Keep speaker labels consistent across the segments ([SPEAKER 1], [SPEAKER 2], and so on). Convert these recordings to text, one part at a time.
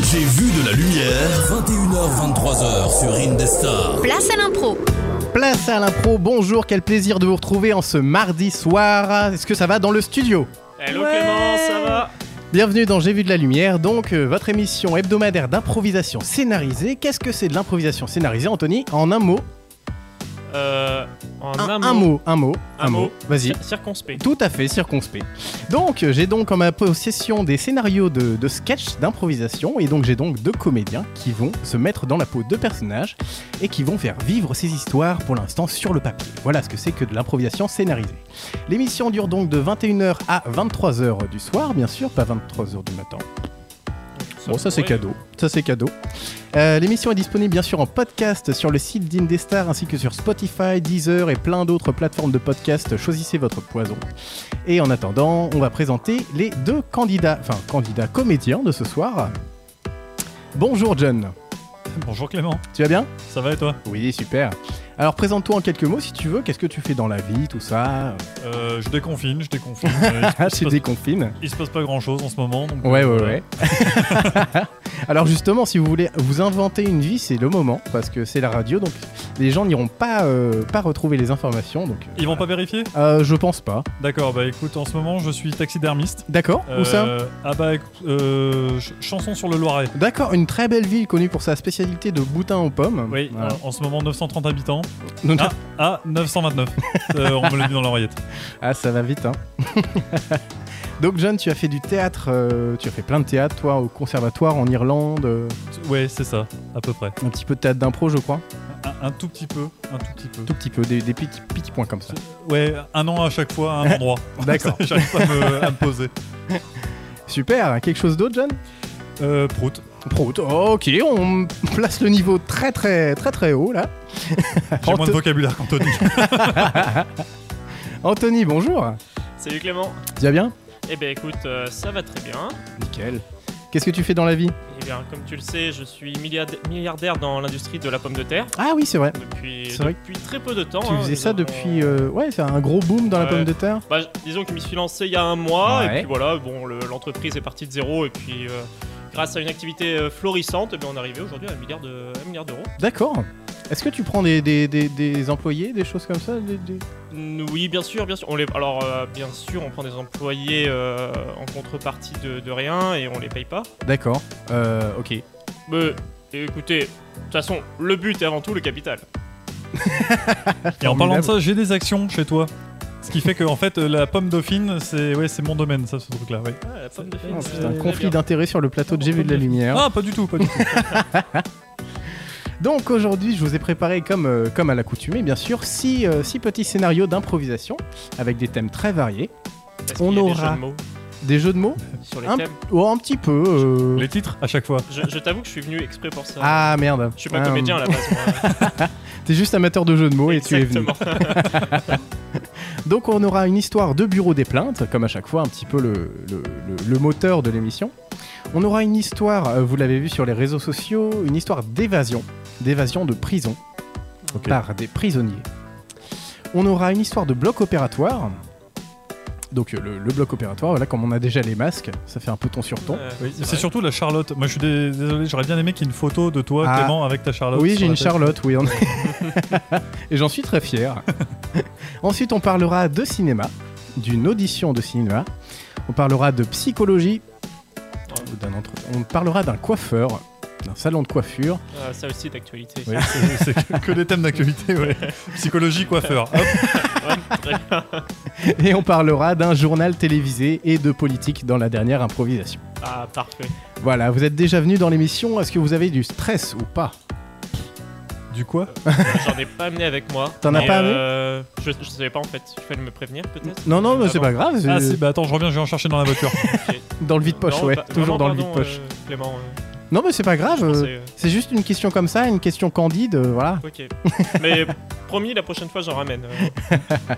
[SPEAKER 1] J'ai vu de la lumière. 21h23h sur Indestar.
[SPEAKER 2] Place à l'impro.
[SPEAKER 3] Place à l'impro, bonjour, quel plaisir de vous retrouver en ce mardi soir. Est-ce que ça va dans le studio
[SPEAKER 4] Hello Clément, ça va
[SPEAKER 3] Bienvenue dans J'ai vu de la lumière, donc euh, votre émission hebdomadaire d'improvisation scénarisée. Qu'est-ce que c'est de l'improvisation scénarisée, Anthony En un mot,
[SPEAKER 4] euh, En
[SPEAKER 3] un, un mot, un mot, un, mot. Vas-y.
[SPEAKER 4] Cir- Circonspect.
[SPEAKER 3] Tout à fait, circonspect. Donc, euh, j'ai donc en ma possession des scénarios de, de sketch d'improvisation, et donc j'ai donc deux comédiens qui vont se mettre dans la peau de personnages et qui vont faire vivre ces histoires pour l'instant sur le papier. Voilà ce que c'est que de l'improvisation scénarisée. L'émission dure donc de 21h à 23h du soir, bien sûr, pas 23h du matin. Bon, ça c'est
[SPEAKER 4] pourrait.
[SPEAKER 3] cadeau. Ça c'est cadeau. Euh, L'émission est disponible bien sûr en podcast sur le site d'Indestar ainsi que sur Spotify, Deezer et plein d'autres plateformes de podcast. Choisissez votre poison. Et en attendant, on va présenter les deux candidats, enfin candidats comédiens de ce soir. Bonjour John,
[SPEAKER 5] Bonjour Clément,
[SPEAKER 3] tu vas bien
[SPEAKER 5] ça va et toi
[SPEAKER 3] Oui, super. Alors présente-toi en quelques mots si tu veux. Qu'est-ce que tu fais dans la vie, tout ça
[SPEAKER 5] euh, Je déconfine, je déconfine. Euh, il,
[SPEAKER 3] Ah,
[SPEAKER 5] se
[SPEAKER 3] tu
[SPEAKER 5] passe,
[SPEAKER 3] déconfines.
[SPEAKER 5] il se passe pas grand chose en ce moment. donc,
[SPEAKER 3] Ouais, ouais,
[SPEAKER 5] euh,
[SPEAKER 3] ouais. Alors justement, si vous voulez vous inventer une vie, c'est le moment, parce que c'est la radio, donc les gens n'iront pas, euh, pas retrouver les informations. Donc,
[SPEAKER 5] Ils vont pas vérifier
[SPEAKER 3] euh, je pense pas.
[SPEAKER 5] D'accord, bah écoute, en ce moment je suis taxidermiste.
[SPEAKER 3] D'accord Où ça
[SPEAKER 5] Euh, Ah bah écoute, euh, ch- chanson sur le Loiret.
[SPEAKER 3] D'accord, une très belle ville connue pour sa spécialité de boutin aux pommes.
[SPEAKER 5] Oui,
[SPEAKER 3] Voilà.
[SPEAKER 5] en, en ce moment 930 habitants
[SPEAKER 3] Donc- ah.
[SPEAKER 5] à 929. Euh, on me l'a dit dans l'oreillette.
[SPEAKER 3] ça va vite, hein. donc John, tu as fait du théâtre, euh, tu as fait plein de théâtre, toi, au conservatoire en Irlande, euh,
[SPEAKER 5] Ouais, c'est ça, à peu près.
[SPEAKER 3] un petit peu de théâtre d'impro, je crois.
[SPEAKER 5] Un, un tout petit peu, un tout petit peu.
[SPEAKER 3] Tout petit peu, des, des petits, petits points comme ça.
[SPEAKER 5] Ouais, un an à chaque fois, à un endroit.
[SPEAKER 3] D'accord.
[SPEAKER 5] J'arrive pas à me, à me poser.
[SPEAKER 3] Super, quelque chose d'autre, John
[SPEAKER 5] Euh, prout.
[SPEAKER 3] Prout. Ok, on place le niveau très très très très haut là.
[SPEAKER 5] J'ai moins de
[SPEAKER 3] Anto-
[SPEAKER 5] vocabulaire qu'Anthony.
[SPEAKER 3] Anthony, bonjour.
[SPEAKER 4] Salut Clément.
[SPEAKER 3] Tu vas bien
[SPEAKER 4] Eh ben écoute, euh, ça va très bien.
[SPEAKER 3] Nickel. Qu'est-ce que tu fais dans la vie
[SPEAKER 4] Eh bien, comme tu le sais, je suis milliard- milliardaire dans l'industrie de la pomme de terre
[SPEAKER 3] Ah oui, c'est vrai.
[SPEAKER 4] depuis,
[SPEAKER 3] C'est vrai
[SPEAKER 4] depuis très peu de temps.
[SPEAKER 3] Tu
[SPEAKER 4] hein,
[SPEAKER 3] faisais
[SPEAKER 4] nous
[SPEAKER 3] ça
[SPEAKER 4] avons-
[SPEAKER 3] depuis. euh, Ouais, c'est un gros boom dans la
[SPEAKER 4] Ouais.
[SPEAKER 3] pomme de terre.
[SPEAKER 4] Bah, je- disons que je m'y suis lancé il y a un mois
[SPEAKER 3] Ouais.
[SPEAKER 4] et puis voilà, bon, le- l'entreprise est partie de zéro et puis. euh, Grâce à une activité euh, florissante, eh ben, on est arrivé aujourd'hui à un milliard de- à un milliard d'euros.
[SPEAKER 3] D'accord. Est-ce que tu prends des, des, des- des employés, des choses comme ça des- des-
[SPEAKER 4] Mm, Oui, bien sûr, bien sûr. On les... Alors, euh, bien sûr, on prend des employés euh, en contrepartie de, de rien et on les paye pas.
[SPEAKER 3] D'accord. Euh, ok.
[SPEAKER 4] Mais écoutez, de toute façon, le but est avant tout le capital.
[SPEAKER 5] Et en
[SPEAKER 3] Formidable.
[SPEAKER 5] parlant de ça, j'ai des actions chez toi. Ce qui fait que en fait euh, la pomme dauphine, c'est ouais, c'est mon domaine ça ce truc là, ouais.
[SPEAKER 4] Ah, la pomme de
[SPEAKER 3] Oh,
[SPEAKER 4] film,
[SPEAKER 3] putain,
[SPEAKER 4] euh,
[SPEAKER 3] conflit
[SPEAKER 4] bien.
[SPEAKER 3] d'intérêt sur le plateau de J'ai vu de la lumière.
[SPEAKER 5] Ah, pas du tout, pas du tout.
[SPEAKER 3] Donc aujourd'hui, je vous ai préparé, comme, euh, comme à l'accoutumée, bien sûr, six, euh, six petits scénarios d'improvisation avec des thèmes très variés.
[SPEAKER 4] Est-ce
[SPEAKER 3] on
[SPEAKER 4] qu'il y a des
[SPEAKER 3] aura-
[SPEAKER 4] jeux de mots
[SPEAKER 3] Des jeux de mots
[SPEAKER 4] sur les
[SPEAKER 3] Un-
[SPEAKER 4] thèmes.
[SPEAKER 3] Oh, un petit peu. euh.
[SPEAKER 5] Les titres à chaque fois.
[SPEAKER 4] Je, je t'avoue que je suis venu exprès pour ça.
[SPEAKER 3] Ah merde.
[SPEAKER 4] Je suis pas
[SPEAKER 3] Ah,
[SPEAKER 4] comédien à la base. moi.
[SPEAKER 3] T'es juste amateur de jeux de mots et tu es venu.
[SPEAKER 4] Exactement.
[SPEAKER 3] Donc on aura une histoire de bureau des plaintes, comme à chaque fois un petit peu le, le- le- le moteur de l'émission. On aura une histoire, euh, vous l'avez vu sur les réseaux sociaux, une histoire d'évasion, d'évasion de prison
[SPEAKER 5] Ok.
[SPEAKER 3] par des prisonniers. On aura une histoire de bloc opératoire. Donc euh, le, le bloc opératoire, voilà, comme on a déjà les masques, ça fait un peu ton sur ton.
[SPEAKER 4] Euh,
[SPEAKER 5] C'est
[SPEAKER 4] vrai.
[SPEAKER 5] surtout la Charlotte. Moi je suis dé- désolé, j'aurais bien aimé qu'il y ait une photo de toi
[SPEAKER 3] Ah.
[SPEAKER 5] Clément avec ta Charlotte.
[SPEAKER 3] Oui,
[SPEAKER 5] sur
[SPEAKER 3] j'ai
[SPEAKER 5] la
[SPEAKER 3] une
[SPEAKER 5] tête.
[SPEAKER 3] Charlotte, oui. on- Et j'en suis très fier. Ensuite, on parlera de cinéma, d'une audition de cinéma. On parlera de psychologie. Oh, d'un entre- On parlera d'un coiffeur, d'un salon de coiffure.
[SPEAKER 4] Ah, ça aussi d'actualité.
[SPEAKER 5] Oui, c'est c'est que- que des thèmes d'actualité, ouais. Psychologie, coiffeur. Hop.
[SPEAKER 4] Ouais, très bien.
[SPEAKER 3] Et on parlera d'un journal télévisé et de politique dans la dernière improvisation.
[SPEAKER 4] Ah, parfait.
[SPEAKER 3] Voilà, vous êtes déjà venu dans l'émission. Est-ce que vous avez du stress ou pas
[SPEAKER 5] Du quoi
[SPEAKER 4] J'en ai pas amené avec moi.
[SPEAKER 3] T'en as
[SPEAKER 4] mais,
[SPEAKER 3] pas amené
[SPEAKER 4] euh, je, je savais pas en fait. Il fallait me prévenir peut-être
[SPEAKER 3] Non, non, mais c'est
[SPEAKER 4] Vraiment.
[SPEAKER 3] pas grave. c'est-
[SPEAKER 5] Ah si, bah attends, je reviens, je vais en chercher dans la voiture.
[SPEAKER 3] Dans le vide-poche,
[SPEAKER 4] Non,
[SPEAKER 3] ouais.
[SPEAKER 4] pas-
[SPEAKER 3] Toujours
[SPEAKER 4] vraiment,
[SPEAKER 3] dans
[SPEAKER 4] pardon,
[SPEAKER 3] le vide-poche.
[SPEAKER 4] euh, Clément. euh,
[SPEAKER 3] Non, mais c'est pas grave.
[SPEAKER 4] je
[SPEAKER 3] euh,
[SPEAKER 4] pensais, euh,
[SPEAKER 3] C'est juste une question comme ça, une question candide, euh, voilà.
[SPEAKER 4] Ok. Mais promis, la prochaine fois, j'en ramène. euh.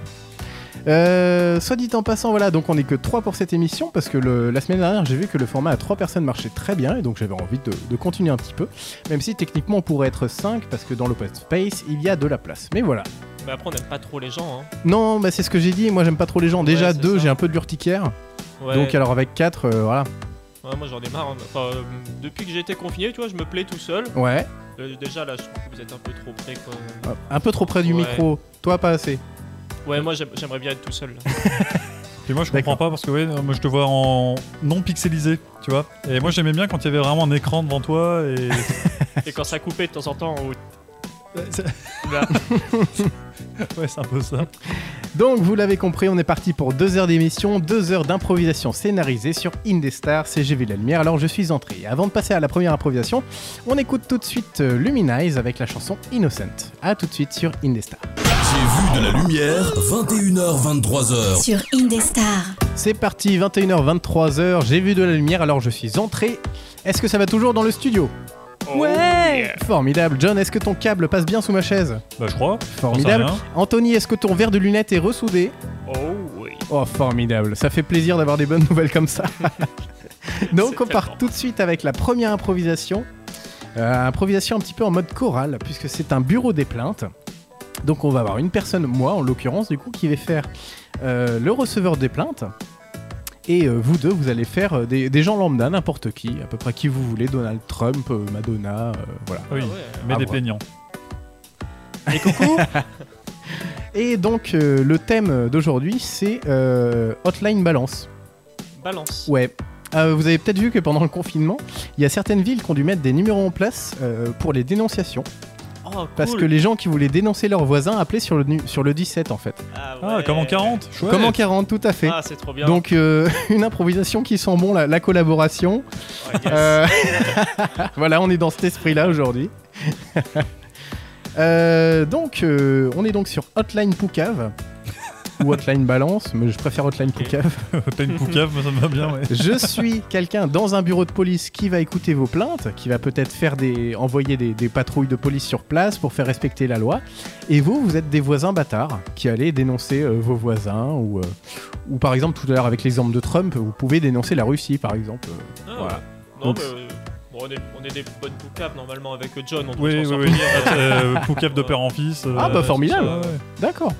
[SPEAKER 3] Euh, soit dit en passant, voilà, donc on est que 3 pour cette émission parce que le- la semaine dernière j'ai vu que le format à 3 personnes marchait très bien et donc j'avais envie de, de continuer un petit peu, même si techniquement on pourrait être 5 parce que dans l'open space il y a de la place. Mais voilà.
[SPEAKER 4] Mais après, on n'aime pas trop les gens. Hein.
[SPEAKER 3] Non, bah c'est ce que j'ai dit, moi j'aime pas trop les gens. Déjà
[SPEAKER 4] Ouais, c'est
[SPEAKER 3] 2,
[SPEAKER 4] ça.
[SPEAKER 3] j'ai un peu de l'urticaire,
[SPEAKER 4] Ouais.
[SPEAKER 3] donc alors avec 4, euh, voilà.
[SPEAKER 6] Ouais, moi j'en ai marre. hein. Enfin, euh, depuis que j'ai été confiné, tu vois, je me plais tout seul.
[SPEAKER 3] Ouais.
[SPEAKER 6] Euh, déjà là, je trouve que vous êtes un peu trop près quoi.
[SPEAKER 3] Un peu trop près du
[SPEAKER 6] Ouais.
[SPEAKER 3] micro. Toi, pas assez.
[SPEAKER 6] Ouais, moi j'aime- j'aimerais bien être tout seul. là.
[SPEAKER 5] Et moi je comprends pas parce que ouais, moi je te vois en non pixelisé, tu vois. Et moi j'aimais bien quand il y avait vraiment un écran devant toi et
[SPEAKER 6] Et quand ça coupait de temps en temps, on-
[SPEAKER 5] Là. ouais, c'est un peu ça.
[SPEAKER 3] Donc, vous l'avez compris, on est parti pour deux heures d'émission, deux heures d'improvisation scénarisée sur Indestar, CGV La Lumière. Alors, je suis entré. Avant de passer à la première improvisation, on écoute tout de suite euh, Luminize avec la chanson Innocent. A tout de suite sur Indestar.
[SPEAKER 1] J'ai vu de la lumière, 21h23h.
[SPEAKER 7] Sur Indestar.
[SPEAKER 3] C'est parti, 21h, 23h, j'ai vu de la lumière, alors je suis entré. Est-ce que ça va toujours dans le studio
[SPEAKER 5] Oh,
[SPEAKER 3] Ouais Formidable. John, est-ce que ton câble passe bien sous ma chaise
[SPEAKER 5] Bah, je crois.
[SPEAKER 3] Formidable.
[SPEAKER 5] rien.
[SPEAKER 3] Anthony, est-ce que ton verre de lunettes est ressoudé
[SPEAKER 6] oh oui.
[SPEAKER 3] Oh, formidable. Ça fait plaisir d'avoir des bonnes nouvelles comme ça. Donc,
[SPEAKER 6] C'est
[SPEAKER 3] on part
[SPEAKER 6] tellement.
[SPEAKER 3] tout de suite avec la première improvisation. Euh, improvisation un petit peu en mode chorale, puisque c'est un bureau des plaintes. Donc, on va avoir une personne, moi en l'occurrence, du coup, qui va faire euh, le receveur des plaintes. Et euh, vous deux, vous allez faire euh, des, des gens lambda, n'importe qui, à peu près qui vous voulez, Donald Trump, euh, Madonna, euh, voilà.
[SPEAKER 5] Ah Oui,
[SPEAKER 6] Ah ouais.
[SPEAKER 5] mais
[SPEAKER 3] Ah,
[SPEAKER 5] des
[SPEAKER 3] ouais.
[SPEAKER 5] plaignants.
[SPEAKER 6] Et coucou
[SPEAKER 3] Et donc, euh, le thème d'aujourd'hui, c'est euh, Hotline Balance.
[SPEAKER 6] Balance.
[SPEAKER 3] Ouais. Euh, vous avez peut-être vu que pendant le confinement, il y a certaines villes qui ont dû mettre des numéros en place euh, pour les dénonciations.
[SPEAKER 6] Oh,
[SPEAKER 3] Parce
[SPEAKER 6] cool.
[SPEAKER 3] que les gens qui voulaient dénoncer leurs voisins appelaient sur le, nu- sur le 17 en fait.
[SPEAKER 6] Ah,
[SPEAKER 5] Ah,
[SPEAKER 6] ouais.
[SPEAKER 5] comme en 40 chouette.
[SPEAKER 3] Comme en 40, tout à fait.
[SPEAKER 6] Ah, c'est trop bien.
[SPEAKER 3] Donc euh, une improvisation qui sent bon la, la collaboration.
[SPEAKER 6] Ouais, Oh, yes.
[SPEAKER 3] Euh, voilà, on est dans cet esprit-là aujourd'hui. Euh, donc euh, on est donc sur Hotline Poucave. Ou Hotline Balance, mais je préfère Hotline
[SPEAKER 6] Ok.
[SPEAKER 3] Poucave.
[SPEAKER 5] T'as une poucave, moi, ça me va bien, ouais.
[SPEAKER 3] Je suis quelqu'un dans un bureau de police qui va écouter vos plaintes, qui va peut-être faire des, envoyer des, des patrouilles de police sur place pour faire respecter la loi. Et vous, vous êtes des voisins bâtards qui allez dénoncer euh, vos voisins ou, euh, ou par exemple tout à l'heure avec l'exemple de Trump, vous pouvez dénoncer la Russie par exemple. euh,
[SPEAKER 6] Ah,
[SPEAKER 3] voilà.
[SPEAKER 6] ouais. Non,
[SPEAKER 3] Donc-
[SPEAKER 6] mais, euh, bon, on, est, on est des bonnes boucaves normalement avec John. On doit
[SPEAKER 5] Oui,
[SPEAKER 6] s'en
[SPEAKER 5] oui,
[SPEAKER 6] sortir.
[SPEAKER 5] oui. Euh, poucave de père en fils. euh,
[SPEAKER 3] Ah, bah,
[SPEAKER 5] tout
[SPEAKER 3] formidable.
[SPEAKER 5] ça, ouais.
[SPEAKER 3] D'accord.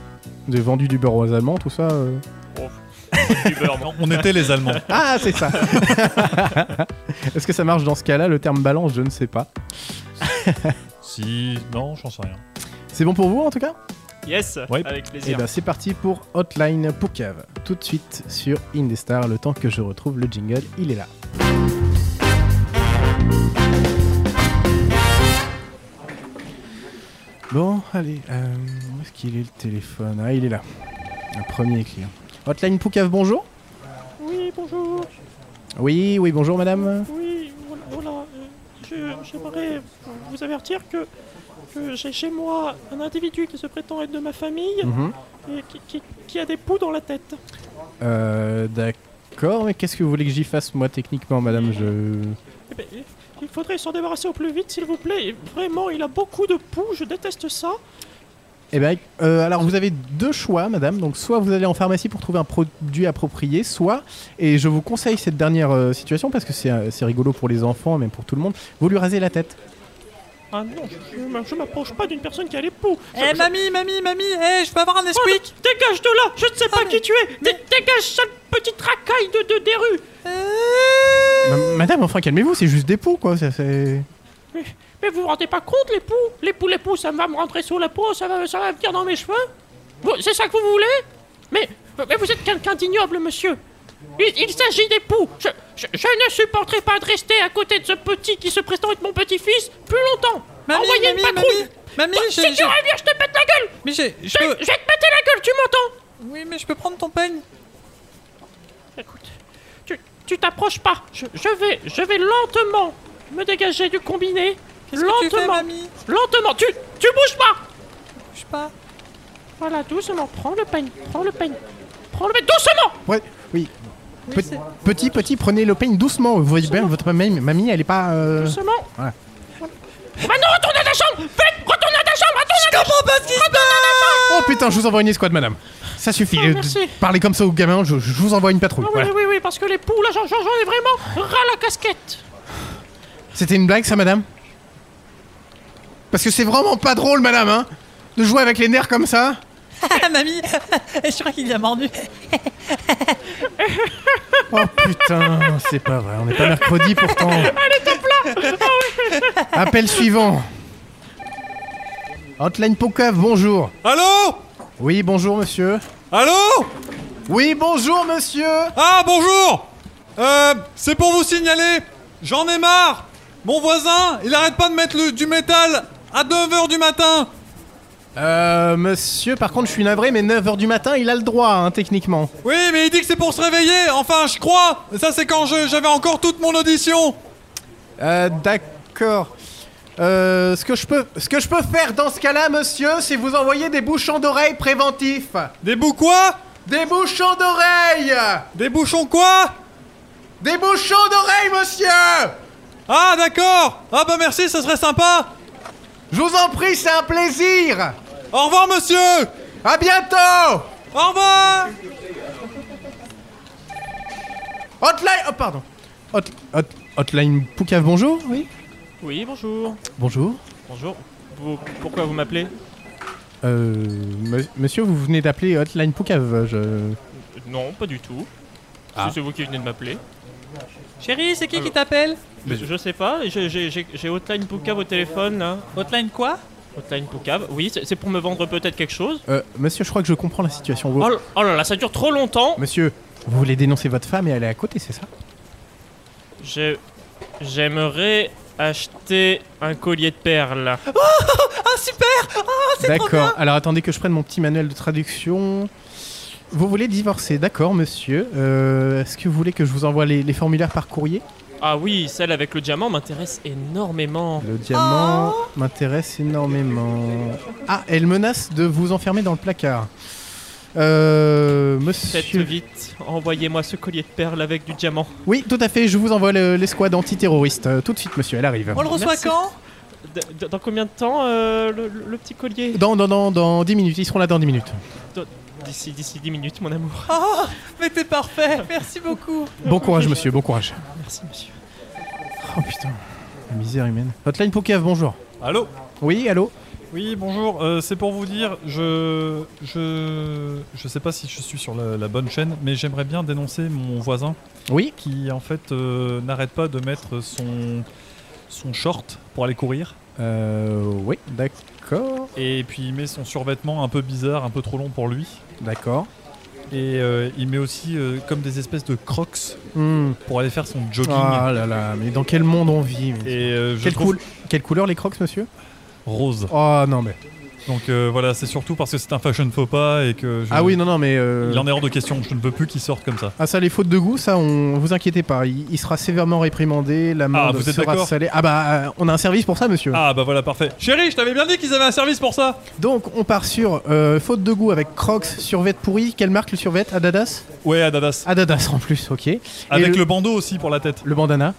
[SPEAKER 3] Vous avez vendu du beurre aux Allemands, tout ça. euh.
[SPEAKER 6] Oh, pff, du beurre, moi.
[SPEAKER 5] On était les Allemands.
[SPEAKER 3] Ah, c'est ça. Est-ce que ça marche dans ce cas-là le terme balance Je ne sais pas.
[SPEAKER 5] si, non, j'en sais rien.
[SPEAKER 3] C'est bon pour vous en tout cas
[SPEAKER 6] Yes,
[SPEAKER 5] Ouais.
[SPEAKER 6] avec
[SPEAKER 3] Et
[SPEAKER 6] plaisir.
[SPEAKER 3] ben c'est parti pour Hotline Poucave. Tout de suite sur Indestar, le temps que je retrouve le jingle, il est là. Bon, allez, euh, où est-ce qu'il est le téléphone Ah, il est là. Un premier client. Hotline Poucave, bonjour
[SPEAKER 6] Oui, bonjour.
[SPEAKER 3] Oui, oui, bonjour madame.
[SPEAKER 6] Oui, voilà, voilà, euh, je- j'aimerais vous avertir que, que j'ai chez moi un individu qui se prétend être de ma famille
[SPEAKER 3] Mhm.
[SPEAKER 6] et qui, qui- qui a des poux dans la tête.
[SPEAKER 3] Euh, d'accord, mais qu'est-ce que vous voulez que j'y fasse moi techniquement madame Je...
[SPEAKER 6] Eh ben, il faudrait s'en débarrasser au plus vite, s'il vous plaît. Et Vraiment, il a beaucoup de poux, je déteste ça.
[SPEAKER 3] Eh ben, euh, alors vous avez deux choix, madame. Donc, soit vous allez en pharmacie pour trouver un produit approprié, soit, et je vous conseille cette dernière euh, situation parce que c'est euh, c'est rigolo pour les enfants, même pour tout le monde, vous lui rasez la tête.
[SPEAKER 6] Ah non, je, m- je m'approche pas d'une personne qui a les poux.
[SPEAKER 2] Eh
[SPEAKER 6] Je- je-
[SPEAKER 2] mamie, mamie, mamie, eh, je peux avoir un
[SPEAKER 6] Oh,
[SPEAKER 2] Nesquik
[SPEAKER 6] dégage de là Je ne sais pas
[SPEAKER 2] mais-
[SPEAKER 6] qui tu es Dé- Dégage, sale petite racaille de, de des rues
[SPEAKER 2] Eh,
[SPEAKER 3] Ma- madame, enfin, calmez-vous, c'est juste des poux, quoi. Ça, c'est-
[SPEAKER 6] Mais vous vous rendez pas compte, les poux Les poux, les poux, ça va me rentrer sous la peau, ça va, ça va venir dans mes cheveux Vous- C'est ça que vous voulez mais, mais vous êtes quelqu'un d'ignoble, monsieur Il, il s'agit des poux je, je- je ne supporterai pas de rester à côté de ce petit qui se prétend être mon petit-fils plus longtemps
[SPEAKER 2] Mamie,
[SPEAKER 6] Envoyez
[SPEAKER 2] mamie,
[SPEAKER 6] une patrouille
[SPEAKER 2] mamie, mamie,
[SPEAKER 6] Toi,
[SPEAKER 2] je-
[SPEAKER 6] Si
[SPEAKER 2] je-
[SPEAKER 6] tu reviens, Oh, je te pète la gueule
[SPEAKER 2] mais j'ai, je
[SPEAKER 6] je,
[SPEAKER 2] peux,
[SPEAKER 6] je vais te péter la gueule, tu m'entends
[SPEAKER 2] oui, mais je peux prendre ton peigne.
[SPEAKER 6] Écoute, tu, tu t'approches pas je, je vais, je vais lentement me dégager du combiné
[SPEAKER 2] Qu'est-ce
[SPEAKER 6] Lentement
[SPEAKER 2] que tu fais, mamie
[SPEAKER 6] Lentement Tu, tu bouges pas
[SPEAKER 2] Je sais pas.
[SPEAKER 6] Voilà, doucement, prends le peigne, prends le peigne, prends le peigne, doucement
[SPEAKER 3] Ouais, oui.
[SPEAKER 2] Oui,
[SPEAKER 3] Pe-
[SPEAKER 2] c'est-
[SPEAKER 3] petit, petit, prenez le peigne doucement. Vous voyez bien, votre mamie, mamie elle est pas. euh,
[SPEAKER 6] Doucement
[SPEAKER 3] ouais.
[SPEAKER 6] Maintenant, retourne à ta chambre Vite, retourne à ta chambre, retourne à ta chambre
[SPEAKER 2] Comprends pas ce qui se passe
[SPEAKER 3] Oh putain, je vous envoie une escouade, madame. Ça suffit.
[SPEAKER 6] Ah,
[SPEAKER 3] euh,
[SPEAKER 6] merci.
[SPEAKER 3] de- Parler comme ça aux gamins, je, je vous envoie une patrouille.
[SPEAKER 6] Ah oui,
[SPEAKER 3] Voilà.
[SPEAKER 6] oui, oui, parce que les poules, là, j'en j'en- j'en ai vraiment ras la casquette
[SPEAKER 3] C'était une blague, ça, madame Parce que c'est vraiment pas drôle, madame, hein De jouer avec les nerfs comme ça
[SPEAKER 6] Ah, Mamie, je crois qu'il y a mordu.
[SPEAKER 3] Oh putain, c'est pas vrai, on n'est pas mercredi pourtant. Allez,
[SPEAKER 6] Ah
[SPEAKER 3] Appel suivant. Hotline Poucave, bonjour.
[SPEAKER 2] Allô
[SPEAKER 3] Oui, bonjour monsieur.
[SPEAKER 2] Allô
[SPEAKER 3] Oui, bonjour monsieur.
[SPEAKER 2] Ah, bonjour Euh, c'est pour vous signaler, j'en ai marre Mon voisin, il arrête pas de mettre le- du métal à 9h du matin
[SPEAKER 3] Euh, monsieur, par contre, je suis navré, mais 9h du matin, il a le droit, hein, techniquement.
[SPEAKER 2] Oui, mais il dit que c'est pour se réveiller, enfin, je crois Ça, c'est quand je- j'avais encore toute mon audition
[SPEAKER 3] Euh, d'accord. Euh, ce que je peux, ce que je peux faire dans ce cas-là, monsieur, c'est vous envoyer des bouchons d'oreilles préventifs.
[SPEAKER 2] Des bouts quoi
[SPEAKER 3] Des bouchons d'oreilles
[SPEAKER 2] Des bouchons quoi
[SPEAKER 3] Des bouchons d'oreilles, monsieur
[SPEAKER 2] Ah, d'accord Ah bah merci, ce serait sympa
[SPEAKER 3] Je vous en prie, c'est un plaisir
[SPEAKER 2] Au revoir, monsieur
[SPEAKER 3] À bientôt
[SPEAKER 2] Au revoir
[SPEAKER 3] Hotline... Oh, pardon. Hot, hot, hotline Poucave, bonjour Oui.
[SPEAKER 4] Oui, bonjour.
[SPEAKER 3] Bonjour.
[SPEAKER 4] Bonjour. Vous- pourquoi vous m'appelez
[SPEAKER 3] Euh... me- monsieur, vous venez d'appeler Hotline Poucave, je...
[SPEAKER 4] Non, pas du tout.
[SPEAKER 3] Ah.
[SPEAKER 4] C'est vous qui venez de m'appeler.
[SPEAKER 6] Chérie, c'est qui qui t'appelle
[SPEAKER 4] Je, je sais pas, je- j'ai j'ai- j'ai Hotline Poucave au téléphone là.
[SPEAKER 6] Hotline quoi
[SPEAKER 4] Hotline Poucave, oui, c'est c'est pour me vendre peut-être quelque chose.
[SPEAKER 3] Euh, monsieur, je crois que je comprends la situation. Vous...
[SPEAKER 4] Oh, là- oh là là, ça dure trop longtemps.
[SPEAKER 3] Monsieur, vous voulez dénoncer votre femme et elle est à côté, c'est ça
[SPEAKER 6] Oh,
[SPEAKER 4] Je- J'aimerais acheter un collier de perles.
[SPEAKER 6] Ah, super
[SPEAKER 3] D'accord. Alors attendez que je prenne mon petit manuel de traduction. Vous voulez divorcer, d'accord, monsieur. Euh, Est-ce que vous voulez que je vous envoie les, les formulaires par courrier
[SPEAKER 4] Ah oui, celle avec le diamant m'intéresse énormément.
[SPEAKER 3] Le diamant
[SPEAKER 6] Oh.
[SPEAKER 3] m'intéresse énormément. Ah, elle menace de vous enfermer dans le placard. Euh,
[SPEAKER 4] Faites
[SPEAKER 3] monsieur.
[SPEAKER 4] vite, envoyez-moi ce collier de perles avec du diamant.
[SPEAKER 3] Oui, tout à fait. Je vous envoie le- l'escouade antiterroriste euh, tout de suite, monsieur. Elle arrive.
[SPEAKER 6] On le reçoit
[SPEAKER 4] Merci.
[SPEAKER 6] quand
[SPEAKER 4] D- d- dans combien de temps euh, le, le- le petit collier
[SPEAKER 3] Dans, dans, dans, dans 10 minutes. Ils seront là dans 10 minutes.
[SPEAKER 4] D'ici d'ici 10 minutes, mon amour.
[SPEAKER 6] Oh, mais t'es parfait, merci beaucoup.
[SPEAKER 3] Bon courage, monsieur. Bon courage.
[SPEAKER 4] Merci, monsieur.
[SPEAKER 3] Oh putain, la misère humaine. Hotline Poucave, bonjour.
[SPEAKER 5] Allô
[SPEAKER 3] Oui, allô
[SPEAKER 5] Oui, bonjour. euh, c'est pour vous dire, je, je, je sais pas si je suis sur la, la bonne chaîne, mais j'aimerais bien dénoncer mon voisin
[SPEAKER 3] Oui
[SPEAKER 5] qui en fait euh, n'arrête pas de mettre son son short pour aller courir
[SPEAKER 3] Euh, oui, d'accord.
[SPEAKER 5] et puis il met son survêtement un peu bizarre, un peu trop long pour lui
[SPEAKER 3] D'accord.
[SPEAKER 5] et euh, il met aussi euh, comme des espèces de crocs
[SPEAKER 3] Hmm.
[SPEAKER 5] pour aller faire son jogging.
[SPEAKER 3] Ah là là, mais dans quel monde on vit mais-
[SPEAKER 5] Et euh, je
[SPEAKER 3] quelle,
[SPEAKER 5] trouve
[SPEAKER 3] coul- quelle couleur les crocs, monsieur
[SPEAKER 5] rose.
[SPEAKER 3] Oh non, mais.
[SPEAKER 5] Donc euh, voilà, c'est surtout parce que c'est un fashion faux pas et que je-
[SPEAKER 3] Ah oui, non, non, mais. euh,
[SPEAKER 5] il en est hors de question. Je ne veux plus qu'il sorte comme ça.
[SPEAKER 3] Ah, ça, les fautes de goût, ça, on vous inquiétez pas. Il, il sera sévèrement réprimandé, la
[SPEAKER 5] Ah, vous
[SPEAKER 3] mort
[SPEAKER 5] êtes
[SPEAKER 3] sera
[SPEAKER 5] d'accord
[SPEAKER 3] salée. Ah bah, euh, on a un service pour ça, monsieur.
[SPEAKER 5] Ah bah voilà, parfait.
[SPEAKER 2] Chérie, je t'avais bien dit qu'ils avaient un service pour ça
[SPEAKER 3] Donc, on part sur euh, faute de goût avec crocs, survêt pourri. Quelle marque le survêt Adidas
[SPEAKER 5] Ouais, Adidas.
[SPEAKER 3] Adidas en plus, ok. Et
[SPEAKER 5] Avec le... bandeau aussi pour la tête.
[SPEAKER 3] le bandana.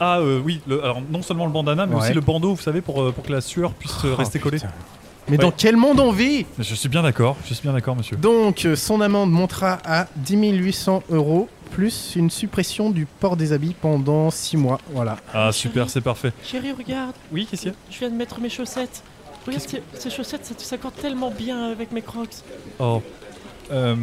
[SPEAKER 5] Ah euh, oui, le- alors non seulement le bandana, mais
[SPEAKER 3] Ouais.
[SPEAKER 5] aussi le bandeau, vous savez, pour, euh, pour que la sueur puisse euh,
[SPEAKER 3] Oh,
[SPEAKER 5] rester collée.
[SPEAKER 3] putain. Mais dans
[SPEAKER 5] Ouais.
[SPEAKER 3] quel monde on vit
[SPEAKER 5] Mais Je suis bien d'accord, je suis bien d'accord, monsieur.
[SPEAKER 3] Donc, euh, son amende montera à 10 800 euros, plus une suppression du port des habits pendant 6 mois. Voilà.
[SPEAKER 5] Ah super, c'est parfait.
[SPEAKER 4] Chérie, regarde,
[SPEAKER 5] Oui, qu'est-ce qu'il y a
[SPEAKER 4] je viens de mettre mes chaussettes. Regarde, ces, ces chaussettes, ça s'accorde tellement bien avec mes crocs.
[SPEAKER 5] Oh. Euh,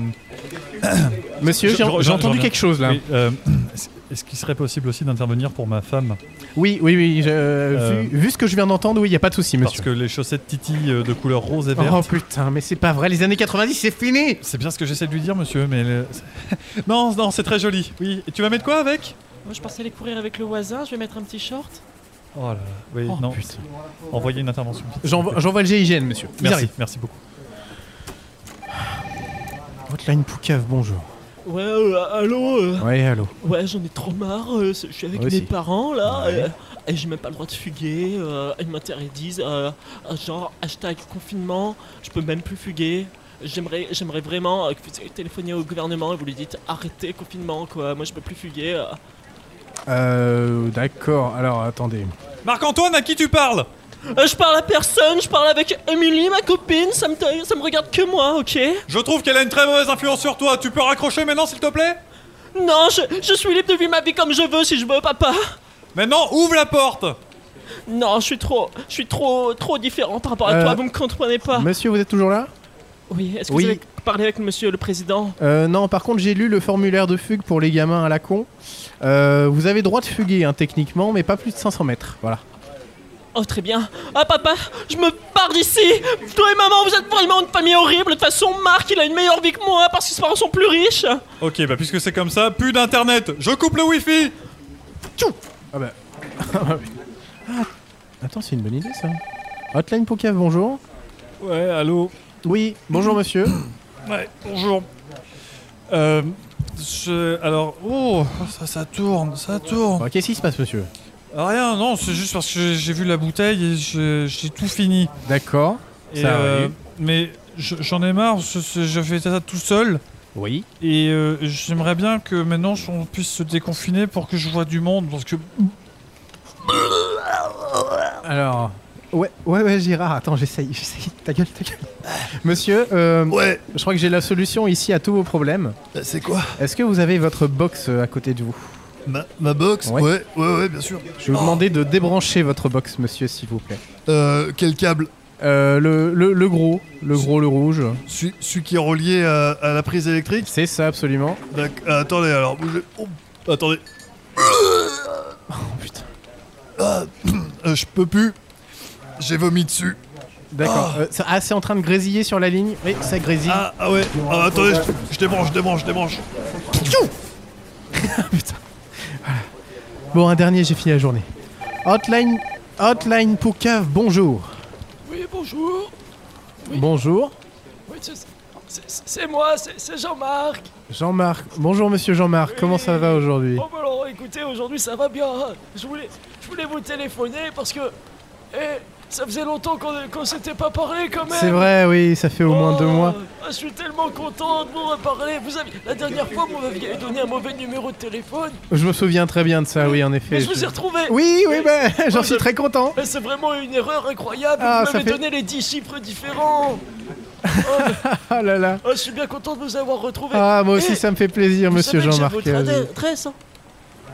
[SPEAKER 3] Monsieur,
[SPEAKER 5] Je-
[SPEAKER 3] j'ai
[SPEAKER 5] je- je-
[SPEAKER 3] j'ai entendu
[SPEAKER 5] je-
[SPEAKER 3] quelque chose là.
[SPEAKER 5] oui, euh, est-ce- Est-ce qu'il serait possible aussi d'intervenir pour ma femme
[SPEAKER 3] Oui, oui, oui. je- euh, vu, vu ce que je viens d'entendre, oui, il n'y a pas de souci,
[SPEAKER 5] Euh. Parce
[SPEAKER 3] monsieur.
[SPEAKER 5] que les chaussettes titillent euh, de couleur rose et verte.
[SPEAKER 3] Oh putain, mais c'est pas vrai, les années 90, c'est fini
[SPEAKER 5] C'est bien ce que j'essaie de lui dire, monsieur, mais... le- non, non, c'est très joli. Oui, et tu vas mettre quoi avec
[SPEAKER 4] Moi, je pensais aller courir avec le voisin, je vais mettre un petit short.
[SPEAKER 5] Oh là là, oui,
[SPEAKER 3] Oh,
[SPEAKER 5] non.
[SPEAKER 3] putain.
[SPEAKER 5] Envoyez une intervention.
[SPEAKER 3] J'envoie j'envoie le GIGN, monsieur. Ils
[SPEAKER 5] Merci,
[SPEAKER 3] arrivent.
[SPEAKER 5] merci beaucoup.
[SPEAKER 3] Hotline Poucave, bonjour.
[SPEAKER 4] Ouais, euh, allô euh,
[SPEAKER 3] Ouais, allô.
[SPEAKER 4] Ouais, j'en ai trop marre, euh, c'est- je suis avec
[SPEAKER 3] Moi
[SPEAKER 4] mes
[SPEAKER 3] aussi.
[SPEAKER 4] parents là,
[SPEAKER 3] Ouais.
[SPEAKER 4] euh, et j'ai même pas le droit de fuguer, euh, ils m'interdisent, euh, euh, genre hashtag confinement, je peux même plus fuguer. J'aimerais, j'aimerais vraiment euh, que vous téléphoniez au gouvernement et vous lui dites arrêtez confinement quoi, moi je peux plus fuguer. euh.
[SPEAKER 3] Euh, d'accord, alors attendez.
[SPEAKER 2] Marc-Antoine, à qui tu parles
[SPEAKER 4] Euh, je parle à personne, je parle avec Emily, ma copine, ça me, ta- ça me regarde que moi, ok
[SPEAKER 2] Je trouve qu'elle a une très mauvaise influence sur toi, tu peux raccrocher maintenant s'il te plaît
[SPEAKER 4] Non, je, je suis libre de vivre ma vie comme je veux Oh, si je veux, papa.
[SPEAKER 2] Maintenant, ouvre la porte
[SPEAKER 4] Non, je suis trop, je suis trop, trop différent par rapport à
[SPEAKER 3] Euh,
[SPEAKER 4] toi, vous me comprenez pas.
[SPEAKER 3] Monsieur, vous êtes toujours là
[SPEAKER 8] Oui, est-ce que
[SPEAKER 3] Oui.
[SPEAKER 8] vous avez parlé avec monsieur le président
[SPEAKER 3] Euh, non, par contre, j'ai lu le formulaire de fugue pour les gamins à la con. Euh, vous avez droit de fuguer, hein, techniquement, mais pas plus de 500 mètres. Voilà.
[SPEAKER 8] Oh, très bien. Ah, papa, je me pars d'ici. Toi et maman, vous êtes vraiment une famille horrible. De toute façon, Marc, il a une meilleure vie que moi parce que ses parents sont plus riches.
[SPEAKER 5] Ok, bah puisque c'est comme ça, plus d'internet, je coupe le wifi
[SPEAKER 3] Ah bah. Ah, attends, c'est une bonne idée ça. Hotline Poucave, bonjour.
[SPEAKER 5] Ouais, allô
[SPEAKER 3] Oui, bonjour monsieur.
[SPEAKER 5] Ouais, bonjour. Euh, je- alors, oh, ça, ça tourne, ça
[SPEAKER 3] Bon,
[SPEAKER 5] tourne.
[SPEAKER 3] Bah, Qu'est-ce qui se passe monsieur
[SPEAKER 5] Ah, Rien, non, c'est juste parce que j'ai vu la bouteille et je- j'ai tout fini.
[SPEAKER 3] D'accord.
[SPEAKER 5] Et,
[SPEAKER 3] Ça
[SPEAKER 5] euh,
[SPEAKER 3] arrive.
[SPEAKER 5] mais je- j'en ai marre, je, je- je fais ça tout seul.
[SPEAKER 3] Oui.
[SPEAKER 5] Et euh, j'aimerais bien que maintenant on puisse se déconfiner pour que je vois du monde. Parce que. euh,
[SPEAKER 3] Alors. Ouais, ouais, ouais, Gérard, attends, j'essaye, j'essaye. Ta gueule, ta gueule. Monsieur, euh,
[SPEAKER 9] Ouais,
[SPEAKER 3] je crois que j'ai la solution ici à tous vos problèmes.
[SPEAKER 9] bah, c'est quoi
[SPEAKER 3] Est-ce que vous avez votre box euh, à côté de vous
[SPEAKER 9] ma, ma box
[SPEAKER 3] Ouais.
[SPEAKER 9] ouais. ouais, ouais, bien sûr.
[SPEAKER 3] Je vais vous demander de débrancher votre box, monsieur, s'il vous plaît.
[SPEAKER 9] Euh, quel câble
[SPEAKER 3] Euh, le, le- le gros, le gros, le rouge.
[SPEAKER 9] celui, celui qui est relié à, à la prise électrique
[SPEAKER 3] C'est ça, absolument.
[SPEAKER 9] D'ac- ah, Attendez, alors, bougez. Oh, attendez.
[SPEAKER 3] Oh, putain.
[SPEAKER 9] Ah, euh, je peux plus. J'ai vomi dessus.
[SPEAKER 3] D'accord. Euh, ça- ah, c'est en train de grésiller sur la ligne. Oui, ça grésille.
[SPEAKER 9] Ah, ah ouais, ah, attendez, je, je débranche, je débranche, je débranche.
[SPEAKER 3] Ah, Bon, un dernier, j'ai fini la journée. Hotline, Hotline Poucave, bonjour.
[SPEAKER 8] Oui, bonjour.
[SPEAKER 3] Bonjour.
[SPEAKER 8] Oui, c'est- c'est c'est moi, c'est c'est Jean-Marc.
[SPEAKER 3] Jean-Marc. Bonjour, monsieur Jean-Marc. Comment ça va aujourd'hui
[SPEAKER 8] Bon, bah alors, écoutez, aujourd'hui ça va bien. hein. Je voulais, je voulais vous téléphoner parce que. Eh, ça faisait longtemps qu'on qu'on s'était pas parlé quand même.
[SPEAKER 3] C'est vrai, oui, ça fait au moins deux
[SPEAKER 8] Oh,
[SPEAKER 3] mois.
[SPEAKER 8] ah, je suis tellement content de vous reparler. Vous avez, la dernière fois, vous m'aviez donné un mauvais numéro de téléphone.
[SPEAKER 3] Je me souviens très bien de ça, oui, en
[SPEAKER 8] Mais
[SPEAKER 3] effet.
[SPEAKER 8] je vous ai retrouvé.
[SPEAKER 3] Oui, oui, bah, j'en
[SPEAKER 8] Oui,
[SPEAKER 3] suis
[SPEAKER 8] je-
[SPEAKER 3] très content.
[SPEAKER 8] Mais C'est vraiment une erreur incroyable.
[SPEAKER 3] Ah,
[SPEAKER 8] vous
[SPEAKER 3] ça
[SPEAKER 8] m'avez
[SPEAKER 3] fait-
[SPEAKER 8] donné les 10 chiffres différents.
[SPEAKER 3] Ah là là.
[SPEAKER 8] Ah, je suis bien content de vous avoir retrouvé.
[SPEAKER 3] Ah, moi aussi,
[SPEAKER 8] Eh,
[SPEAKER 3] ça me fait plaisir,
[SPEAKER 8] vous
[SPEAKER 3] monsieur
[SPEAKER 8] savez que j'ai
[SPEAKER 3] Jean-Marc.
[SPEAKER 8] votre
[SPEAKER 3] Euh,
[SPEAKER 8] adresse- adresse, hein.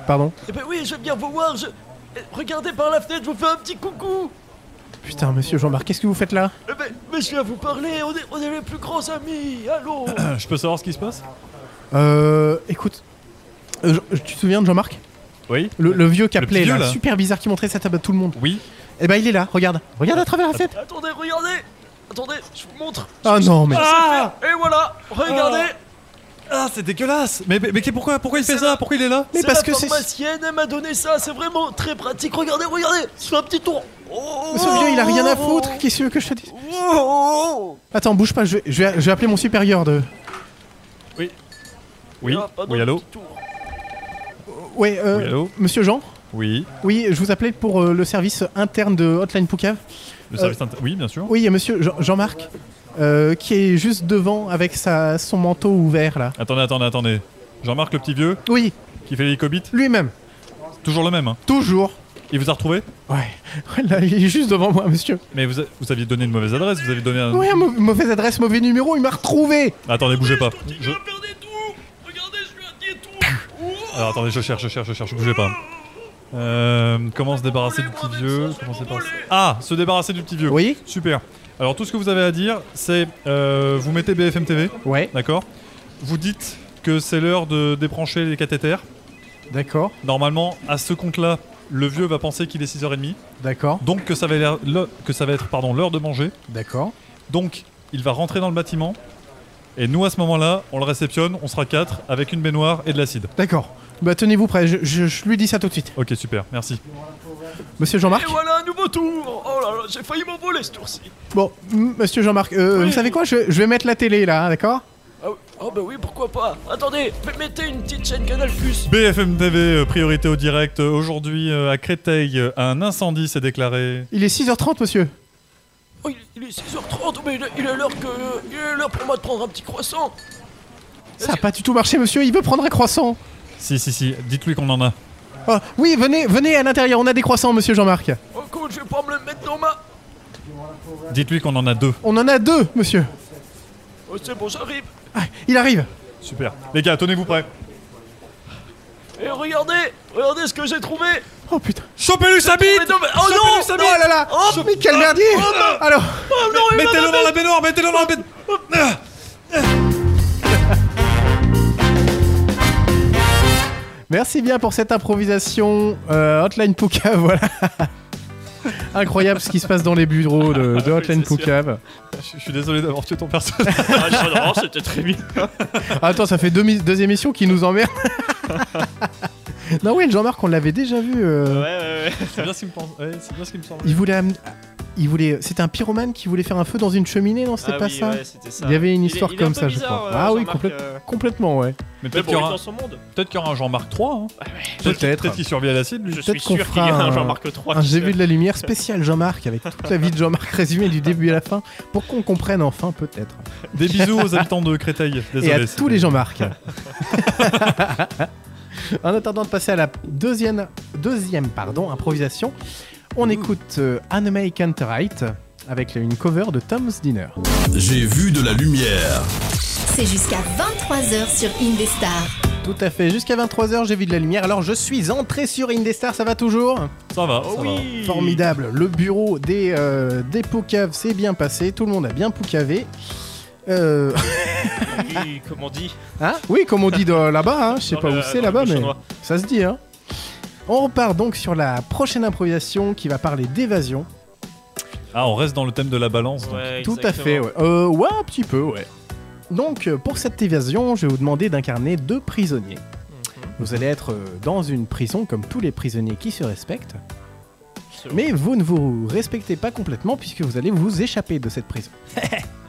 [SPEAKER 3] Pardon
[SPEAKER 8] Eh ben oui, je viens vous voir. Je... eh, Regardez par la fenêtre, je vous fais un petit coucou.
[SPEAKER 3] Putain, monsieur Jean-Marc, qu'est-ce que vous faites là
[SPEAKER 8] Eh ben, mais je viens vous parler. On est, on est les plus grands amis. Allô.
[SPEAKER 5] Je peux savoir ce qui se passe
[SPEAKER 3] Euh, écoute. Euh, je- tu te souviens de Jean-Marc
[SPEAKER 5] Oui.
[SPEAKER 3] le, le vieux qui
[SPEAKER 5] Le
[SPEAKER 3] appelait,
[SPEAKER 5] petit
[SPEAKER 3] là,
[SPEAKER 5] vieux, là.
[SPEAKER 3] super bizarre, qui montrait sa table à tout le monde.
[SPEAKER 5] Oui.
[SPEAKER 3] Eh ben, il est là, regarde. Regarde à travers la fenêtre.
[SPEAKER 8] Attendez, regardez. Attendez, je vous montre.
[SPEAKER 3] Ah non, mais.
[SPEAKER 8] Ah Et voilà, regardez.
[SPEAKER 5] Ah, c'est dégueulasse Mais, mais, mais pourquoi, pourquoi il fait ça Pourquoi il est là
[SPEAKER 3] Mais
[SPEAKER 8] C'est
[SPEAKER 3] parce que
[SPEAKER 8] la
[SPEAKER 3] c'est.
[SPEAKER 8] pharmacienne, elle m'a donné ça, c'est vraiment très pratique. Regardez, regardez, je fais un petit tour. Oh,
[SPEAKER 3] Ce vieux, il a rien à foutre. Qu'est-ce que tu veux que je te dise
[SPEAKER 8] Oh,
[SPEAKER 3] Attends, bouge pas, je vais, je vais- je vais appeler mon supérieur de.
[SPEAKER 5] Oui,
[SPEAKER 8] Ah, pardon,
[SPEAKER 5] oui, allô
[SPEAKER 8] petit tour.
[SPEAKER 3] Ouais, euh,
[SPEAKER 5] Oui, allô
[SPEAKER 3] monsieur Jean
[SPEAKER 5] Oui,
[SPEAKER 3] Oui, je vous appelais pour euh, le service interne de Hotline Poucave. Euh,
[SPEAKER 5] le service inter- Oui, bien sûr.
[SPEAKER 3] Oui, il y a monsieur Jean- Jean-Marc euh, qui est juste devant avec sa, son manteau ouvert là.
[SPEAKER 5] Attendez, attendez, attendez. Jean-Marc, le petit vieux
[SPEAKER 3] Oui,
[SPEAKER 5] qui fait les cobites,
[SPEAKER 3] lui-même,
[SPEAKER 5] toujours le même. hein.
[SPEAKER 3] toujours.
[SPEAKER 5] Il vous a retrouvé
[SPEAKER 3] Ouais, Ouais, là, il est juste devant moi, monsieur.
[SPEAKER 5] Mais vous, a- vous aviez donné une mauvaise adresse, vous aviez donné un.
[SPEAKER 3] Ouais, mau- mauvaise adresse, mauvais numéro, il m'a retrouvé
[SPEAKER 5] Attendez, bougez pas.
[SPEAKER 8] Continue
[SPEAKER 5] Je-
[SPEAKER 8] à faire des tours. Regardez, je lui ai dit tout.
[SPEAKER 5] Alors attendez, je cherche, je cherche, je cherche, bougez pas. Euh, comment se débarrasser du petit vieux Comment se débarrasser- Ah, se débarrasser du petit vieux.
[SPEAKER 3] Oui
[SPEAKER 5] Super. Alors tout ce que vous avez à dire, c'est euh, vous mettez BFM TV,
[SPEAKER 3] Ouais,
[SPEAKER 5] d'accord Vous dites que c'est l'heure de débrancher les cathéters.
[SPEAKER 3] d'accord,
[SPEAKER 5] Normalement, à ce compte-là, le vieux va penser qu'il est 6h30,
[SPEAKER 3] d'accord,
[SPEAKER 5] donc que ça va, l'air- le- que ça va être pardon, l'heure de manger.
[SPEAKER 3] d'accord.
[SPEAKER 5] Donc, il va rentrer dans le bâtiment. Et nous, à ce moment-là, on le réceptionne, on sera quatre, avec une baignoire et de l'acide.
[SPEAKER 3] D'accord. Bah tenez-vous prêt, je, je- je lui dis ça tout de suite.
[SPEAKER 5] Ok, super, merci.
[SPEAKER 3] Monsieur
[SPEAKER 8] Oh. Et
[SPEAKER 3] Jean-Marc
[SPEAKER 8] voilà un nouveau tour. Oh là là, j'ai failli m'envoler ce tour-ci.
[SPEAKER 3] Bon, m- monsieur Jean-Marc, euh,
[SPEAKER 8] Oui.
[SPEAKER 3] vous savez quoi je, je vais mettre la télé là, d'accord
[SPEAKER 8] Ah, oui. oh bah oui, pourquoi pas. Attendez, mais mettez une petite chaîne Canal Plus.
[SPEAKER 5] BFM TV, euh, priorité au direct. Euh, Aujourd'hui, euh, à Créteil, euh, un incendie s'est déclaré.
[SPEAKER 3] Il est 6h30, monsieur.
[SPEAKER 8] Oh, il, il est 6h30, mais il, est- il est l'heure que, il est l'heure pour moi de prendre un petit croissant.
[SPEAKER 3] Ça a pas du tout marché, monsieur, il veut prendre un croissant.
[SPEAKER 5] Si, si, si, dites-lui qu'on en a.
[SPEAKER 3] Oh, oui, venez, venez à l'intérieur, on a des croissants, monsieur Jean-Marc.
[SPEAKER 8] Oh, cool, je vais pouvoir me le mettre dans ma.
[SPEAKER 5] Dites-lui qu'on en a deux.
[SPEAKER 3] On en a deux, monsieur.
[SPEAKER 8] Oh, c'est bon, j'arrive.
[SPEAKER 3] Ah, il arrive.
[SPEAKER 5] Super. Les gars, tenez-vous prêts.
[SPEAKER 8] Et regardez, regardez ce que j'ai trouvé.
[SPEAKER 3] Oh putain.
[SPEAKER 6] Chopez-lui sa bite
[SPEAKER 8] Mais non, mais- oh ah, non, non,
[SPEAKER 6] Oh là
[SPEAKER 3] là Mais quel merdier Alors,
[SPEAKER 8] Oh,
[SPEAKER 7] Mettez-le dans la baignoire, mettez-le dans la baignoire.
[SPEAKER 3] merci bien pour cette improvisation. Euh, Hotline Poucave, voilà. Incroyable ce qui se passe dans les bureaux de, de Hotline
[SPEAKER 4] c'est sûr.
[SPEAKER 3] Poucave.
[SPEAKER 5] Je je suis désolé d'avoir tué ton personnage.
[SPEAKER 4] Ah, non, c'était très bien.
[SPEAKER 3] Attends, ça fait deux, mi- deux émissions qui nous emmerdent. non, oui, le Jean-Marc, on l'avait déjà vu. euh,
[SPEAKER 4] Ouais, ouais, ouais.
[SPEAKER 5] C'est bien ce qu'il me pense. Ouais, c'est bien ce qu'il me semble.
[SPEAKER 3] Il voulait. am- Il voulait. C'était un pyromane qui voulait faire un feu dans une cheminée, non C'était
[SPEAKER 4] Ah
[SPEAKER 3] pas
[SPEAKER 4] oui,
[SPEAKER 3] ça
[SPEAKER 4] ouais, c'était ça.
[SPEAKER 3] Il y avait une
[SPEAKER 4] Il est-
[SPEAKER 3] histoire
[SPEAKER 4] il est un
[SPEAKER 3] comme
[SPEAKER 4] peu
[SPEAKER 3] ça, je
[SPEAKER 4] bizarre,
[SPEAKER 3] crois.
[SPEAKER 4] euh,
[SPEAKER 3] ah oui,
[SPEAKER 4] Jean-Marc,
[SPEAKER 3] complè-
[SPEAKER 4] euh,
[SPEAKER 3] complètement, ouais.
[SPEAKER 5] Mais
[SPEAKER 4] Mais
[SPEAKER 5] peut-être
[SPEAKER 4] bon,
[SPEAKER 5] qu'il y
[SPEAKER 4] il est
[SPEAKER 5] aura
[SPEAKER 4] dans son monde.
[SPEAKER 5] peut-être qu'il y aura un Jean-Marc 3. Hein.
[SPEAKER 4] Ah ouais,
[SPEAKER 3] Peut-être.
[SPEAKER 5] Peut-être qu'il survit à l'acide, lui.
[SPEAKER 4] Je suis
[SPEAKER 3] Peut-être qu'on
[SPEAKER 4] sûr qu'il
[SPEAKER 3] fera
[SPEAKER 4] y a
[SPEAKER 3] un-
[SPEAKER 4] un Jean-Marc 3.
[SPEAKER 3] Un GV de la lumière spécial Jean-Marc avec toute la vie de Jean-Marc résumée du début à la fin pour qu'on comprenne enfin peut-être.
[SPEAKER 5] Des bisous aux habitants de Créteil. Désolé.
[SPEAKER 3] Et à
[SPEAKER 5] c'est-
[SPEAKER 3] tous les Jean-Marc. en attendant de passer à la deuxième, deuxième pardon, improvisation, on écoute euh, Anime Canterite avec une cover de Tom's Dinner.
[SPEAKER 1] J'ai vu de la lumière.
[SPEAKER 10] C'est jusqu'à 23h sur Indestar.
[SPEAKER 3] Tout à fait, jusqu'à 23h, j'ai vu de la lumière. Alors je suis entré sur Indestar, ça va toujours
[SPEAKER 5] Ça va. oh ça va.
[SPEAKER 4] oui.
[SPEAKER 3] Formidable, le bureau des, euh, des poucaves s'est bien passé, tout le monde a bien poucavé. Euh,
[SPEAKER 4] Oui, Comment dit
[SPEAKER 3] hein oui, comme on dit de- là-bas, hein, je sais
[SPEAKER 4] Dans
[SPEAKER 3] pas
[SPEAKER 4] le-
[SPEAKER 3] où c'est
[SPEAKER 4] dans
[SPEAKER 3] là-bas,
[SPEAKER 4] le
[SPEAKER 3] mais
[SPEAKER 4] chinois.
[SPEAKER 3] ça se dit. Hein. On repart donc sur la prochaine improvisation qui va parler d'évasion.
[SPEAKER 5] Ah, on reste dans le thème de la balance. donc.
[SPEAKER 4] Ouais,
[SPEAKER 3] Tout à fait, ouais. Euh, ouais, un petit peu, ouais. Donc, euh, pour cette évasion, je vais vous demander d'incarner deux prisonniers.
[SPEAKER 4] Mhm.
[SPEAKER 3] Vous allez être euh, dans une prison comme tous les prisonniers qui se respectent,
[SPEAKER 4] exactement.
[SPEAKER 3] mais vous ne vous respectez pas complètement puisque vous allez vous échapper de cette prison.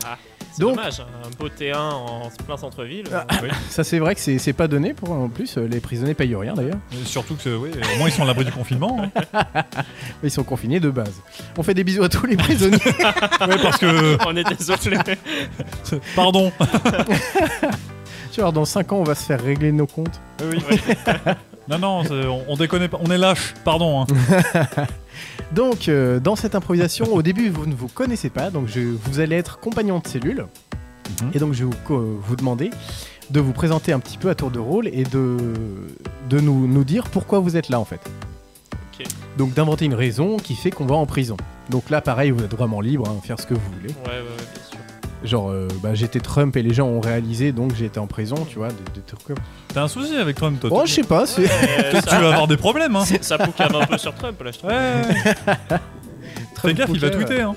[SPEAKER 4] Ah, C'est
[SPEAKER 3] donc-
[SPEAKER 4] dommage, hein, un beau T1 en plein centre-ville.
[SPEAKER 5] Oui.
[SPEAKER 3] Ça, c'est vrai que c'est c'est pas donné pour en plus, euh, les prisonniers payent rien d'ailleurs.
[SPEAKER 5] Et Surtout que, oui, euh, au moins ils sont à l'abri du confinement. hein.
[SPEAKER 3] Ils sont confinés de base. On fait des bisous à tous les prisonniers.
[SPEAKER 5] Ouais, parce que.
[SPEAKER 4] On est désolé.
[SPEAKER 5] Pardon.
[SPEAKER 3] tu vois, dans 5 ans, on va se faire régler nos comptes.
[SPEAKER 5] Non, non, c'est- on, on déconne pas. On est lâche. Pardon. hein.
[SPEAKER 3] Donc, euh, dans cette improvisation, au début, vous ne vous connaissez pas, donc je, vous allez être compagnon de cellule.
[SPEAKER 5] Mhm.
[SPEAKER 3] Et donc, je vais vous, co- vous demander de vous présenter un petit peu à tour de rôle et de, de nous, nous dire pourquoi vous êtes là, en fait.
[SPEAKER 4] Ok.
[SPEAKER 3] Donc, d'inventer une raison qui fait qu'on va en prison. Donc là, pareil, vous êtes vraiment libre, hein, faire ce que vous voulez.
[SPEAKER 4] Ouais, ouais, ouais, bien sûr.
[SPEAKER 3] Genre, euh, bah, j'étais Trump et les gens ont réalisé, donc j'étais en prison, tu vois, des, des trucs comme...
[SPEAKER 5] T'as un souci avec toi, toi.
[SPEAKER 3] Oh, je sais pas, c'est...
[SPEAKER 4] Euh,
[SPEAKER 5] Peut-être que tu vas avoir des problèmes. Hein.
[SPEAKER 4] ça, ça poucave un peu sur Trump là, je trouve.
[SPEAKER 5] Ouais. Fais
[SPEAKER 3] Trump
[SPEAKER 5] gaffe, il va
[SPEAKER 3] Poucave.
[SPEAKER 5] tweeter. Hein.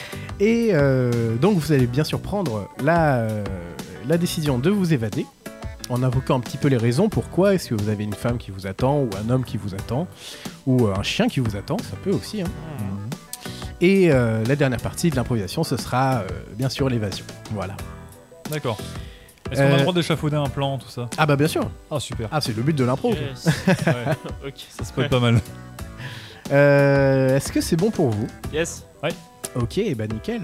[SPEAKER 3] Et euh, donc vous allez bien sûr prendre la, euh, la décision de vous évader en invoquant un petit peu les raisons pourquoi est-ce que vous avez une femme qui vous attend ou un homme qui vous attend ou euh, un chien qui vous attend, ça peut aussi. hein.
[SPEAKER 4] Hmm.
[SPEAKER 3] Et euh, la dernière partie de l'improvisation, ce sera euh, bien sûr l'évasion. Voilà.
[SPEAKER 5] D'accord. Est-ce qu'on a
[SPEAKER 3] Euh,
[SPEAKER 5] le droit d'échafauder un plan, tout ça
[SPEAKER 3] Ah bah bien sûr.
[SPEAKER 5] Ah, super.
[SPEAKER 3] Ah c'est le but de l'impro.
[SPEAKER 4] Yes. ok, ça se
[SPEAKER 5] Ça peut
[SPEAKER 4] peut.
[SPEAKER 5] être pas mal.
[SPEAKER 3] Euh, est-ce que c'est bon pour vous
[SPEAKER 4] Yes.
[SPEAKER 3] Ok, et bah nickel.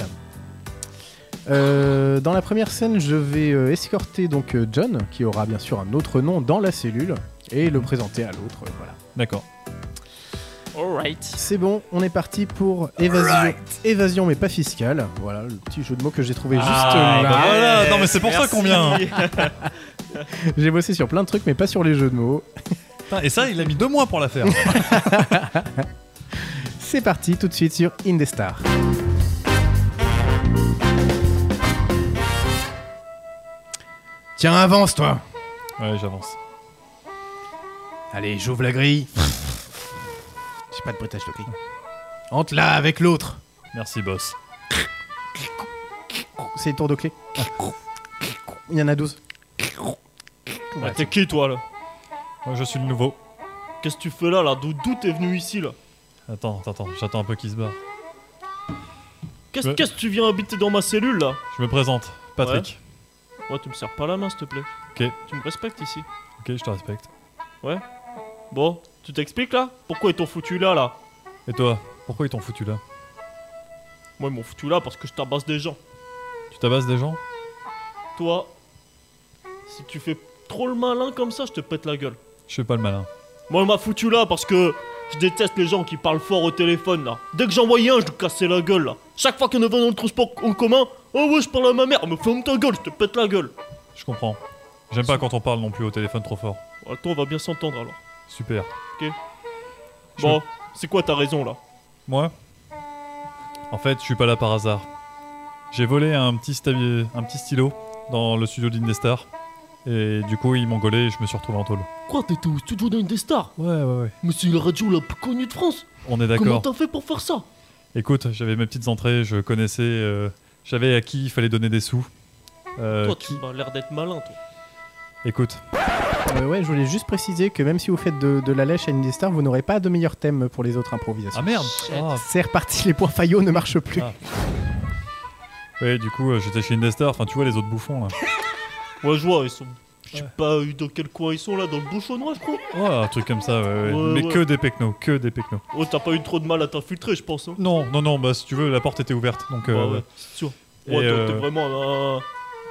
[SPEAKER 3] Euh, dans la première scène, je vais euh, escorter donc euh, John, qui aura bien sûr un autre nom dans la cellule, et le présenter à l'autre. euh, voilà.
[SPEAKER 5] Mhm. D'accord.
[SPEAKER 4] Alright.
[SPEAKER 3] C'est bon, on est parti pour évasion, évasion mais pas fiscale. Voilà le petit jeu de mots que j'ai trouvé juste
[SPEAKER 5] Ah,
[SPEAKER 3] là.
[SPEAKER 5] bah voilà. Non, mais c'est pour ça qu'on vient. hein.
[SPEAKER 3] J'ai bossé sur plein de trucs, mais pas sur les jeux de mots.
[SPEAKER 5] Putain, Et ça, il a mis deux mois pour la faire.
[SPEAKER 3] C'est parti tout de suite sur Indestar. Tiens, avance toi.
[SPEAKER 5] Ouais, j'avance.
[SPEAKER 3] Allez, j'ouvre la grille. J'ai pas de bruitage de grille. Entre là avec l'autre.
[SPEAKER 5] Merci, boss.
[SPEAKER 3] C'est le tour de clé.
[SPEAKER 5] Ah.
[SPEAKER 3] Il y en a 12.
[SPEAKER 4] Ah, T'es qui toi là
[SPEAKER 5] Moi, je suis le nouveau.
[SPEAKER 4] Qu'est-ce que tu fais là là D'où d'où t'es venu ici là
[SPEAKER 5] Attends, attends, attends. J'attends un peu qu'il se barre.
[SPEAKER 4] Qu'est-ce
[SPEAKER 5] Ouais.
[SPEAKER 4] qu'est-ce que tu viens habiter dans ma cellule là
[SPEAKER 5] Je me présente. Patrick.
[SPEAKER 4] Ouais, tu me sers pas la main s'il te plaît.
[SPEAKER 5] Ok.
[SPEAKER 4] Tu me respectes ici.
[SPEAKER 5] Ok, je te respecte.
[SPEAKER 4] Bon, tu t'expliques là Pourquoi ils t'ont foutu là là
[SPEAKER 5] Et toi Pourquoi ils t'ont foutu là
[SPEAKER 4] Moi ils m'ont foutu là parce que je tabasse des gens.
[SPEAKER 5] Tu tabasses des gens
[SPEAKER 4] Toi, si tu fais trop le malin comme ça, je te pète la gueule.
[SPEAKER 5] Je fais pas le malin.
[SPEAKER 4] Moi, on m'a foutu là parce que je déteste les gens qui parlent fort au téléphone là. Dès que j'en voyais un, je lui cassais la gueule là. Chaque fois qu'on nous va dans le transport en commun, oh ouais, je parle à ma mère, mais ferme ta gueule, je te pète la gueule.
[SPEAKER 5] Je comprends. J'aime pas quand on parle non plus au téléphone trop fort.
[SPEAKER 4] Attends, on va bien s'entendre alors.
[SPEAKER 5] Super.
[SPEAKER 4] Bon, c'est quoi ta raison là
[SPEAKER 5] Moi En fait, je suis pas là par hasard. J'ai volé un petit, stabi- un petit stylo dans le studio d'Indestar. Et du coup, ils m'ont gaulé et je me suis retrouvé en tôle.
[SPEAKER 4] Quoi, t'étais au studio d'Indestar
[SPEAKER 5] Ouais, ouais, ouais.
[SPEAKER 4] Mais c'est la radio la plus connue de France
[SPEAKER 5] On est
[SPEAKER 4] Comment
[SPEAKER 5] d'accord.
[SPEAKER 4] t'as fait pour faire ça
[SPEAKER 5] Écoute, j'avais mes petites entrées, je connaissais. euh, j'avais à qui il fallait donner des sous. Euh,
[SPEAKER 4] Toi, tu as l'air d'être malin, toi.
[SPEAKER 5] écoute,
[SPEAKER 3] Euh, ouais, je voulais juste préciser que même si vous faites de, de la lèche à Indestar, vous n'aurez pas de meilleur thème pour les autres improvisations.
[SPEAKER 5] Ah merde Ah.
[SPEAKER 3] C'est reparti, les points faillots ne marchent plus.
[SPEAKER 5] Ah. Ouais, du coup, euh, j'étais chez Indestar, enfin, tu vois les autres bouffons là.
[SPEAKER 4] Ouais, je vois, ils sont. Je sais pas eu dans quel coin ils sont là, dans le bouchonnois, je crois.
[SPEAKER 5] Ouais, Oh, un truc comme ça, ouais, ouais.
[SPEAKER 4] Ouais,
[SPEAKER 5] Mais
[SPEAKER 4] ouais.
[SPEAKER 5] que des pecnos, que des pecnos.
[SPEAKER 4] Oh, t'as pas eu trop de mal à t'infiltrer, je pense. Hein.
[SPEAKER 5] Non, non, non, bah si tu veux, la porte était ouverte, donc.
[SPEAKER 4] Ouais,
[SPEAKER 5] euh,
[SPEAKER 4] Bah ouais, c'est sûr.
[SPEAKER 5] Et,
[SPEAKER 4] Ouais, toi,
[SPEAKER 5] euh,
[SPEAKER 4] t'es vraiment. un-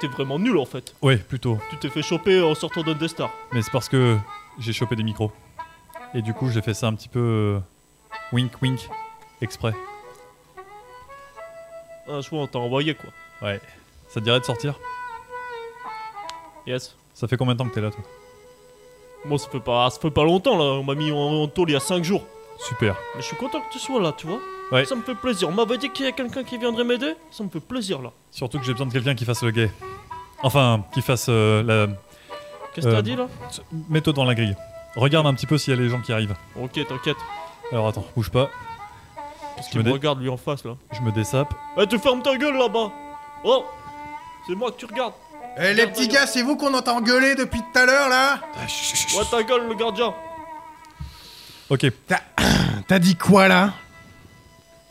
[SPEAKER 4] T'es vraiment nul en fait.
[SPEAKER 5] ouais, plutôt.
[SPEAKER 4] Tu t'es fait choper en sortant d'Indestar.
[SPEAKER 5] Mais c'est parce que j'ai chopé des micros. Et du coup, j'ai fait ça un petit peu. euh, wink wink, exprès.
[SPEAKER 4] Ah, je vois, on t'a envoyé quoi.
[SPEAKER 5] Ouais. Ça te dirait de sortir
[SPEAKER 4] Yes.
[SPEAKER 5] Ça fait combien de temps que t'es là, toi
[SPEAKER 4] Moi, ça fait pas, ça fait pas longtemps là, on m'a mis en, en tôle il y a 5 jours.
[SPEAKER 5] Super.
[SPEAKER 4] Mais je suis content que tu sois là, tu vois.
[SPEAKER 5] Ouais.
[SPEAKER 4] Ça me fait plaisir. On m'avait dit qu'il y a quelqu'un qui viendrait m'aider. Ça me fait plaisir là.
[SPEAKER 5] Surtout que j'ai besoin de quelqu'un qui fasse le gay. Enfin, qui fasse euh, la.
[SPEAKER 4] Qu'est-ce que
[SPEAKER 5] Euh,
[SPEAKER 4] t'as dit là
[SPEAKER 5] Mets-toi dans la grille. Regarde un petit peu s'il y a les gens qui arrivent.
[SPEAKER 4] Ok, t'inquiète.
[SPEAKER 5] Alors attends, bouge pas,
[SPEAKER 4] Parce
[SPEAKER 5] Tu
[SPEAKER 4] qu'il
[SPEAKER 5] me
[SPEAKER 4] me
[SPEAKER 5] dé-
[SPEAKER 4] regarde lui en face là.
[SPEAKER 5] je me dessape.
[SPEAKER 4] Eh, tu fermes ta gueule là-bas Oh C'est moi que tu regardes
[SPEAKER 11] Eh, les petits gars, c'est vous qu'on entend gueuler depuis tout à l'heure là
[SPEAKER 4] Ouais, ta gueule, le gardien
[SPEAKER 5] Ok,
[SPEAKER 11] T'as dit quoi là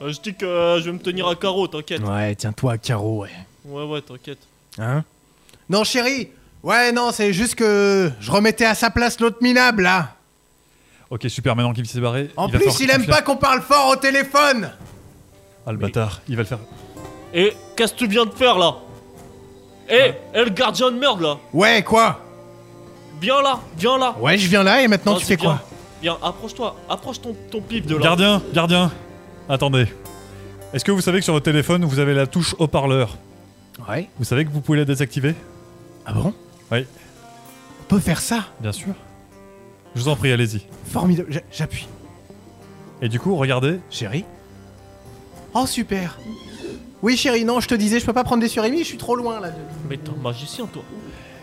[SPEAKER 4] Euh, Je dis que euh, je vais me tenir à carreau, t'inquiète.
[SPEAKER 3] Ouais, tiens-toi à carreau, ouais.
[SPEAKER 4] Ouais, ouais, t'inquiète.
[SPEAKER 3] Hein
[SPEAKER 11] Non, chérie Ouais, non, c'est juste que je remettais à sa place l'autre minable là
[SPEAKER 5] ok, super. Maintenant qu'il s'est barré,
[SPEAKER 11] En
[SPEAKER 5] il va
[SPEAKER 11] plus,
[SPEAKER 5] falloir
[SPEAKER 11] il
[SPEAKER 5] que tu
[SPEAKER 11] aime
[SPEAKER 5] le
[SPEAKER 11] pas qu'on parle fort au téléphone
[SPEAKER 5] fasses. Ah le bâtard, il va le faire.
[SPEAKER 4] Et qu'est-ce que tu viens de faire là Eh,
[SPEAKER 5] Hein
[SPEAKER 4] eh, le gardien de merde là
[SPEAKER 11] Ouais, quoi
[SPEAKER 4] Viens là, viens là
[SPEAKER 11] Ouais, je viens là et maintenant tu
[SPEAKER 4] Vas-y,
[SPEAKER 11] fais quoi
[SPEAKER 4] Viens, viens, approche-toi, approche ton, ton pif de là.
[SPEAKER 5] Gardien, gardien, attendez. Est-ce que vous savez que sur votre téléphone, vous avez la touche haut-parleur
[SPEAKER 11] Ouais.
[SPEAKER 5] Vous savez que vous pouvez la désactiver
[SPEAKER 11] Ah bon
[SPEAKER 5] Oui.
[SPEAKER 11] On peut faire ça
[SPEAKER 5] Bien sûr. Je vous en prie, allez-y.
[SPEAKER 11] Formidable, J'a- j'appuie.
[SPEAKER 5] Et du coup, regardez.
[SPEAKER 11] Chérie Oh, super Oui, chérie, non, je te disais, je peux pas prendre des surémis, je suis trop loin là. de-
[SPEAKER 4] Mais t'es un magicien toi.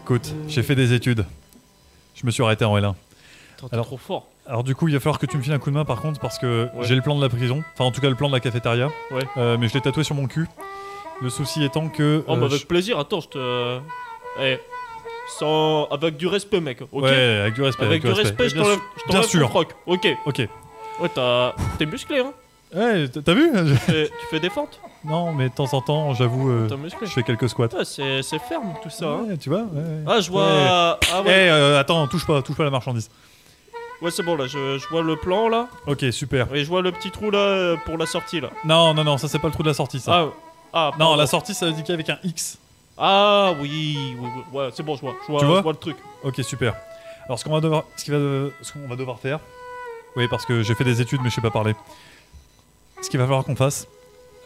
[SPEAKER 5] Écoute, j'ai fait des études. Je me suis arrêté en L1.
[SPEAKER 4] Putain, T'es
[SPEAKER 5] Alors-
[SPEAKER 4] trop fort.
[SPEAKER 5] Alors du coup, il va falloir que tu me files un coup de main par contre parce que
[SPEAKER 4] Ouais.
[SPEAKER 5] j'ai le plan de la prison. Enfin, en tout cas, le plan de la cafétéria.
[SPEAKER 4] Ouais.
[SPEAKER 5] Euh, mais je l'ai tatoué sur mon cul. Le souci étant que.
[SPEAKER 4] Oh,
[SPEAKER 5] euh,
[SPEAKER 4] mais
[SPEAKER 5] je-
[SPEAKER 4] avec plaisir, attends, je te. Eh, sans. Avec du respect, mec, ok
[SPEAKER 5] Ouais, avec du respect.
[SPEAKER 4] Avec du respect, je
[SPEAKER 5] Bien
[SPEAKER 4] t'enlève
[SPEAKER 5] sûr.
[SPEAKER 4] je
[SPEAKER 5] Bien
[SPEAKER 4] t'enlève ton
[SPEAKER 5] sûr.
[SPEAKER 4] froc. Ok,
[SPEAKER 5] Ok.
[SPEAKER 4] ouais, t'as- t'es musclé, hein
[SPEAKER 5] Ouais, t- t'as vu Je-
[SPEAKER 4] tu fais, tu fais des fentes
[SPEAKER 5] Non, mais de temps en temps, j'avoue, euh,
[SPEAKER 4] T'es musclé.
[SPEAKER 5] je fais quelques squats.
[SPEAKER 4] Ouais, c'est c'est ferme tout ça. hein.
[SPEAKER 5] Ouais, tu vois ouais, ouais.
[SPEAKER 4] Ah, je vois.
[SPEAKER 5] Ouais.
[SPEAKER 4] Ah
[SPEAKER 5] Eh,
[SPEAKER 4] ouais,
[SPEAKER 5] euh, attends, touche pas, touche pas la marchandise.
[SPEAKER 4] ouais c'est bon là, je, je vois le plan là.
[SPEAKER 5] Ok, super.
[SPEAKER 4] Et je vois le petit trou là euh, pour la sortie là.
[SPEAKER 5] Non, non, non, ça c'est pas le trou de la sortie, ça.
[SPEAKER 4] Ah, ah,
[SPEAKER 5] non,
[SPEAKER 4] pardon.
[SPEAKER 5] la sortie, ça indiquait avec un X.
[SPEAKER 4] Ah oui, oui, oui, ouais, c'est bon, je vois. Je vois,
[SPEAKER 5] Tu vois
[SPEAKER 4] je vois le truc.
[SPEAKER 5] Ok, super. Alors, ce qu'on va devoir, ce qui va, ce qu'on va devoir faire, oui, parce que j'ai fait des études, mais je sais pas parler. Ce qu'il va falloir qu'on fasse,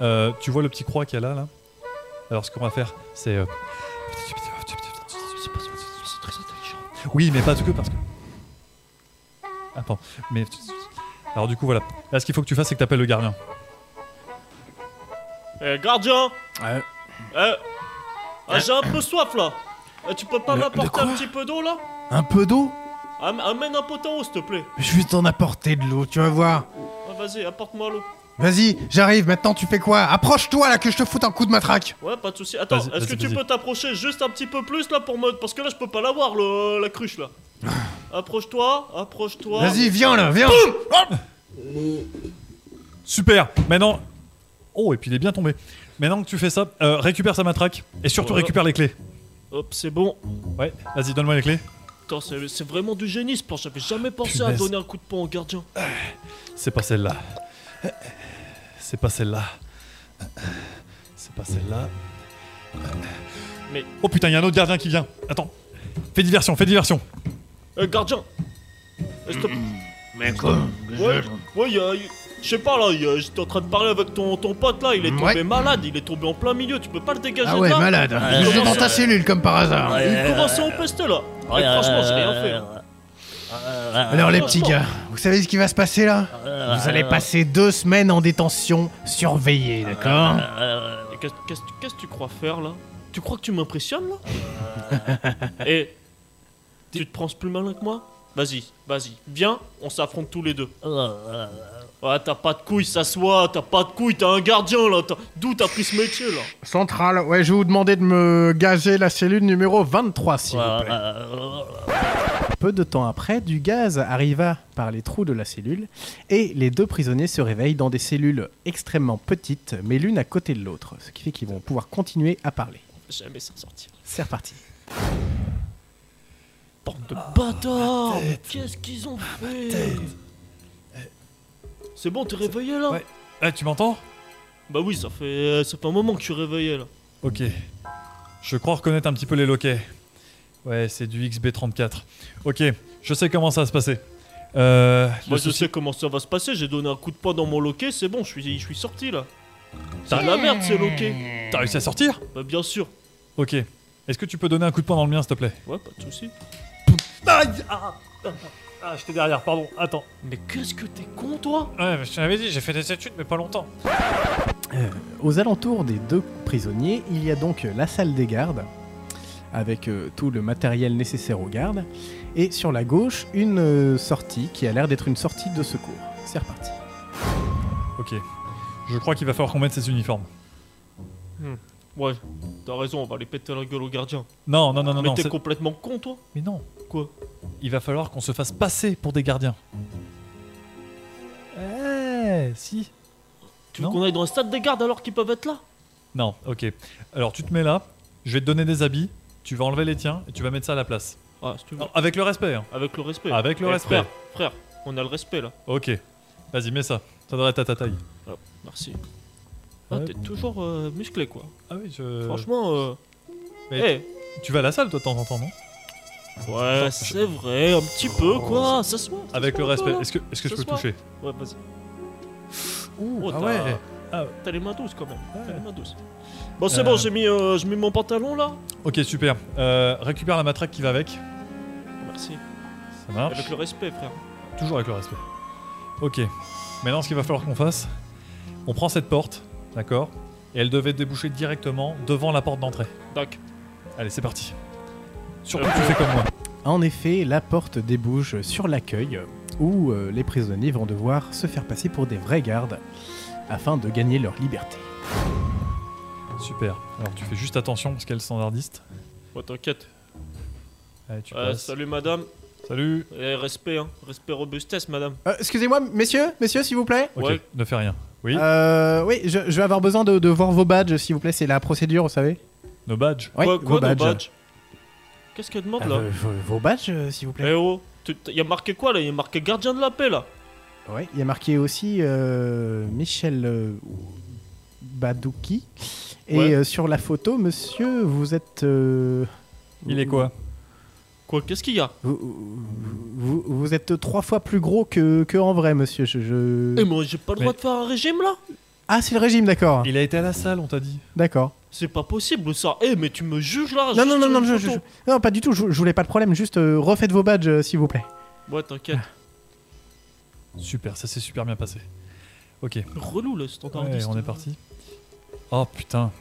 [SPEAKER 5] euh, tu vois le petit croix qu'il y a là, là. Alors, ce qu'on va faire, c'est. euh, Oui, mais pas que parce que. Attends, mais. Alors, du coup, voilà. Là, ce qu'il faut que tu fasses, c'est que t'appelles le gardien.
[SPEAKER 4] Eh, gardien
[SPEAKER 11] Euh.
[SPEAKER 3] Ouais.
[SPEAKER 4] Eh, ah, j'ai un peu soif là. Eh, tu peux pas
[SPEAKER 11] Le- de
[SPEAKER 4] m'apporter
[SPEAKER 11] quoi
[SPEAKER 4] un petit peu d'eau là
[SPEAKER 11] Un peu d'eau
[SPEAKER 4] Am- Amène un pot en haut s'il te plaît.
[SPEAKER 11] Je vais t'en apporter de l'eau, tu vas voir.
[SPEAKER 4] Ah, Vas-y, apporte-moi l'eau.
[SPEAKER 11] Vas-y, j'arrive, maintenant tu fais quoi Approche-toi là que je te foute un coup de matraque
[SPEAKER 4] Ouais, pas de soucis. Attends, euh,
[SPEAKER 5] Vas-y,
[SPEAKER 4] est-ce que
[SPEAKER 5] vas-y,
[SPEAKER 4] tu
[SPEAKER 5] vas-y.
[SPEAKER 4] peux t'approcher juste un petit peu plus là pour mode Parce que là, je peux pas l'avoir, le- la cruche là. approche-toi, approche-toi.
[SPEAKER 11] Vas-y, viens là, viens Oh!
[SPEAKER 5] Super Maintenant. Oh, et puis il est bien tombé. Maintenant que tu fais ça, euh, récupère sa matraque et surtout
[SPEAKER 4] Ouais.
[SPEAKER 5] récupère les clés.
[SPEAKER 4] Hop, c'est bon.
[SPEAKER 5] Ouais, vas-y, donne-moi les clés.
[SPEAKER 4] Putain, c'est c'est vraiment du génie ce plan. J'avais jamais pensé à
[SPEAKER 5] Punaise.
[SPEAKER 4] donner un coup de poing au gardien.
[SPEAKER 5] C'est pas celle-là. C'est pas celle-là. C'est pas celle-là.
[SPEAKER 4] Mais-
[SPEAKER 5] Oh putain, il y a un autre gardien qui vient. Attends. Fais diversion, fais diversion.
[SPEAKER 4] Euh, gardien Eh, s'il te plaît.
[SPEAKER 9] Mais quoi
[SPEAKER 4] Ouais, ouais, y a- y- Je sais pas là, y a- j'étais en train de parler avec ton, ton pote là, il est tombé
[SPEAKER 11] Ouais.
[SPEAKER 4] malade, il est tombé en plein milieu, tu peux pas le dégager
[SPEAKER 11] Ah
[SPEAKER 4] de
[SPEAKER 11] ouais,
[SPEAKER 4] là Euh,
[SPEAKER 11] malade
[SPEAKER 9] Euh,
[SPEAKER 11] Il est dans ta cellule comme par hasard
[SPEAKER 12] euh,
[SPEAKER 4] Il commençait à empester là Ouais, franchement, j'ai rien fait là.
[SPEAKER 11] Alors les petits gars, vous savez ce qui va se passer là Vous allez passer deux semaines en détention surveillée, d'accord
[SPEAKER 4] Et Euh, Qu'est-ce qu'est-ce- qu'est-ce que tu crois faire là Tu crois que tu m'impressionnes là Et tu te prends plus malin que moi Vas-y, vas-y, viens, on s'affronte tous les deux. Ouais, t'as pas de couilles, s'assoit, t'as pas de couilles, t'as un gardien là, t'as- d'où t'as pris ce métier là
[SPEAKER 11] Central, ouais, je vais vous demander de me gazer la cellule numéro 23, s'il vous plaît.
[SPEAKER 3] Peu de temps après, du gaz arriva par les trous de la cellule et les deux prisonniers se réveillent dans des cellules extrêmement petites, mais l'une à côté de l'autre, ce qui fait qu'ils vont pouvoir continuer à parler.
[SPEAKER 4] Jamais s'en sortir.
[SPEAKER 3] C'est reparti.
[SPEAKER 4] Bande de
[SPEAKER 7] Ah,
[SPEAKER 4] bâtards mais Qu'est-ce qu'ils ont fait C'est bon, t'es réveillé là
[SPEAKER 5] Ouais. Eh, tu m'entends
[SPEAKER 4] Bah oui, ça fait, ça fait un moment que je suis réveillé là.
[SPEAKER 5] Ok. Je crois reconnaître un petit peu les loquets. Ouais, c'est du XB34. Ok, je sais comment ça va se passer. Euh,
[SPEAKER 4] Moi
[SPEAKER 5] le
[SPEAKER 4] je
[SPEAKER 5] souci-
[SPEAKER 4] sais comment ça va se passer, j'ai donné un coup de poing dans mon loquet, c'est bon, je suis, je suis sorti là. C'est
[SPEAKER 5] Mmh.
[SPEAKER 4] de la merde ces loquets
[SPEAKER 5] T'as réussi à sortir
[SPEAKER 4] Bah bien sûr,
[SPEAKER 5] Ok. Est-ce que tu peux donner un coup de poing dans le mien, s'il te plaît
[SPEAKER 4] ouais, pas de soucis.
[SPEAKER 5] Aïe Ah, ah, ah, j'étais derrière, pardon, attends.
[SPEAKER 4] Mais qu'est-ce que t'es con toi
[SPEAKER 5] Ouais, mais je te l'avais dit, j'ai fait des études, mais pas longtemps.
[SPEAKER 3] Euh, Aux alentours des deux prisonniers, il y a donc euh, la salle des gardes, avec euh, tout le matériel nécessaire aux gardes, et sur la gauche, une euh, sortie qui a l'air d'être une sortie de secours. C'est reparti.
[SPEAKER 5] Ok. Je crois qu'il va falloir qu'on mette ses uniformes.
[SPEAKER 4] Ouais, t'as raison, on va les péter la gueule au gardien.
[SPEAKER 5] Non, non, non, non,
[SPEAKER 4] Mais
[SPEAKER 5] non.
[SPEAKER 4] t'es
[SPEAKER 5] c'est-
[SPEAKER 4] complètement con toi
[SPEAKER 5] Mais non.
[SPEAKER 4] Quoi
[SPEAKER 5] Il va falloir qu'on se fasse passer pour des gardiens. Eh, si.
[SPEAKER 4] Tu veux
[SPEAKER 5] Non.
[SPEAKER 4] qu'on aille dans le stade des gardes alors qu'ils peuvent être là
[SPEAKER 5] Non, ok. Alors tu te mets là, je vais te donner des habits, tu vas enlever les tiens et tu vas mettre ça à la place.
[SPEAKER 4] Ouais, Ah, si tu veux.
[SPEAKER 5] Non, avec le respect. hein.
[SPEAKER 4] Avec le respect.
[SPEAKER 5] Avec le
[SPEAKER 4] Eh,
[SPEAKER 5] respect.
[SPEAKER 4] Frère, frère, on a le respect là.
[SPEAKER 5] Ok. Vas-y, mets ça. Ça devrait être à ta taille.
[SPEAKER 4] Voilà, Oh, merci. Ah,
[SPEAKER 5] Ouais.
[SPEAKER 4] t'es toujours euh, musclé quoi.
[SPEAKER 5] Ah oui, je.
[SPEAKER 4] Franchement, euh.
[SPEAKER 5] Mais
[SPEAKER 4] eh,
[SPEAKER 5] Tu vas à la salle, toi, de temps en temps, non
[SPEAKER 4] Ouais, c'est vrai, un petit peu quoi, ça se voit. ça
[SPEAKER 5] Oh. Avec
[SPEAKER 4] se
[SPEAKER 5] le
[SPEAKER 4] voit,
[SPEAKER 5] respect.
[SPEAKER 4] voilà.
[SPEAKER 5] Est-ce que, est-ce que je
[SPEAKER 4] Ce
[SPEAKER 5] peux
[SPEAKER 4] soir.
[SPEAKER 5] toucher
[SPEAKER 4] Ouais, vas-y.
[SPEAKER 5] Ouh,
[SPEAKER 4] Oh,
[SPEAKER 5] ah
[SPEAKER 4] t'as-
[SPEAKER 5] ouais. Ah.
[SPEAKER 4] T'as les mains douces quand même. T'as les mains douces. Bon,
[SPEAKER 5] Euh.
[SPEAKER 4] c'est bon, j'ai mis, euh, j'ai mis mon pantalon là.
[SPEAKER 5] Ok, super. Euh, récupère la matraque qui va avec. Ça
[SPEAKER 4] Merci.
[SPEAKER 5] marche.
[SPEAKER 4] Avec le respect, frère.
[SPEAKER 5] Toujours avec le respect. Ok. Maintenant, ce qu'il va falloir qu'on fasse, on prend cette porte, d'accord Et elle devait déboucher directement devant la porte d'entrée.
[SPEAKER 4] Doc.
[SPEAKER 5] Allez, c'est parti. Surtout, tu fais comme moi.
[SPEAKER 3] En effet, la porte débouche sur l'accueil, où euh, les prisonniers vont devoir se faire passer pour des vrais gardes, afin de gagner leur liberté.
[SPEAKER 5] Super. Alors, tu fais juste attention parce qu'elle est standardiste.
[SPEAKER 4] Ouais, t'inquiète.
[SPEAKER 5] Allez, tu
[SPEAKER 4] Ouais,
[SPEAKER 5] passes.
[SPEAKER 4] salut madame.
[SPEAKER 5] Salut.
[SPEAKER 4] Eh, respect, hein. Respect robustesse, madame.
[SPEAKER 11] Euh, Excusez-moi, messieurs, messieurs, s'il vous plaît
[SPEAKER 5] Ok,
[SPEAKER 4] Ouais.
[SPEAKER 5] ne fais rien. Oui,
[SPEAKER 11] Euh, Oui, je, je vais avoir besoin de, de voir vos badges, s'il vous plaît, c'est la procédure, vous savez
[SPEAKER 5] nos badges.
[SPEAKER 11] Oui,
[SPEAKER 4] quoi,
[SPEAKER 11] vos
[SPEAKER 4] quoi, nos
[SPEAKER 11] badges.
[SPEAKER 4] badges Qu'est-ce qu'elle demande
[SPEAKER 11] Ah,
[SPEAKER 4] là
[SPEAKER 11] euh, vos, vos badges, euh, s'il vous plaît.
[SPEAKER 4] Eh oh, tu- t- y a marqué quoi là Y a marqué gardien de la paix là.
[SPEAKER 3] Ouais, il y a marqué aussi euh, Michel euh, Badouki. Et
[SPEAKER 4] Ouais.
[SPEAKER 3] euh, sur la photo, monsieur, vous êtes. euh,
[SPEAKER 5] Il est quoi
[SPEAKER 4] Quoi Qu'est-ce qu'il y a
[SPEAKER 3] vous, vous- vous êtes trois fois plus gros que, que en vrai, monsieur. Je, je-
[SPEAKER 4] Eh moi, j'ai pas le droit
[SPEAKER 5] Mais-
[SPEAKER 4] de faire un régime là
[SPEAKER 3] Ah, c'est le régime, d'accord.
[SPEAKER 5] Il a été à la salle, on t'a dit.
[SPEAKER 3] D'accord.
[SPEAKER 4] C'est pas possible ça. Eh mais tu me juges là
[SPEAKER 3] Non,
[SPEAKER 4] juste
[SPEAKER 3] non, non,
[SPEAKER 4] sur
[SPEAKER 3] non,
[SPEAKER 4] une
[SPEAKER 3] je,
[SPEAKER 4] photo.
[SPEAKER 3] je- je- non, pas du tout. Je, je voulais pas de problème. Juste euh, refaites vos badges, euh, s'il vous plaît.
[SPEAKER 4] Ouais, t'inquiète.
[SPEAKER 5] Super, ça s'est super bien passé. Ok,
[SPEAKER 4] Relou là, ce
[SPEAKER 5] Ouais,
[SPEAKER 4] standardiste.
[SPEAKER 5] on est parti. Oh putain.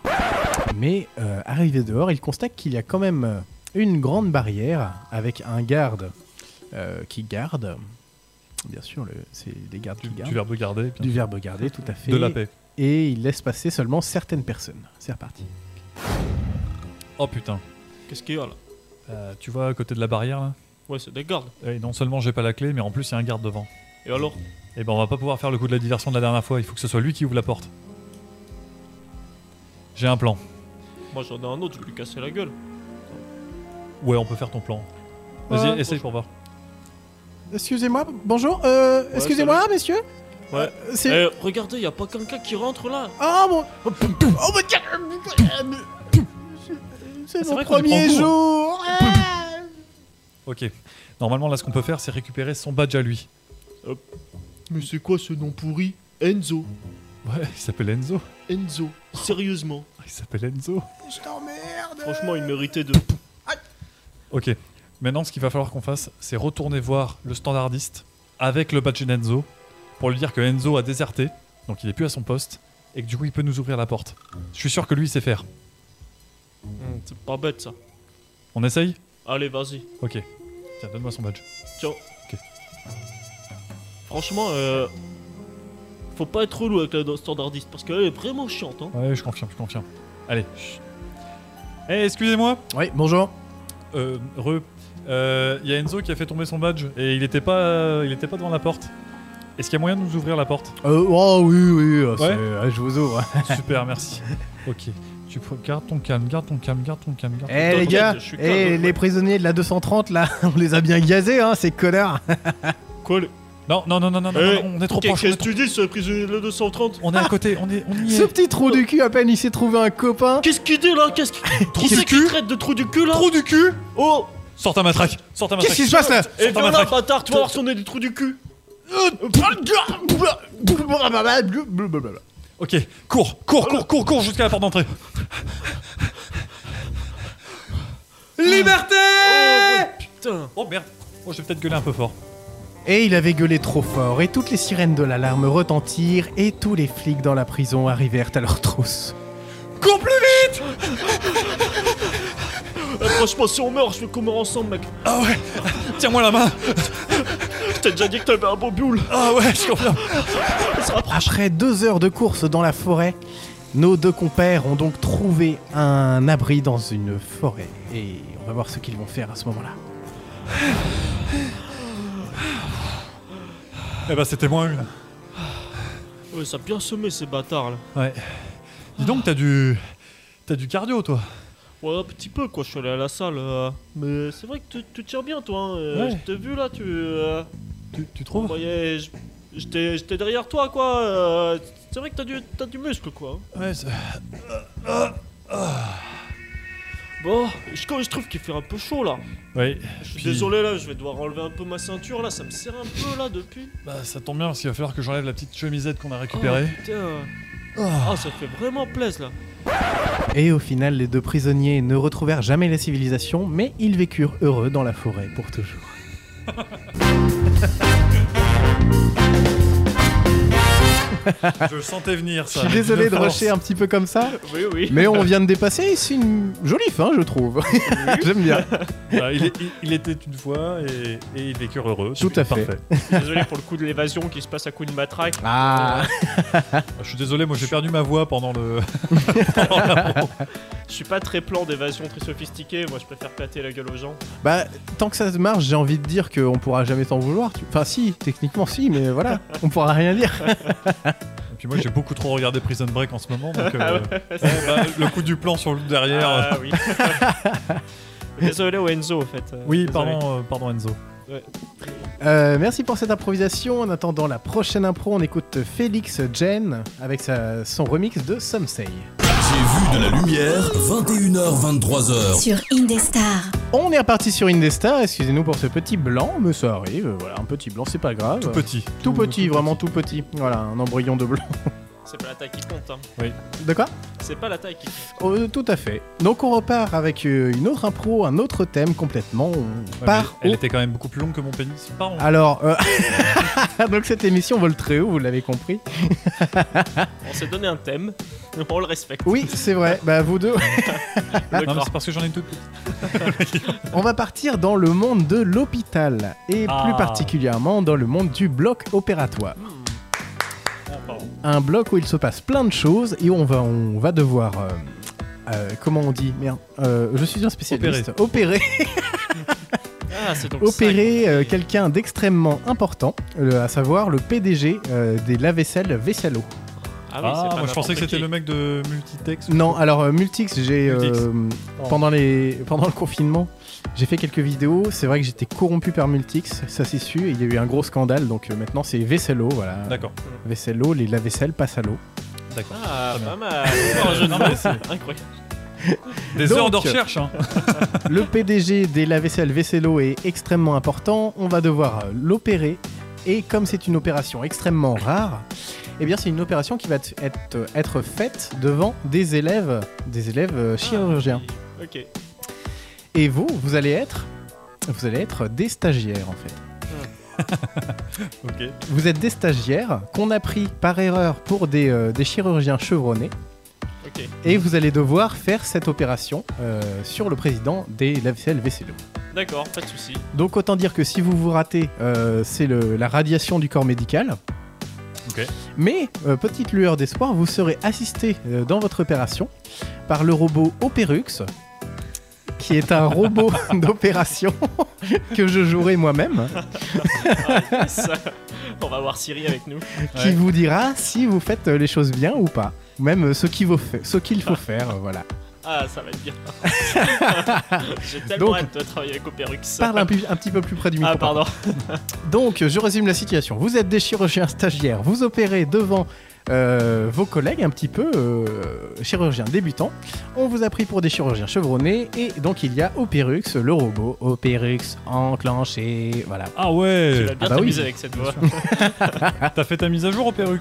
[SPEAKER 3] Mais euh, arrivé dehors, il constate qu'il y a quand même euh, une grande barrière avec un garde euh, qui garde. Bien sûr, le- c'est des gardes
[SPEAKER 5] Du,
[SPEAKER 3] qui
[SPEAKER 5] du
[SPEAKER 3] gardent.
[SPEAKER 5] verbe garder. bien.
[SPEAKER 3] Du verbe garder, tout à fait.
[SPEAKER 5] De la paix.
[SPEAKER 3] Et il laisse passer seulement certaines personnes. C'est reparti.
[SPEAKER 5] Oh putain.
[SPEAKER 4] Qu'est-ce qu'il y a là
[SPEAKER 5] Euh, tu vois à côté de la barrière là
[SPEAKER 4] Ouais, c'est des gardes.
[SPEAKER 5] Et non seulement j'ai pas la clé, mais en plus il y a un garde devant.
[SPEAKER 4] Et alors
[SPEAKER 5] Et ben on va pas pouvoir faire le coup de la diversion de la dernière fois, il faut que ce soit lui qui ouvre la porte. J'ai un plan.
[SPEAKER 4] Moi j'en ai un autre, je vais lui casser la gueule.
[SPEAKER 5] Ouais, on peut faire ton plan. Vas-y,
[SPEAKER 4] Ouais,
[SPEAKER 5] essaye pour voir.
[SPEAKER 11] Excusez-moi, bonjour, euh, excusez-moi,
[SPEAKER 4] salut.
[SPEAKER 11] messieurs
[SPEAKER 4] Ouais.
[SPEAKER 11] Euh,
[SPEAKER 4] Eh,
[SPEAKER 11] c'est...
[SPEAKER 4] regardez, y a pas quelqu'un qui rentre là.
[SPEAKER 5] Ah,
[SPEAKER 11] Oh mon... Oh mon dieu C'est
[SPEAKER 5] c'est
[SPEAKER 11] mon
[SPEAKER 5] vrai qu'on est pas en
[SPEAKER 11] premier
[SPEAKER 5] cours, hein.
[SPEAKER 11] jour
[SPEAKER 5] Ok. Normalement là ce qu'on peut faire c'est récupérer son badge à lui.
[SPEAKER 4] Mais c'est quoi ce nom pourri Enzo.
[SPEAKER 5] Ouais, il s'appelle Enzo. Ah,
[SPEAKER 4] Enzo. Sérieusement.
[SPEAKER 5] Il s'appelle Enzo.
[SPEAKER 11] Je t'emmerde
[SPEAKER 4] Franchement, il méritait de.
[SPEAKER 5] Ok. Maintenant, ce qu'il va falloir qu'on fasse, c'est retourner voir le standardiste avec le badge d'Enzo pour lui dire que Enzo a déserté, donc il est plus à son poste, et que du coup, il peut nous ouvrir la porte. Je suis sûr que lui, il sait faire.
[SPEAKER 4] Hmm, C'est pas bête ça.
[SPEAKER 5] On essaye
[SPEAKER 4] Allez, vas-y.
[SPEAKER 5] Ok. Tiens, donne-moi son badge.
[SPEAKER 4] Tiens. Franchement, euh, faut pas être relou avec la standardiste parce qu'elle est vraiment chiante. Hein.
[SPEAKER 5] Ouais, je confirme, je confirme. Allez. Eh, excusez-moi.
[SPEAKER 3] Oui, bonjour.
[SPEAKER 5] Euh, re. Euh, Il y a Enzo qui a fait tomber son badge et il était pas, il était pas devant la porte. Est-ce qu'il y a moyen de nous ouvrir la porte
[SPEAKER 3] Euh, oh oui, oui, euh,
[SPEAKER 5] Ouais.
[SPEAKER 3] c'est- euh, je vous ouvre.
[SPEAKER 5] Super, merci. Ok. Tu peux- garde ton calme, garde ton calme, garde ton calme, garde.
[SPEAKER 3] Eh
[SPEAKER 5] ton
[SPEAKER 3] les
[SPEAKER 5] calme.
[SPEAKER 3] gars,
[SPEAKER 4] je suis
[SPEAKER 3] eh,
[SPEAKER 4] calme, ouais.
[SPEAKER 3] les prisonniers de la 230 là, on les a bien gazés, hein, ces connards.
[SPEAKER 4] Quoi le...
[SPEAKER 5] Non, non, non, non, non, non,
[SPEAKER 4] Eh,
[SPEAKER 5] non, on est trop
[SPEAKER 4] qu'est-
[SPEAKER 5] proche. On
[SPEAKER 4] Qu'est-ce
[SPEAKER 5] est,
[SPEAKER 4] que tu dis sur le prisonnier de la 230
[SPEAKER 5] on est à côté, on est, on y
[SPEAKER 3] Ce
[SPEAKER 5] est.
[SPEAKER 3] petit trou du cul, à peine il s'est trouvé un copain.
[SPEAKER 4] Qu'est-ce qu'il dit là Qu'est-ce qu'il Qui c'est qui traite de trou du cul là
[SPEAKER 5] Trou du cul
[SPEAKER 4] Oh
[SPEAKER 5] Sors ta matraque, sors ta matraque.
[SPEAKER 3] Qu'est-ce qui se passe là
[SPEAKER 4] Et viens là,
[SPEAKER 5] matraque.
[SPEAKER 4] bâtard, tu vas voir si on est du trou du cul
[SPEAKER 5] Ok, cours, cours, cours, cours, cours jusqu'à la porte d'entrée.
[SPEAKER 7] Liberté
[SPEAKER 4] Putain
[SPEAKER 5] Oh merde. Oh, je vais peut-être gueuler un peu fort.
[SPEAKER 3] Et il avait gueulé trop fort, et toutes les sirènes de l'alarme retentirent, et tous les flics dans la prison arrivèrent à leur trousse.
[SPEAKER 7] Cours plus vite
[SPEAKER 4] Eh, Franchement, si on meurt, je veux qu'on meure ensemble, mec.
[SPEAKER 5] Ah ouais Tiens-moi la main
[SPEAKER 4] Je t'ai déjà dit que t'avais un beau boule.
[SPEAKER 5] Ah ouais, je confirme
[SPEAKER 3] Après deux heures de course dans la forêt, nos deux compères ont donc trouvé un abri dans une forêt. Et on va voir ce qu'ils vont faire à ce moment-là.
[SPEAKER 5] Eh ben, c'était moins une.
[SPEAKER 4] Ouais, ça a bien semé ces bâtards là.
[SPEAKER 5] Ouais. Dis donc, t'as du. T'as du cardio, toi.
[SPEAKER 4] Ouais, un petit peu quoi, je suis allé à la salle. euh, Mais c'est vrai que tu, tu tires bien toi. Hein. euh,
[SPEAKER 5] Ouais.
[SPEAKER 4] Je t'ai vu là, tu. euh,
[SPEAKER 5] Tu, tu trouves
[SPEAKER 4] voyais, je- j'étais j'étais derrière toi quoi. euh, C'est vrai que t'as du, t'as du muscle quoi. hein.
[SPEAKER 5] Ouais, c'est-
[SPEAKER 4] Bon, je, je trouve qu'il fait un peu chaud là.
[SPEAKER 5] ouais.
[SPEAKER 4] Je suis
[SPEAKER 5] Puis-
[SPEAKER 4] désolé là, je vais devoir enlever un peu ma ceinture là, ça me serre un peu là depuis.
[SPEAKER 5] Bah, ça tombe bien parce qu'il va falloir que j'enlève la petite chemisette qu'on a récupérée.
[SPEAKER 4] Oh, putain.
[SPEAKER 5] Ah.
[SPEAKER 3] Oh.
[SPEAKER 4] Ah, ça fait vraiment plaisir là.
[SPEAKER 3] Et au final, les deux prisonniers ne retrouvèrent jamais la civilisation, mais ils vécurent heureux dans la forêt pour toujours.
[SPEAKER 5] Je le sentais venir, ça.
[SPEAKER 3] Je suis désolé de
[SPEAKER 5] Une force.
[SPEAKER 3] rusher un petit peu comme ça,
[SPEAKER 4] Oui, oui.
[SPEAKER 3] mais on vient de dépasser, c'est une jolie fin, je trouve. J'aime bien.
[SPEAKER 5] Ah, il, est- il- il était une fois et, et il vécure heureux.
[SPEAKER 3] Tout à fait.
[SPEAKER 5] Parfait.
[SPEAKER 4] désolé pour le coup de l'évasion qui se passe à coup de matraque.
[SPEAKER 3] Ah,
[SPEAKER 5] Ah, Je suis désolé, moi j'ai perdu ma voix pendant le.
[SPEAKER 4] Je suis pas très plan d'évasion très sophistiqué, moi je préfère péter la gueule aux gens.
[SPEAKER 3] bah, tant que ça marche, j'ai envie de dire qu'on pourra jamais t'en vouloir. tu- Enfin, si, techniquement, si, mais voilà, on pourra rien dire.
[SPEAKER 5] Et puis moi j'ai beaucoup trop regardé Prison Break en ce moment,
[SPEAKER 3] Ah
[SPEAKER 5] donc. euh,
[SPEAKER 3] Eh,
[SPEAKER 5] ouais, bah, le coup du plan sur le derrière. euh,
[SPEAKER 4] Ah oui. désolé au Enzo en fait. euh,
[SPEAKER 5] Oui,
[SPEAKER 4] désolé.
[SPEAKER 5] pardon, euh, pardon Enzo.
[SPEAKER 3] Euh, merci pour cette improvisation. En attendant la prochaine impro, on écoute Félix Jen avec sa- son remix de Some Say.
[SPEAKER 1] J'ai vu de la lumière, 21h23h.
[SPEAKER 10] sur Indestar.
[SPEAKER 3] On est reparti sur Indestar, excusez-nous pour ce petit blanc, mais ça arrive, euh, voilà, un petit blanc, c'est pas grave.
[SPEAKER 5] Tout petit.
[SPEAKER 3] Tout petit, vraiment tout petit. Voilà, un embryon de blanc.
[SPEAKER 4] C'est pas la taille qui compte, hein.
[SPEAKER 3] De quoi
[SPEAKER 4] C'est pas la taille qui compte.
[SPEAKER 3] Euh, Tout à fait. Donc on repart avec euh, une autre impro, un autre thème complètement. euh, On
[SPEAKER 5] Ouais,
[SPEAKER 3] part
[SPEAKER 5] mais Elle
[SPEAKER 3] au-
[SPEAKER 5] était quand même beaucoup plus longue que mon pénis. Pardon.
[SPEAKER 3] Alors, euh, donc cette émission vole très haut, vous l'avez compris.
[SPEAKER 4] On s'est donné un thème, on le respecte.
[SPEAKER 3] Oui, c'est vrai. Bah vous deux,
[SPEAKER 4] Le
[SPEAKER 5] Ah, non, mais
[SPEAKER 4] gras.
[SPEAKER 5] c'est parce que j'en ai une toute petite.
[SPEAKER 3] on va partir dans le monde de l'hôpital et plus
[SPEAKER 5] Ah.
[SPEAKER 3] particulièrement dans le monde du bloc opératoire.
[SPEAKER 4] Ah, pardon.
[SPEAKER 3] un bloc où il se passe plein de choses et on va, on va devoir. euh, euh, comment on dit Merde, euh, je suis un spécialiste. Opérer,
[SPEAKER 4] Ah, c'est donc ça
[SPEAKER 3] opérer
[SPEAKER 4] qu'on
[SPEAKER 3] euh,
[SPEAKER 4] fait.
[SPEAKER 3] quelqu'un d'extrêmement important, euh, à savoir le PDG euh, des lave-vaisselle Vessalo.
[SPEAKER 4] Ah, oui,
[SPEAKER 5] Ah,
[SPEAKER 4] c'est pas
[SPEAKER 5] moi je pensais que
[SPEAKER 4] n'importe
[SPEAKER 5] c'était
[SPEAKER 4] qui.
[SPEAKER 5] le mec de Multitex.
[SPEAKER 3] Non, alors euh, Multix, j'ai euh,
[SPEAKER 5] Multix. Oh.
[SPEAKER 3] pendant les pendant le confinement, j'ai fait quelques vidéos. C'est vrai que j'étais corrompu par Multix, ça c'est sûr. Il y a eu un gros scandale, donc euh, maintenant c'est Vessello, voilà.
[SPEAKER 5] D'accord,
[SPEAKER 3] Vessello, les lave-vaisselle passent à l'eau.
[SPEAKER 5] d'accord.
[SPEAKER 4] Ah,
[SPEAKER 5] Très bien.
[SPEAKER 4] pas mal. Encore un jeu de mots, c'est incroyable.
[SPEAKER 5] Des
[SPEAKER 3] Donc-
[SPEAKER 5] heures de recherche, hein.
[SPEAKER 3] Le PDG des lave-vaisselle Vessello est extrêmement important, on va devoir euh, l'opérer. Et comme c'est une opération extrêmement rare, eh bien c'est une opération qui va t- être, être faite devant des
[SPEAKER 5] Ah,
[SPEAKER 3] élèves, des élèves euh, chirurgiens.
[SPEAKER 4] Ok.
[SPEAKER 3] Et vous, vous allez être Vous allez être des stagiaires en fait.
[SPEAKER 13] Hmm.
[SPEAKER 5] Ok.
[SPEAKER 3] Vous êtes des stagiaires qu'on a pris par erreur pour des, euh, des chirurgiens chevronnés.
[SPEAKER 4] Ok.
[SPEAKER 3] Et vous allez devoir faire cette opération euh, sur le président des lave-vaisselle VCLO.
[SPEAKER 4] D'accord, pas de soucis.
[SPEAKER 3] Donc autant dire que si vous vous ratez, euh, c'est le- la radiation du corps médical.
[SPEAKER 5] Ok.
[SPEAKER 3] Mais, euh, petite lueur d'espoir, vous serez assisté euh, dans votre opération par le robot Opérux, qui est un robot d'opération que je jouerai moi-même,
[SPEAKER 4] Ah, ça, on va voir Siri avec nous.
[SPEAKER 3] qui vous dira si vous faites euh, les choses bien ou pas. Même euh, ce qu'il faut, fa- ce qu'il faut faire, euh, voilà.
[SPEAKER 4] Ah, ça va être bien. J'ai tellement
[SPEAKER 3] Donc,
[SPEAKER 4] hâte de travailler avec Opérux.
[SPEAKER 3] Parle un, pu- un petit peu plus près du micro.
[SPEAKER 4] Ah,
[SPEAKER 3] par
[SPEAKER 4] pardon.
[SPEAKER 3] Donc, je résume la situation. Vous êtes des chirurgiens stagiaires, vous opérez devant euh, vos collègues, un petit peu euh, chirurgiens débutants. On vous a pris pour des chirurgiens chevronnés, et donc il y a Opérux, le robot. Opérux enclenché, voilà.
[SPEAKER 5] Ah
[SPEAKER 4] Tu
[SPEAKER 5] ouais
[SPEAKER 4] vas bien
[SPEAKER 3] Ah bah
[SPEAKER 4] t'amuser
[SPEAKER 3] oui.
[SPEAKER 4] avec cette voix.
[SPEAKER 5] T'as fait ta mise à jour au Pérux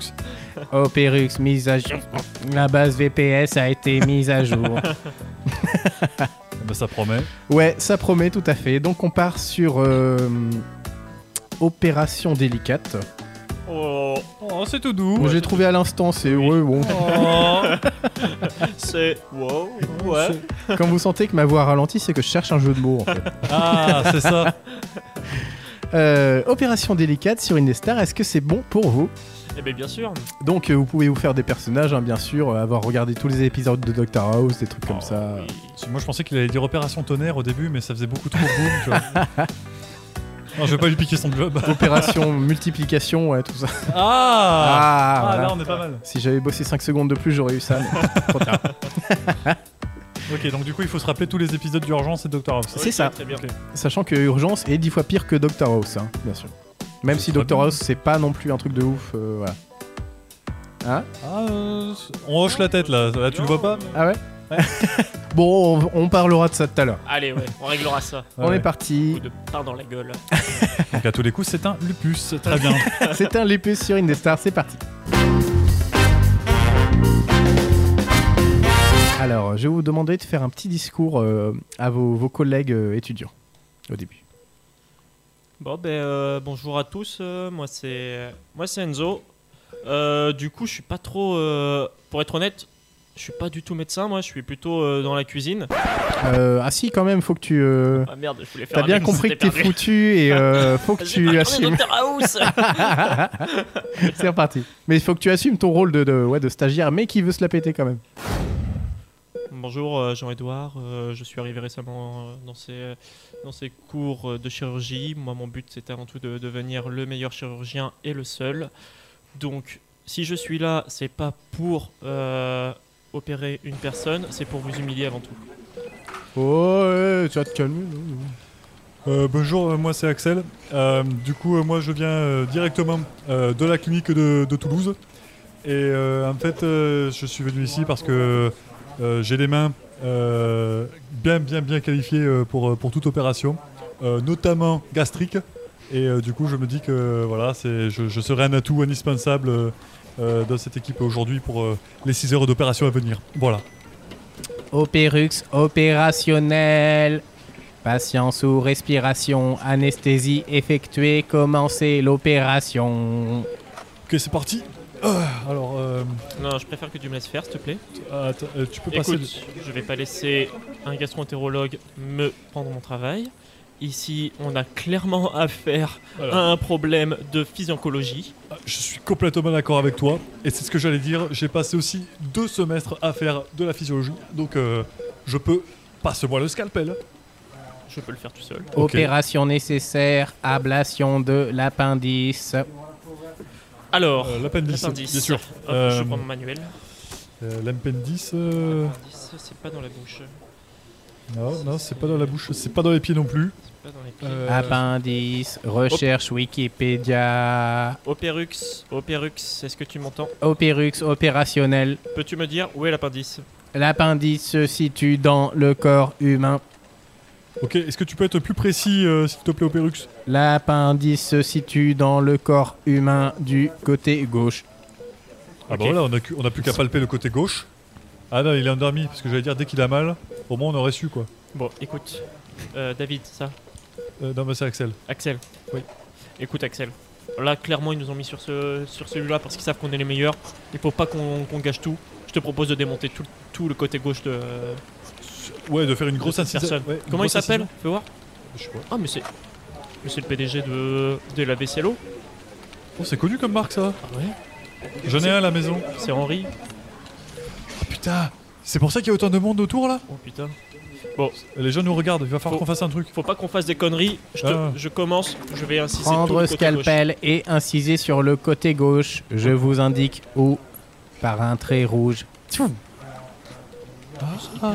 [SPEAKER 3] Opérux mise à jour. La base VPS a été mise à jour.
[SPEAKER 5] Bah ça promet.
[SPEAKER 3] Ouais, ça promet tout à fait. Donc, on part sur euh, Opération délicate.
[SPEAKER 4] Oh,
[SPEAKER 5] Oh, c'est tout doux.
[SPEAKER 3] Moi, J'ai trouvé à l'instant, c'est ouais, bon.
[SPEAKER 4] oh. C'est. Wow, ouais.
[SPEAKER 3] Quand vous sentez que ma voix ralentit, c'est que je cherche un jeu de mots en fait.
[SPEAKER 5] Ah, c'est ça.
[SPEAKER 3] Euh, opération délicate sur Indestar, est-ce que c'est bon pour vous
[SPEAKER 4] Eh bien, bien sûr.
[SPEAKER 3] Donc euh, vous pouvez vous faire des personnages, hein, bien sûr, euh, avoir regardé tous les épisodes de Doctor House, des trucs comme ça.
[SPEAKER 4] Oh, Oui.
[SPEAKER 5] Moi, je pensais qu'il allait dire opération tonnerre au début, mais ça faisait beaucoup trop boum, tu vois. Non, je vais pas lui piquer son job.
[SPEAKER 3] Opération multiplication, ouais, tout ça.
[SPEAKER 5] Ah
[SPEAKER 3] Ah,
[SPEAKER 5] Ah,
[SPEAKER 3] voilà.
[SPEAKER 5] là, on est pas mal.
[SPEAKER 3] Si j'avais bossé 5 secondes de plus, j'aurais eu ça. mais trop tard.
[SPEAKER 5] Ok, donc du coup, il faut se rappeler tous les épisodes d'urgence et Doctor House.
[SPEAKER 3] C'est ça.
[SPEAKER 4] Très bien.
[SPEAKER 3] Sachant que Urgence est 10 fois pire que Doctor House, hein, bien sûr. Même si
[SPEAKER 5] très
[SPEAKER 3] Doctor
[SPEAKER 5] bien.
[SPEAKER 3] House, c'est pas non plus un truc de ouf, euh, voilà. Hein
[SPEAKER 5] Ah, euh, on hoche la tête là. Là, tu le vois pas
[SPEAKER 3] Ah ouais Bon, on, on parlera de ça tout à l'heure.
[SPEAKER 4] Allez, ouais, on réglera ça.
[SPEAKER 3] on
[SPEAKER 5] Ouais.
[SPEAKER 3] est parti.
[SPEAKER 4] Coup de pain dans la gueule.
[SPEAKER 5] Donc à tous les coups, c'est un lupus. Très bien.
[SPEAKER 3] C'est un lépus sur Indestar, c'est parti. Alors, je vais vous demander de faire un petit discours euh, à vos, vos collègues euh, étudiants au début.
[SPEAKER 4] Bon ben euh, bonjour à tous, euh, moi c'est moi c'est Enzo. Euh, du coup je suis pas trop, euh, pour être honnête, je suis pas du tout médecin moi, je suis plutôt euh, dans la cuisine.
[SPEAKER 3] Euh, ah si, quand même, faut que tu... euh,
[SPEAKER 4] Ah merde, je voulais faire.
[SPEAKER 3] T'as
[SPEAKER 4] un
[SPEAKER 3] bien
[SPEAKER 4] mec,
[SPEAKER 3] compris que
[SPEAKER 4] c'était
[SPEAKER 3] t'es
[SPEAKER 4] perdu.
[SPEAKER 3] foutu et euh, faut que
[SPEAKER 4] J'ai
[SPEAKER 3] tu
[SPEAKER 4] pas
[SPEAKER 3] assumes.
[SPEAKER 4] regardé Dr House.
[SPEAKER 3] c'est reparti. Mais il faut que tu assumes ton rôle de, de- ouais, de stagiaire, mais qui veut se la péter quand même.
[SPEAKER 4] Bonjour euh, Jean-Edouard, euh, je suis arrivé récemment euh, dans, ces, dans ces cours euh, de chirurgie. Moi, mon but, c'était avant tout de devenir le meilleur chirurgien et le seul. Donc, si je suis là, c'est pas pour euh, opérer une personne, c'est pour vous humilier avant tout.
[SPEAKER 3] Oh, ouais, tu vas te calmer. non
[SPEAKER 5] Euh, bonjour, euh, moi c'est Axel. Euh, du coup, euh, moi je viens euh, directement euh, de la clinique de, de Toulouse. Et euh, en fait, euh, je suis venu ici parce que euh, j'ai les mains euh, bien, bien, bien qualifiées euh, pour, euh, pour toute opération, euh, notamment gastrique. Et euh, du coup, je me dis que voilà, c'est, je, je serai un atout indispensable euh, euh, dans cette équipe aujourd'hui pour euh, les 6 heures d'opération à venir. Voilà.
[SPEAKER 3] Opérux opérationnel. Patient sous respiration, anesthésie effectuée, commencez l'opération.
[SPEAKER 5] Ok, c'est parti. Ah, alors, euh,
[SPEAKER 4] Non, je préfère que tu me laisses faire, s'il te plaît.
[SPEAKER 5] attends, euh, tu peux passer. le-
[SPEAKER 4] Écoute, je vais pas laisser un gastroentérologue me prendre mon travail. Ici, on a clairement affaire
[SPEAKER 5] Voilà.
[SPEAKER 4] à un problème de physioncologie.
[SPEAKER 5] Ah, Je suis complètement d'accord avec toi, et c'est ce que j'allais dire. J'ai passé aussi deux semestres à faire de la physiologie, donc euh, je peux. Passe-moi le scalpel.
[SPEAKER 4] Je peux le faire tout seul.
[SPEAKER 5] Ok.
[SPEAKER 3] Opération nécessaire, ablation de l'appendice.
[SPEAKER 4] Alors,
[SPEAKER 5] Euh, L'appendice,
[SPEAKER 4] l'appendice.
[SPEAKER 5] bien sûr.
[SPEAKER 4] Hop,
[SPEAKER 5] Euh,
[SPEAKER 4] Je prends mon manuel.
[SPEAKER 5] euh, L'appendice. euh,
[SPEAKER 4] L'appendice, c'est pas dans la bouche.
[SPEAKER 5] Non, non, c'est pas dans la bouche, c'est pas dans les pieds non plus.
[SPEAKER 4] C'est pas dans les pieds.
[SPEAKER 3] Ah,
[SPEAKER 5] Euh,
[SPEAKER 3] ben, Appendice, recherche Wikipédia.
[SPEAKER 4] Opérux, Opérux, est-ce que tu m'entends
[SPEAKER 3] Opérux opérationnel.
[SPEAKER 4] Peux-tu me dire où est l'appendice
[SPEAKER 3] L'appendice se situe dans le corps humain.
[SPEAKER 5] Ok, est-ce que tu peux être plus précis, euh, s'il te plaît, Opérux
[SPEAKER 3] L'appendice se situe dans le corps humain du côté gauche.
[SPEAKER 5] Ah bah voilà, on a, cu- on a plus qu'à palper le côté gauche. Ah non, il est endormi, parce que j'allais dire dès qu'il a mal, au moins on aurait su quoi.
[SPEAKER 4] Bon, écoute. Euh, David, ça.
[SPEAKER 5] Euh, non, mais c'est Axel.
[SPEAKER 4] Axel.
[SPEAKER 5] Oui.
[SPEAKER 4] Écoute, Axel. Là, clairement, ils nous ont mis sur, ce, sur celui-là parce qu'ils savent qu'on est les meilleurs. Il faut pas qu'on qu'on gâche tout. Je te propose de démonter tout, tout le côté gauche de.
[SPEAKER 5] Ouais, de faire une grosse
[SPEAKER 4] de cette
[SPEAKER 5] incisa-
[SPEAKER 4] personne.
[SPEAKER 5] ouais, une
[SPEAKER 4] Comment il
[SPEAKER 5] grosse
[SPEAKER 4] s'appelle
[SPEAKER 5] incisa-
[SPEAKER 4] Fais voir.
[SPEAKER 5] Je sais pas.
[SPEAKER 4] Ah, mais c'est. mais c'est le PDG de, de la Vecelo.
[SPEAKER 5] Oh, c'est connu comme marque ça.
[SPEAKER 4] ouais
[SPEAKER 5] J'en ai un à la maison.
[SPEAKER 4] C'est Henri.
[SPEAKER 5] Oh putain, c'est pour ça qu'il y a autant de monde autour là
[SPEAKER 4] Oh putain. Bon,
[SPEAKER 5] Les gens nous regardent, il va falloir
[SPEAKER 4] Faut-
[SPEAKER 5] qu'on fasse un truc.
[SPEAKER 4] faut pas qu'on fasse des conneries. Je, te-
[SPEAKER 5] Ah.
[SPEAKER 4] je commence, je vais insister. tout
[SPEAKER 3] Prendre
[SPEAKER 4] le côté gauche.
[SPEAKER 3] scalpel et inciser sur le côté gauche. Je vous indique où par un trait rouge.
[SPEAKER 5] Ah,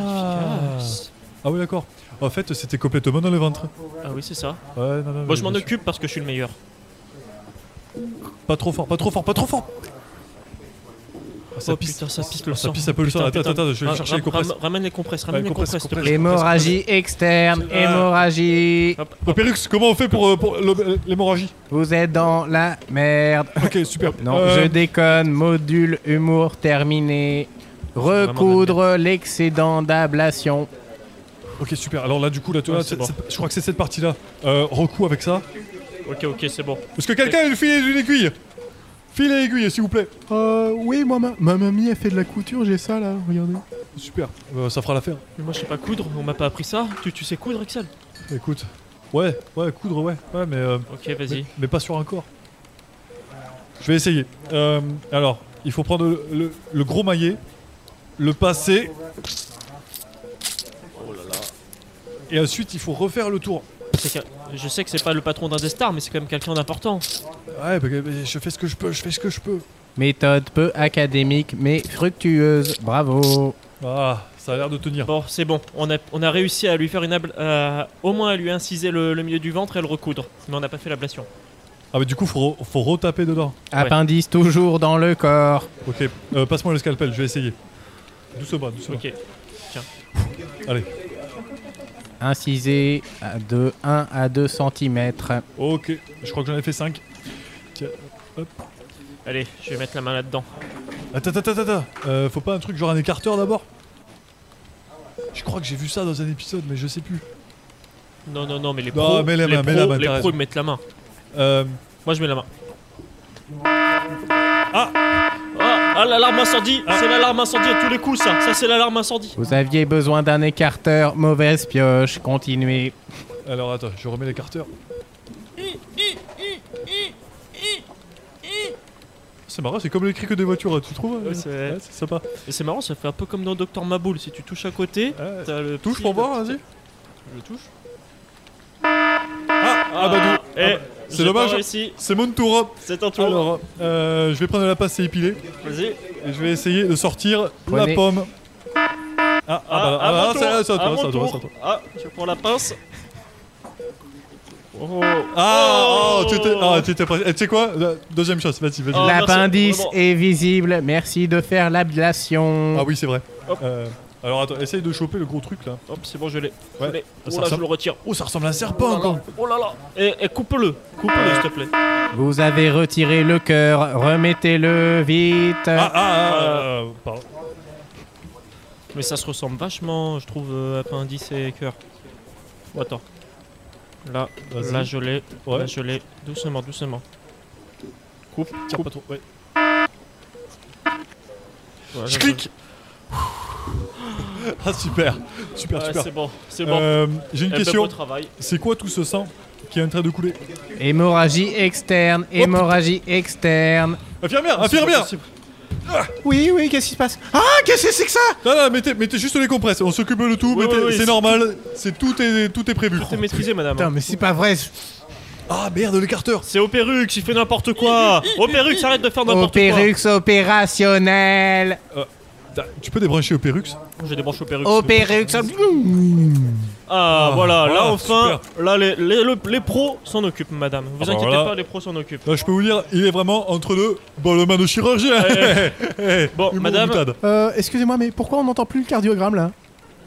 [SPEAKER 5] ah oui, d'accord. En fait, c'était complètement dans le ventre.
[SPEAKER 4] Ah oui, c'est ça.
[SPEAKER 5] Ouais, non, non,
[SPEAKER 4] Bon,
[SPEAKER 5] mais
[SPEAKER 4] je m'en
[SPEAKER 5] bien sûr.
[SPEAKER 4] occupe parce que je suis le meilleur.
[SPEAKER 5] Pas trop fort, pas trop fort, pas trop fort. Ah,
[SPEAKER 4] oh putain, ça pisse le
[SPEAKER 5] Ah,
[SPEAKER 4] sang.
[SPEAKER 5] Ça pisse un peu le sang.
[SPEAKER 4] Putain,
[SPEAKER 5] Attends,
[SPEAKER 4] putain.
[SPEAKER 5] attends, je vais
[SPEAKER 4] Ra-
[SPEAKER 5] chercher les
[SPEAKER 4] ra-
[SPEAKER 5] compresses.
[SPEAKER 4] ram- Ramène les compresses, ramène
[SPEAKER 5] Ouais,
[SPEAKER 4] les
[SPEAKER 5] compresse,
[SPEAKER 4] compresses, s'il te plaît.
[SPEAKER 3] Hémorragie externe,
[SPEAKER 4] Ah.
[SPEAKER 3] hémorragie.
[SPEAKER 4] Hop, hop.
[SPEAKER 5] Pérux, comment on fait pour, euh, pour l'hé- l'hémorragie
[SPEAKER 3] Vous êtes dans la merde.
[SPEAKER 5] Ok, super.
[SPEAKER 3] Non,
[SPEAKER 5] Euh,
[SPEAKER 3] je déconne. Module humour terminé. Recoudre l'excédent d'ablation.
[SPEAKER 5] Ok, super. Alors là, du coup, là, tu
[SPEAKER 4] Ouais,
[SPEAKER 11] Ah,
[SPEAKER 5] vois,
[SPEAKER 4] c'est
[SPEAKER 5] c'est-
[SPEAKER 4] bon.
[SPEAKER 5] c'est- je crois que c'est cette partie-là. Euh, Recou avec ça.
[SPEAKER 4] Ok, ok, c'est bon.
[SPEAKER 5] Est-ce que quelqu'un a une file et une aiguille File et aiguille, s'il vous plaît.
[SPEAKER 11] Euh, oui, moi, ma, ma mamie, elle fait de la couture, j'ai ça là, regardez.
[SPEAKER 5] Super. Euh, ça fera l'affaire.
[SPEAKER 4] Mais moi, je sais pas coudre, on m'a pas appris ça. Tu, tu sais coudre, Axel
[SPEAKER 5] Écoute. Ouais, ouais, coudre, ouais. Ouais, mais. euh,
[SPEAKER 4] Ok, vas-y.
[SPEAKER 5] Mais, mais pas sur un corps. Je vais essayer. Euh, alors, il faut prendre le, le- le gros maillet, le passer.
[SPEAKER 4] Oh
[SPEAKER 5] Et ensuite, il faut refaire le tour.
[SPEAKER 4] C'est que- Je sais que c'est pas le patron d'un des stars, mais c'est quand même quelqu'un d'important.
[SPEAKER 5] Ouais, bah, bah, je fais ce que je peux, je fais ce que je peux.
[SPEAKER 3] Méthode peu académique mais fructueuse. Bravo.
[SPEAKER 5] Ah, ça a l'air de tenir.
[SPEAKER 4] Bon, c'est bon. On a, on a réussi à lui faire une. abl- euh, au moins à lui inciser le, le milieu du ventre et le recoudre. Mais on n'a pas fait l'ablation.
[SPEAKER 5] Ah, mais du coup, faut, re- faut retaper dedans.
[SPEAKER 3] Appendice toujours dans le corps.
[SPEAKER 5] Ok, euh, passe-moi le scalpel, je vais essayer. Doucement, doucement.
[SPEAKER 4] Ok.
[SPEAKER 5] Allez.
[SPEAKER 3] Incisé à de 1 à 2 cm.
[SPEAKER 5] Ok, je crois que j'en ai fait 5.
[SPEAKER 4] Allez, je vais mettre la main là-dedans.
[SPEAKER 5] Attends, attends, attends, attends. Euh, faut pas un truc genre un écarteur d'abord Je crois que j'ai vu ça dans un épisode, mais je sais plus.
[SPEAKER 4] Non, non, non, mais les
[SPEAKER 5] Non,
[SPEAKER 4] pros.
[SPEAKER 5] mets la
[SPEAKER 4] les
[SPEAKER 5] main, mets
[SPEAKER 4] pros-
[SPEAKER 5] la main,
[SPEAKER 4] les
[SPEAKER 5] t'as
[SPEAKER 4] pros,
[SPEAKER 5] raison.
[SPEAKER 4] ils mettent la main.
[SPEAKER 5] Euh,
[SPEAKER 4] Moi, je mets la main. Ah Ah, ah, l'alarme incendie C'est l'alarme incendie à tous les coups, ça Ça, c'est l'alarme incendie
[SPEAKER 3] Vous aviez besoin d'un écarteur, mauvaise pioche. Continuez. Oh,
[SPEAKER 5] alors attends, je remets l'écarteur. C'est marrant, c'est comme les criques des voitures, tu trouves
[SPEAKER 4] Ouais,
[SPEAKER 5] euh,
[SPEAKER 4] c'est-
[SPEAKER 5] ouais, c'est sympa.
[SPEAKER 4] Et C'est marrant, ça fait un peu comme dans Docteur Maboul. Si tu touches à côté,
[SPEAKER 5] Ouais.
[SPEAKER 4] t'as le.
[SPEAKER 5] Touche
[SPEAKER 4] petit-
[SPEAKER 5] pour voir, vas-y.
[SPEAKER 4] Je touche. Oh
[SPEAKER 5] Ah, ah bah,
[SPEAKER 4] Ah,
[SPEAKER 5] d'où-
[SPEAKER 4] eh,
[SPEAKER 5] ah bah,
[SPEAKER 4] j'ai
[SPEAKER 5] c'est dommage.
[SPEAKER 4] pas réussi.
[SPEAKER 5] C'est mon tour.
[SPEAKER 4] C'est un tour.
[SPEAKER 5] Alors, euh, je vais prendre la passe et épiler.
[SPEAKER 4] Vas-y.
[SPEAKER 5] Et je vais essayer de sortir
[SPEAKER 3] Prenez.
[SPEAKER 5] la pomme. Ah, ah, bah,
[SPEAKER 4] à
[SPEAKER 5] ah,
[SPEAKER 4] mon
[SPEAKER 5] bah,
[SPEAKER 4] tour,
[SPEAKER 5] c'est- c'est à
[SPEAKER 4] à
[SPEAKER 5] toi,
[SPEAKER 4] mon
[SPEAKER 5] c'est à toi,
[SPEAKER 4] tour.
[SPEAKER 5] c'est à toi.
[SPEAKER 4] Ah, je prends la pince. Oh.
[SPEAKER 5] Ah, oh,
[SPEAKER 4] Oh.
[SPEAKER 5] tu étais, ah, tu étais presque- eh, Tu sais quoi La- Deuxième chose, vas-y, vas-y.
[SPEAKER 4] Oh, merci,
[SPEAKER 3] L'appendice
[SPEAKER 4] vraiment.
[SPEAKER 3] est visible. Merci de faire l'ablation.
[SPEAKER 5] Ah oui, c'est vrai.
[SPEAKER 4] Hop.
[SPEAKER 5] Euh, alors attends, essaye de choper le gros truc là.
[SPEAKER 4] Hop, c'est bon, je l'ai. Je
[SPEAKER 5] Ouais,
[SPEAKER 4] l'ai.
[SPEAKER 5] ça
[SPEAKER 4] Oh là, je
[SPEAKER 5] ressemble-
[SPEAKER 4] le retire.
[SPEAKER 5] Oh, ça ressemble à un serpent
[SPEAKER 4] Oh là
[SPEAKER 5] encore.
[SPEAKER 4] là. Oh là là. Et, coupe-le. Coupe-le, s'il te plaît.
[SPEAKER 3] Vous avez retiré le cœur. Remettez-le vite.
[SPEAKER 5] Ah, ah, ah, ah, pardon.
[SPEAKER 4] Euh, Mais ça se ressemble vachement, je trouve, euh, appendice et cœur. Bon, attends. Là,
[SPEAKER 5] Vas-y.
[SPEAKER 4] là, je l'ai.
[SPEAKER 5] Ouais.
[SPEAKER 4] Là, je l'ai. Doucement, doucement.
[SPEAKER 5] Coupe, tire pas trop. Ouais.
[SPEAKER 4] Voilà,
[SPEAKER 5] Je clique. Ah super, super,
[SPEAKER 4] Ouais,
[SPEAKER 5] super.
[SPEAKER 4] c'est bon, c'est bon.
[SPEAKER 5] Euh, J'ai une
[SPEAKER 4] Eh ben,
[SPEAKER 5] question.
[SPEAKER 4] bon travail.
[SPEAKER 5] C'est quoi tout ce sang qui est en train de couler
[SPEAKER 3] Hémorragie externe. Hémorragie externe.
[SPEAKER 5] Infirmière,
[SPEAKER 11] Ah,
[SPEAKER 5] infirmière
[SPEAKER 11] Oui, oui, qu'est-ce qui se passe Ah, qu'est-ce que c'est que ça
[SPEAKER 5] Non, non, mettez, mettez juste les compresses. On s'occupe de tout.
[SPEAKER 4] Oui,
[SPEAKER 5] mettez-
[SPEAKER 4] oui, oui,
[SPEAKER 5] c'est
[SPEAKER 4] c'est
[SPEAKER 5] normal. C'est tout est tout est prévu.
[SPEAKER 4] Tout est maîtrisé, madame. hein.
[SPEAKER 11] Putain, mais c'est pas vrai. je-
[SPEAKER 5] Ah merde, l'écarteur.
[SPEAKER 4] C'est Opérux, il fait n'importe quoi Opérux, arrête de faire n'importe quoi Euh,
[SPEAKER 3] Opérux opérationnel.
[SPEAKER 5] Putain, Tu peux débrancher au Pérux
[SPEAKER 4] Je débranche Opérux.
[SPEAKER 3] Opérux.
[SPEAKER 4] Ah, voilà,
[SPEAKER 5] voilà,
[SPEAKER 4] là enfin,
[SPEAKER 5] super.
[SPEAKER 4] là les, les, le- les pros s'en occupent, madame. Vous
[SPEAKER 5] Ah bah
[SPEAKER 4] inquiétez
[SPEAKER 5] voilà.
[SPEAKER 4] pas, les pros s'en occupent.
[SPEAKER 5] Là, je peux vous dire, il est vraiment entre deux bonnes mains de chirurgien.
[SPEAKER 4] Eh, Bon,
[SPEAKER 5] Humour
[SPEAKER 4] madame.
[SPEAKER 5] boutade.
[SPEAKER 11] Euh, excusez-moi, mais pourquoi on n'entend plus le cardiogramme là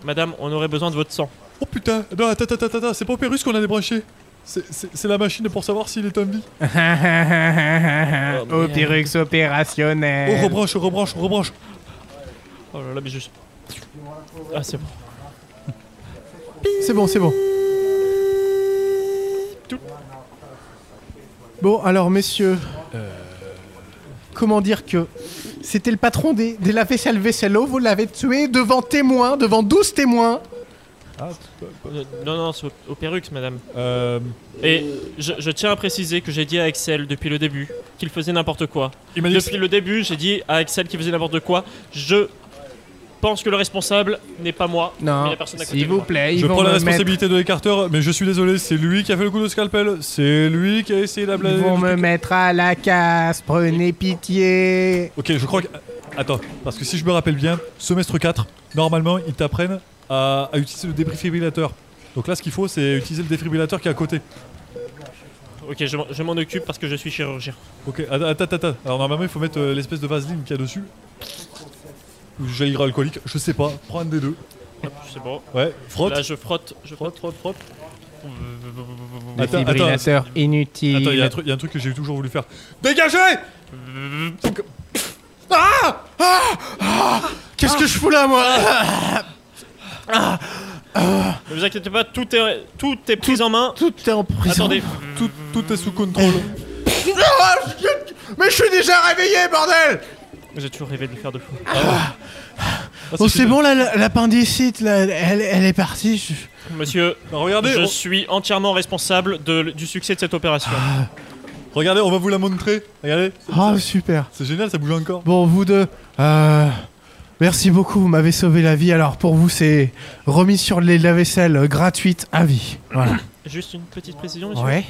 [SPEAKER 4] Madame, on aurait besoin de votre sang.
[SPEAKER 5] Oh putain, non, attends, attends, attends, attends, c'est pas Pérus qu'on a débranché. C'est- C'est c'est la machine pour savoir s'il est en vie.
[SPEAKER 3] Oh, Opérux
[SPEAKER 5] Oh,
[SPEAKER 3] opérationnel.
[SPEAKER 5] rebranche, rebranche, rebranche.
[SPEAKER 4] Oh là là, mais je... Ah, c'est bon.
[SPEAKER 11] C'est bon, c'est bon.
[SPEAKER 3] Bon, alors, messieurs,
[SPEAKER 7] Euh,
[SPEAKER 3] comment dire que c'était le patron des, des la vaisselle Vessello, vous l'avez tué devant témoins, devant 12 témoins.
[SPEAKER 4] Euh, Non, non, c'est au, au Perrux, madame. Et je, je tiens à préciser que j'ai dit à Axel depuis le début qu'il faisait n'importe quoi.
[SPEAKER 5] m'a dit que
[SPEAKER 4] depuis le début, j'ai dit à Axel qu'il faisait n'importe quoi. Je pense que le responsable n'est pas moi,
[SPEAKER 3] Non,
[SPEAKER 4] mais la personne à côté
[SPEAKER 3] s'il
[SPEAKER 4] de
[SPEAKER 3] vous
[SPEAKER 4] moi.
[SPEAKER 3] plaît, ils
[SPEAKER 5] Je
[SPEAKER 3] vont
[SPEAKER 5] prends la
[SPEAKER 3] me mettre-
[SPEAKER 5] responsabilité de l'écarteur, mais je suis désolé, c'est lui qui a fait le coup de scalpel, c'est lui qui a essayé la
[SPEAKER 3] Ils
[SPEAKER 5] blague.
[SPEAKER 3] vont me mettre à la casse, prenez pitié.
[SPEAKER 5] Ok, je crois que. Attends, parce que si je me rappelle bien, semestre 4, normalement, ils t'apprennent à, à utiliser le défibrillateur. Donc là, ce qu'il faut, c'est utiliser le défibrillateur qui est à côté.
[SPEAKER 4] Ok, je, m'en- je m'en occupe parce que je suis chirurgien.
[SPEAKER 5] Ok, att- attends, attends, attends. Alors normalement, il faut mettre euh, l'espèce de vaseline qu'il y a dessus. Ou gel hydroalcoolique, je sais pas, prends un des deux.
[SPEAKER 4] Hop, C'est bon.
[SPEAKER 5] Ouais, frotte.
[SPEAKER 4] Là, je frotte, je frotte.
[SPEAKER 5] Frotte, frotte, frotte. Attends, attends.
[SPEAKER 3] Défibrillateur inutile.
[SPEAKER 5] Attends, il y, a un truc- il y a un truc que j'ai toujours voulu faire.
[SPEAKER 14] Dégagez
[SPEAKER 11] Ah
[SPEAKER 3] Qu'est-ce que je fous là, moi
[SPEAKER 4] Ne vous inquiétez pas, tout est, tout est pris en main.
[SPEAKER 3] Tout est en prison.
[SPEAKER 4] Attendez,
[SPEAKER 5] Tout,
[SPEAKER 4] Hmm.
[SPEAKER 5] tout est sous contrôle.
[SPEAKER 3] Mais Oh, je suis déjà réveillé, bordel
[SPEAKER 4] j'ai toujours rêvé de le faire de fou.
[SPEAKER 5] Ah,
[SPEAKER 3] Bon, Oh, c'est
[SPEAKER 5] fini.
[SPEAKER 3] bon, là, la- l'appendicite, là, elle, elle est partie. je-
[SPEAKER 4] Monsieur,
[SPEAKER 5] Bah, regardez,
[SPEAKER 4] je
[SPEAKER 5] on-
[SPEAKER 4] suis entièrement responsable de- du succès de cette opération.
[SPEAKER 5] Ah. regardez, on va vous la montrer. Regardez, c'est-
[SPEAKER 3] Oh, super.
[SPEAKER 5] c'est génial, ça bouge encore.
[SPEAKER 3] Bon, vous deux, euh, merci beaucoup, vous m'avez sauvé la vie. Alors, pour vous, c'est remis sur les lave-vaisselle euh, gratuite à vie. Voilà.
[SPEAKER 4] Juste une petite précision, monsieur.
[SPEAKER 3] Ouais.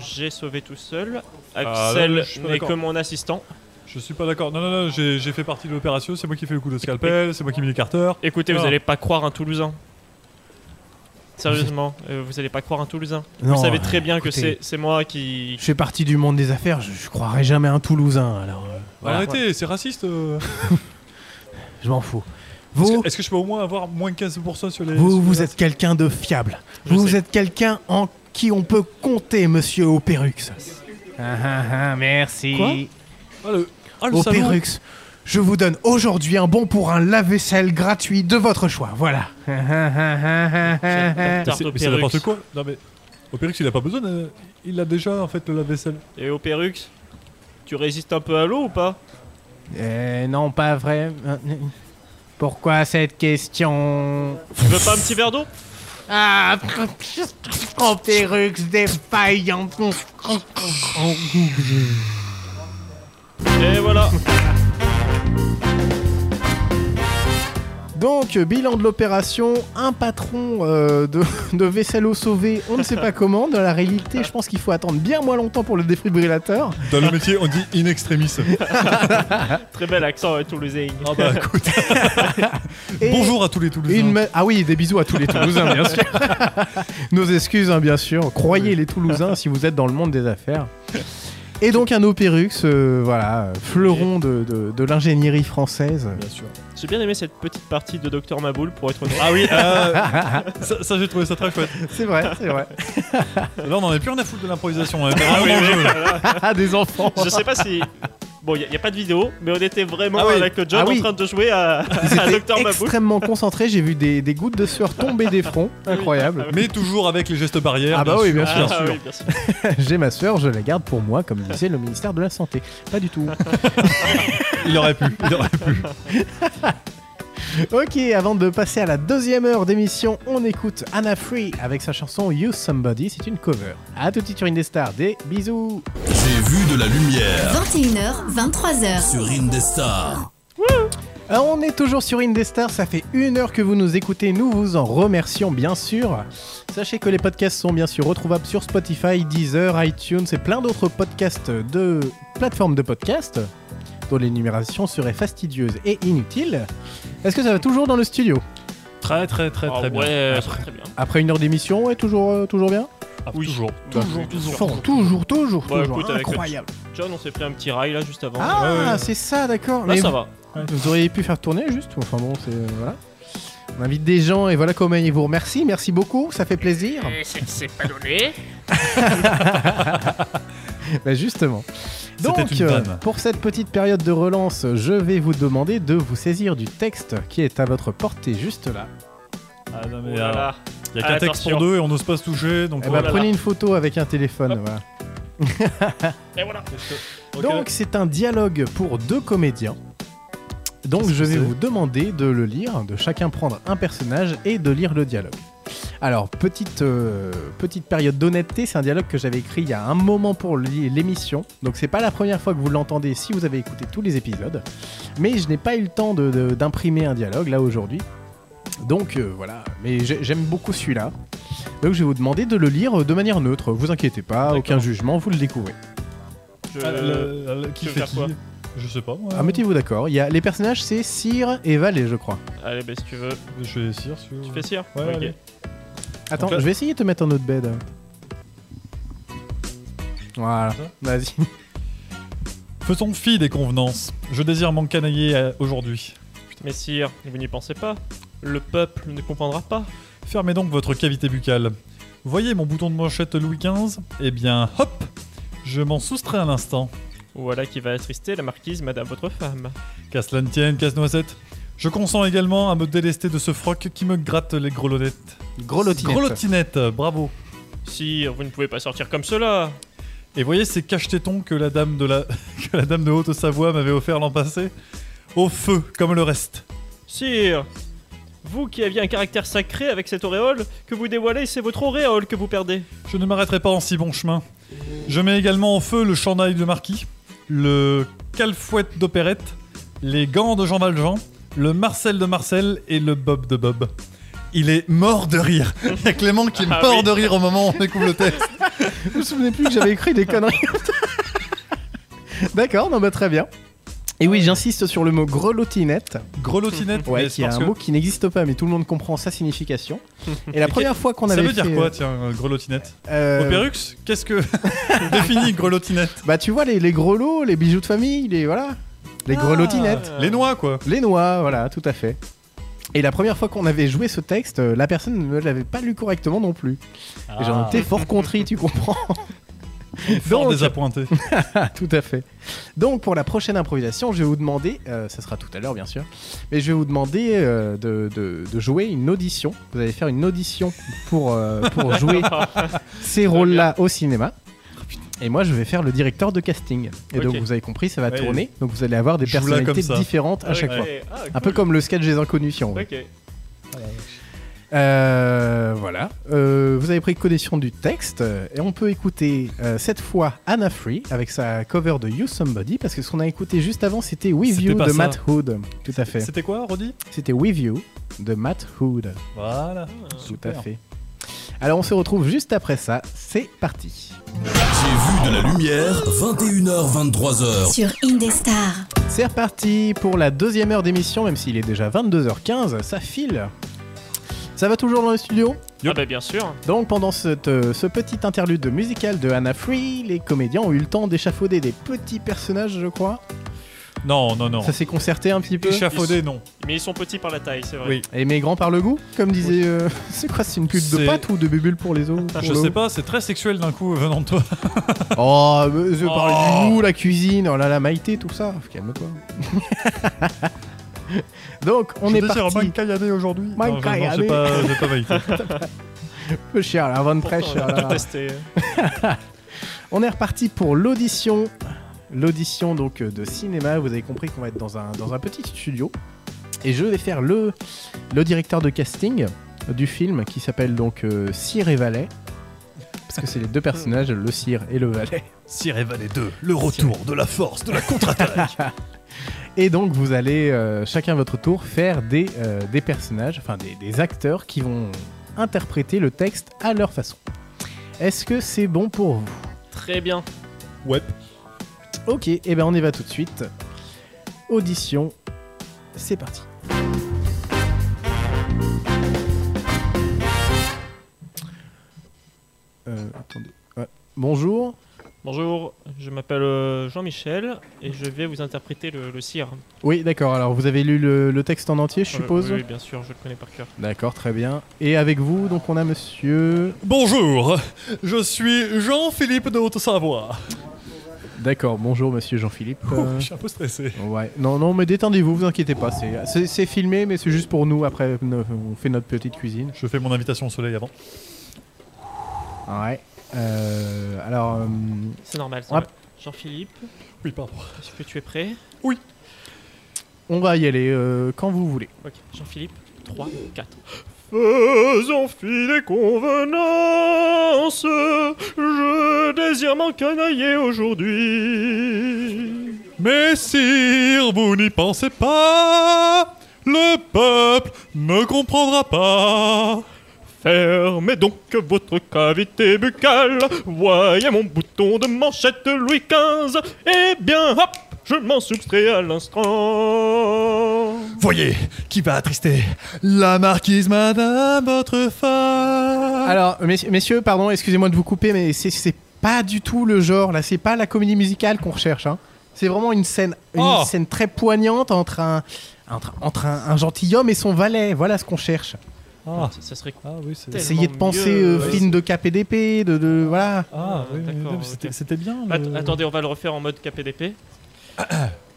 [SPEAKER 4] J'ai sauvé tout seul.
[SPEAKER 5] Ah,
[SPEAKER 4] Axel
[SPEAKER 5] là, je suis pas
[SPEAKER 4] n'est
[SPEAKER 5] d'accord.
[SPEAKER 4] que mon assistant.
[SPEAKER 5] Je suis pas d'accord. Non, non, non, j'ai j'ai fait partie de l'opération. C'est moi qui ai fait le coup de scalpel, c'est moi qui ai mis les carteurs.
[SPEAKER 4] Écoutez, vous
[SPEAKER 5] Ah.
[SPEAKER 4] allez pas croire un Toulousain. Sérieusement, euh, vous allez pas croire un Toulousain.
[SPEAKER 3] Non,
[SPEAKER 4] vous savez très bien que
[SPEAKER 3] écoutez.
[SPEAKER 4] c'est- c'est moi qui.
[SPEAKER 3] Je fais partie du monde des affaires, je, je croirais jamais un Toulousain, alors euh, voilà,
[SPEAKER 5] Arrêtez, c'est raciste. euh.
[SPEAKER 3] je m'en fous.
[SPEAKER 5] Est-ce
[SPEAKER 3] Vous,
[SPEAKER 5] que- est-ce que je peux au moins avoir moins 15% sur les. sur
[SPEAKER 3] vous,
[SPEAKER 5] les
[SPEAKER 3] vous
[SPEAKER 5] races
[SPEAKER 3] êtes quelqu'un de fiable.
[SPEAKER 4] Je
[SPEAKER 3] vous
[SPEAKER 4] sais.
[SPEAKER 3] êtes quelqu'un en qui on peut compter, monsieur Opérux. merci.
[SPEAKER 5] Ah, le,
[SPEAKER 11] Oh,
[SPEAKER 5] ah, le salaud.
[SPEAKER 3] Opérux, je vous donne aujourd'hui un bon pour un lave-vaisselle gratuit de votre choix, voilà. Ah,
[SPEAKER 5] Mais c'est-
[SPEAKER 4] Tarte au
[SPEAKER 5] mais c'est
[SPEAKER 4] Pérux.
[SPEAKER 5] n'importe quoi. Non, mais. Opérix, il a pas besoin. euh, Il a déjà, en fait, le lave-vaisselle.
[SPEAKER 4] Et au Pérux, tu résistes un peu à l'eau ou pas
[SPEAKER 3] Euh, non, pas vrai. Pourquoi cette question
[SPEAKER 4] Tu veux pas un petit verre d'eau
[SPEAKER 3] Ah, Opérux défaillant.
[SPEAKER 4] Et voilà.
[SPEAKER 3] Donc, bilan de l'opération, un patron euh, de, de vaisselle au sauvé, on ne sait pas comment. Dans la réalité, je pense qu'il faut attendre bien moins longtemps pour le défibrillateur.
[SPEAKER 5] Dans le métier, on dit in extremis.
[SPEAKER 4] Ah, Très bel accent euh, toulousain.
[SPEAKER 5] Ah bah écoute.
[SPEAKER 3] Et
[SPEAKER 5] Bonjour à tous les
[SPEAKER 3] une
[SPEAKER 5] Toulousains.
[SPEAKER 3] ma- Ah oui, des bisous à tous les Toulousains, bien sûr. Nos excuses, hein, bien sûr. Croyez les Toulousains si vous êtes dans le monde des affaires. Et donc un Opérux, euh, voilà, fleuron de, de- de l'ingénierie française.
[SPEAKER 5] Bien sûr.
[SPEAKER 4] J'ai bien aimé cette petite partie de Docteur Maboul pour être honnête.
[SPEAKER 5] Ah oui, euh, ça, ça, j'ai trouvé ça très chouette.
[SPEAKER 3] C'est vrai, c'est vrai.
[SPEAKER 5] Là, on en est plus rien à foutre de l'improvisation. hein.
[SPEAKER 4] Ah oui, oui,
[SPEAKER 3] Ah, des enfants.
[SPEAKER 4] Je sais pas si. Bon, il n'y a, pas de vidéo, mais on était vraiment
[SPEAKER 3] Ah oui.
[SPEAKER 4] avec le John
[SPEAKER 3] Ah oui.
[SPEAKER 4] en train de jouer à,
[SPEAKER 3] Ils
[SPEAKER 4] à
[SPEAKER 3] étaient
[SPEAKER 4] Docteur Maboul.
[SPEAKER 3] extrêmement concentrés. J'ai vu des, des gouttes de sueur tomber des fronts. Incroyable.
[SPEAKER 5] Mais toujours avec les gestes barrières.
[SPEAKER 3] Ah bah oui, bien sûr.
[SPEAKER 4] Ah oui, bien sûr.
[SPEAKER 3] J'ai ma sueur, je la garde pour moi, comme disait le ministère de la Santé. Pas du tout.
[SPEAKER 5] Il aurait pu. Il aurait pu.
[SPEAKER 3] ok, avant de passer à la deuxième heure d'émission, on écoute Anna Free avec sa chanson You Somebody. C'est une cover. À tout de suite sur Indestar. Des bisous.
[SPEAKER 1] J'ai vu de la lumière
[SPEAKER 15] 21h, 23h.
[SPEAKER 1] sur Indestar.
[SPEAKER 3] Alors, on est toujours sur Indestar, ça fait une heure que vous nous écoutez, nous vous en remercions bien sûr. Sachez que les podcasts sont bien sûr retrouvables sur Spotify, Deezer, iTunes et plein d'autres podcasts de plateformes de podcasts dont l'énumération serait fastidieuse et inutile. Est-ce que ça va toujours dans le studio
[SPEAKER 5] Très, très, très,
[SPEAKER 4] Ah
[SPEAKER 5] très bien.
[SPEAKER 4] ouais, très, très bien.
[SPEAKER 3] Après une heure d'émission, ouais, toujours, euh, toujours bien
[SPEAKER 5] Ah,
[SPEAKER 4] Oui.
[SPEAKER 5] Toujours.
[SPEAKER 4] Toujours, toujours.
[SPEAKER 3] Fort, toujours, toujours,
[SPEAKER 4] Bah,
[SPEAKER 3] toujours.
[SPEAKER 4] écoute, avec le-
[SPEAKER 3] Incroyable.
[SPEAKER 4] John, on s'est pris un petit rail là juste avant.
[SPEAKER 3] Ah,
[SPEAKER 5] ouais.
[SPEAKER 3] c'est ça, d'accord.
[SPEAKER 4] là,
[SPEAKER 3] Mais
[SPEAKER 4] ça va.
[SPEAKER 3] Vous auriez pu faire tourner juste. Enfin bon, c'est euh, voilà. On invite des gens et voilà comment ils vous remercient. Merci beaucoup, ça fait plaisir.
[SPEAKER 13] Eh, C'est pas donné.
[SPEAKER 3] Bah, justement.
[SPEAKER 5] C'était
[SPEAKER 3] Donc,
[SPEAKER 5] une
[SPEAKER 3] euh,
[SPEAKER 5] vanne.
[SPEAKER 3] pour cette petite période de relance, je vais vous demander de vous saisir du texte qui est à votre portée juste là.
[SPEAKER 5] Ah, non,
[SPEAKER 4] Oh
[SPEAKER 5] mais,
[SPEAKER 4] là
[SPEAKER 5] alors,
[SPEAKER 4] là.
[SPEAKER 5] Il y a qu'un texte
[SPEAKER 4] Attention.
[SPEAKER 5] pour deux et on n'ose pas se toucher. Donc
[SPEAKER 3] Eh
[SPEAKER 5] on
[SPEAKER 3] bah,
[SPEAKER 5] va-
[SPEAKER 3] prenez une photo avec un téléphone.
[SPEAKER 4] Hop.
[SPEAKER 3] voilà.
[SPEAKER 4] Et voilà.
[SPEAKER 3] Donc c'est un dialogue pour deux comédiens. Donc je vais vous demander de le lire, de chacun prendre un personnage et de lire le dialogue. Alors petite, euh, petite période d'honnêteté, c'est un dialogue que j'avais écrit il y a un moment pour li- l'émission. Donc c'est pas la première fois que vous l'entendez si vous avez écouté tous les épisodes. Mais je n'ai pas eu le temps de- de- d'imprimer un dialogue là aujourd'hui. Donc euh, voilà, mais j'ai- j'aime beaucoup celui-là. Donc je vais vous demander de le lire euh, de manière neutre, vous inquiétez pas, aucun jugement, vous le découvrez.
[SPEAKER 4] Je-
[SPEAKER 5] Ah, le- le-
[SPEAKER 4] tu
[SPEAKER 5] qui
[SPEAKER 4] veux
[SPEAKER 5] fait
[SPEAKER 4] faire
[SPEAKER 5] qui
[SPEAKER 4] quoi
[SPEAKER 5] Je sais pas. moi.
[SPEAKER 3] Ah, mettez-vous d'accord, il y a, les personnages c'est Cyr et Valet je crois.
[SPEAKER 4] Allez, bah si tu veux.
[SPEAKER 5] Je vais essayer. si vous-
[SPEAKER 4] Tu fais cire
[SPEAKER 5] Ouais,
[SPEAKER 4] Ok.
[SPEAKER 5] allez.
[SPEAKER 3] Attends,
[SPEAKER 5] Donc là-
[SPEAKER 3] je vais essayer de te mettre en autre bed. Voilà,
[SPEAKER 5] Ça
[SPEAKER 3] vas-y.
[SPEAKER 5] Faisons fi des convenances. Je désire m'encanailler euh, aujourd'hui.
[SPEAKER 4] Mais sire, vous n'y pensez pas. Le peuple ne comprendra pas.
[SPEAKER 5] Fermez donc votre cavité buccale. Voyez mon bouton de manchette Louis XV Eh bien, hop Je m'en soustrais un instant.
[SPEAKER 4] Voilà qui va attrister la marquise, madame votre femme.
[SPEAKER 5] Qu'à cela ne tienne, casse-noisette. Je consens également à me délester de ce froc qui me gratte les grelottettes.
[SPEAKER 3] Grelottinette.
[SPEAKER 5] Grelottinettes, bravo.
[SPEAKER 4] Sire, vous ne pouvez pas sortir comme cela.
[SPEAKER 5] Et voyez ces cache-tétons que la dame de la, que la dame de Haute-Savoie m'avait offert l'an passé Au feu, comme le reste.
[SPEAKER 4] Sire, vous qui aviez un caractère sacré avec cette auréole que vous dévoilez, c'est votre auréole que vous perdez.
[SPEAKER 5] Je ne m'arrêterai pas en si bon chemin. Je mets également en feu le chandail de marquis, le calfouette d'opérette, les gants de Jean Valjean, le Marcel de Marcel et le Bob de Bob. Il est mort de rire. Il y a Clément qui est
[SPEAKER 4] Ah
[SPEAKER 5] mort
[SPEAKER 4] oui.
[SPEAKER 5] de rire au moment où on découvre le texte.
[SPEAKER 3] Je me souvenais plus que j'avais écrit des conneries. D'accord, non bah très bien. Et oui, j'insiste sur le mot grelottinette,
[SPEAKER 5] Grelottinette,
[SPEAKER 3] ouais,
[SPEAKER 5] mais c'est
[SPEAKER 3] qui est
[SPEAKER 5] parce
[SPEAKER 3] un
[SPEAKER 5] que-
[SPEAKER 3] mot qui n'existe pas, mais tout le monde comprend sa signification. Et la
[SPEAKER 5] Et
[SPEAKER 3] première fois qu'on
[SPEAKER 5] Ça
[SPEAKER 3] avait
[SPEAKER 5] veut dire
[SPEAKER 3] fait,
[SPEAKER 5] quoi, tiens, euh, grelottinette
[SPEAKER 3] euh,
[SPEAKER 5] Au Pérux Qu'est-ce que définit grelottinette
[SPEAKER 3] Bah tu vois les, les grelots, les bijoux de famille, les voilà, les grelottinettes,
[SPEAKER 5] Les noix, quoi.
[SPEAKER 3] les noix, voilà, tout à fait. Et la première fois qu'on avait joué ce texte, euh, la personne ne l'avait pas lu correctement non plus. Et j'en étais fort contrit, tu comprends
[SPEAKER 5] Ah. Fort
[SPEAKER 3] Donc-
[SPEAKER 5] désappointé.
[SPEAKER 3] Tout à fait. Donc pour la prochaine improvisation, je vais vous demander, euh, ça sera tout à l'heure bien sûr, mais je vais vous demander euh, de, de- de jouer une audition. Vous allez faire une audition pour, euh, pour jouer ces rôles-là au cinéma. Et moi, je vais faire le directeur de casting. Et donc,
[SPEAKER 4] Ok.
[SPEAKER 3] vous avez compris, ça va
[SPEAKER 5] Ouais,
[SPEAKER 3] tourner. Donc, vous allez avoir des
[SPEAKER 5] joue-la
[SPEAKER 3] personnalités
[SPEAKER 5] comme ça.
[SPEAKER 3] différentes à
[SPEAKER 4] Ah,
[SPEAKER 3] chaque
[SPEAKER 4] ok.
[SPEAKER 3] fois.
[SPEAKER 4] Ah,
[SPEAKER 3] Un peu
[SPEAKER 4] cool.
[SPEAKER 3] comme le sketch des inconnus, si on veut. Ah,
[SPEAKER 4] Ok.
[SPEAKER 3] Euh, voilà. Euh, vous avez pris connaissance du texte euh, et on peut écouter euh, cette fois Anna Free avec sa cover de You Somebody parce que ce qu'on a écouté juste avant c'était With
[SPEAKER 5] C'était
[SPEAKER 3] You
[SPEAKER 5] pas
[SPEAKER 3] de
[SPEAKER 5] ça.
[SPEAKER 3] Matt Hood. Tout à fait.
[SPEAKER 5] C'était quoi, Roddy
[SPEAKER 3] C'était With You de Matt Hood.
[SPEAKER 5] Voilà.
[SPEAKER 3] Tout à
[SPEAKER 5] Super.
[SPEAKER 3] fait. Alors on se retrouve juste après ça. C'est parti.
[SPEAKER 1] J'ai vu de la lumière, 21h23h.
[SPEAKER 10] sur Indestar.
[SPEAKER 3] C'est reparti pour la deuxième heure d'émission, même s'il est déjà 22h15, ça file. Ça va toujours dans le studio
[SPEAKER 4] Ah bah bien sûr.
[SPEAKER 3] Donc pendant cette, euh, ce petit interlude musical de Anna Free, les comédiens ont eu le temps d'échafauder des petits personnages, je crois.
[SPEAKER 5] Non, non, non.
[SPEAKER 3] Ça s'est concerté un petit peu.
[SPEAKER 5] Échafaudé, non.
[SPEAKER 4] Mais ils sont petits par la taille, c'est vrai.
[SPEAKER 5] Oui.
[SPEAKER 3] Et mes grands par le goût, comme disait. euh, c'est quoi, c'est une pute de
[SPEAKER 5] C'est-
[SPEAKER 3] pâte ou de bubule pour les os
[SPEAKER 5] Je sais pas, c'est très sexuel d'un coup venant de toi.
[SPEAKER 3] Oh, mais je parle
[SPEAKER 5] Oh.
[SPEAKER 3] du goût, la cuisine, oh là là, Maïté, tout ça. Calme-toi. Donc on est parti.
[SPEAKER 5] Mancayadé aujourd'hui.
[SPEAKER 3] Mike
[SPEAKER 5] Non, je- non,
[SPEAKER 3] Kayadé.
[SPEAKER 5] j'ai pas, j'ai pas validé.
[SPEAKER 3] peu cher, la vanne très
[SPEAKER 4] Pourtant,
[SPEAKER 3] chère.
[SPEAKER 4] on a
[SPEAKER 3] là.
[SPEAKER 4] tout testé.
[SPEAKER 3] On est reparti pour l'audition. L'audition donc euh, de cinéma, vous avez compris qu'on va être dans un, dans un petit studio. Et je vais faire le, le directeur de casting du film qui s'appelle donc euh, Cire et Valet. Parce que c'est les deux personnages, le Cire et le Valet.
[SPEAKER 5] Sire et Valet 2, le retour de la force, de la contre-attaque.
[SPEAKER 3] Et donc vous allez euh, chacun à votre tour faire des, euh, des personnages, enfin des, des acteurs qui vont interpréter le texte à leur façon. Est-ce que c'est bon pour vous
[SPEAKER 4] Très bien.
[SPEAKER 5] ouais.
[SPEAKER 3] Ok, et ben on y va tout de suite. Audition, c'est parti. Euh, attendez. Ouais. Bonjour.
[SPEAKER 4] Bonjour, je m'appelle euh, Jean-Michel et je vais vous interpréter le, le sire.
[SPEAKER 3] Oui, d'accord. Alors, vous avez lu le, le texte en entier, je
[SPEAKER 5] Euh,
[SPEAKER 3] suppose
[SPEAKER 4] Oui, oui, bien sûr, je le connais par cœur.
[SPEAKER 3] D'accord, très bien. Et avec vous, donc, on a monsieur.
[SPEAKER 5] Bonjour, je suis Jean-Philippe de Haute-Savoie.
[SPEAKER 3] D'accord, bonjour, monsieur Jean-Philippe. Euh,
[SPEAKER 5] Oh, Je suis un peu stressé.
[SPEAKER 3] Ouais, non, non, mais détendez-vous, vous inquiétez pas. c'est- C'est c'est filmé, mais c'est juste pour nous. Après, no- on fait notre petite cuisine.
[SPEAKER 5] Je fais mon invitation au soleil avant.
[SPEAKER 3] Ouais. Euh, alors, euh,
[SPEAKER 4] C'est normal. c'est
[SPEAKER 3] Ouais.
[SPEAKER 4] normal. Jean-Philippe,
[SPEAKER 5] Oui, pardon.
[SPEAKER 4] est-ce que tu es prêt
[SPEAKER 3] on va y aller euh, quand vous voulez.
[SPEAKER 4] Ok, Jean-Philippe, 3, 4. Faisons fi des convenances, je désire m'encanailler aujourd'hui.
[SPEAKER 7] Messire, vous n'y pensez pas. Le peuple ne comprendra pas.
[SPEAKER 4] Fermez donc votre cavité buccale, voyez mon bouton de manchette Louis XV, et bien hop, je m'en soustrais à l'instant.
[SPEAKER 9] Voyez qui va attrister la marquise madame votre femme.
[SPEAKER 3] Alors, messieurs, messieurs, pardon, excusez-moi de vous couper, mais c'est- c'est pas du tout le genre, là, c'est pas la comédie musicale qu'on recherche. hein. C'est vraiment une scène, une
[SPEAKER 7] Oh.
[SPEAKER 3] scène très poignante entre un, entre, entre un, un gentilhomme et son valet. Voilà ce qu'on cherche.
[SPEAKER 5] Ah,
[SPEAKER 4] Ça serait
[SPEAKER 5] ah oui, c'est.
[SPEAKER 4] Tellement
[SPEAKER 3] Essayez de penser
[SPEAKER 4] mieux,
[SPEAKER 3] euh,
[SPEAKER 4] ouais,
[SPEAKER 3] film de KPDP, de, de voilà.
[SPEAKER 5] Ah, oui, oui,
[SPEAKER 4] D'accord,
[SPEAKER 5] oui, c'était-
[SPEAKER 4] ok.
[SPEAKER 5] c'était bien.
[SPEAKER 4] Att-
[SPEAKER 5] le-
[SPEAKER 4] attendez, on va le refaire en mode KPDP.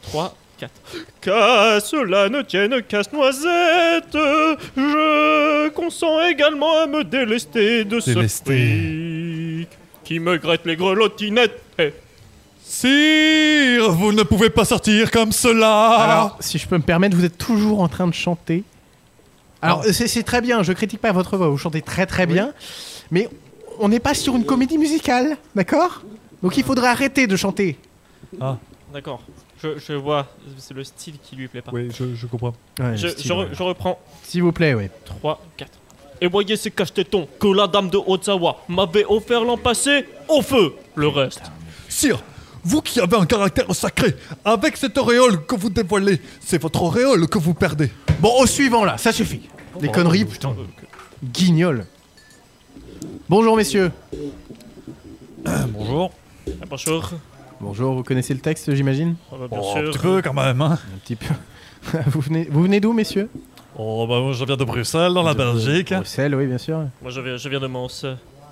[SPEAKER 4] 3, 4. Qu'à cela ne tienne casse-noisette, je consens également à me délester de ce
[SPEAKER 5] Délester.
[SPEAKER 4] fric qui me grette les grelottinettes. Eh,
[SPEAKER 7] Sire, vous ne pouvez pas sortir comme cela.
[SPEAKER 3] Alors, si je peux me permettre, vous êtes toujours en train de chanter. Alors,
[SPEAKER 7] Ah.
[SPEAKER 3] c'est c'est très bien, je critique pas votre voix, vous chantez très très bien, mais on n'est pas sur une comédie musicale, d'accord Donc il faudrait arrêter de chanter.
[SPEAKER 5] Ah.
[SPEAKER 4] D'accord, je, je vois, c'est le style qui lui plaît pas.
[SPEAKER 5] Oui, je, je comprends.
[SPEAKER 4] Je, je re- je reprends.
[SPEAKER 3] S'il vous plaît, oui.
[SPEAKER 4] 3, 4. Et voyez ces cachetetons que la dame de Ottawa m'avait offert l'an passé au feu. Le reste.
[SPEAKER 9] Sire, vous qui avez un caractère sacré, avec cette auréole que vous dévoilez, c'est votre auréole que vous perdez.
[SPEAKER 3] Bon, au suivant là, ça suffit. Les
[SPEAKER 7] Oh,
[SPEAKER 3] conneries, putain. Guignol. Bonjour messieurs.
[SPEAKER 5] Bonjour.
[SPEAKER 4] Ah, Bonjour.
[SPEAKER 3] Bonjour, vous connaissez le texte, j'imagine
[SPEAKER 4] Ah, bah, bien
[SPEAKER 5] Oh, un
[SPEAKER 4] sûr.
[SPEAKER 5] petit peu quand même. Hein.
[SPEAKER 3] Un petit peu. vous venez, vous venez d'où messieurs
[SPEAKER 5] Oh, bah moi je viens de Bruxelles, dans la Belgique.
[SPEAKER 3] Bruxelles, oui, bien sûr.
[SPEAKER 4] Moi, je viens, je viens de Mons.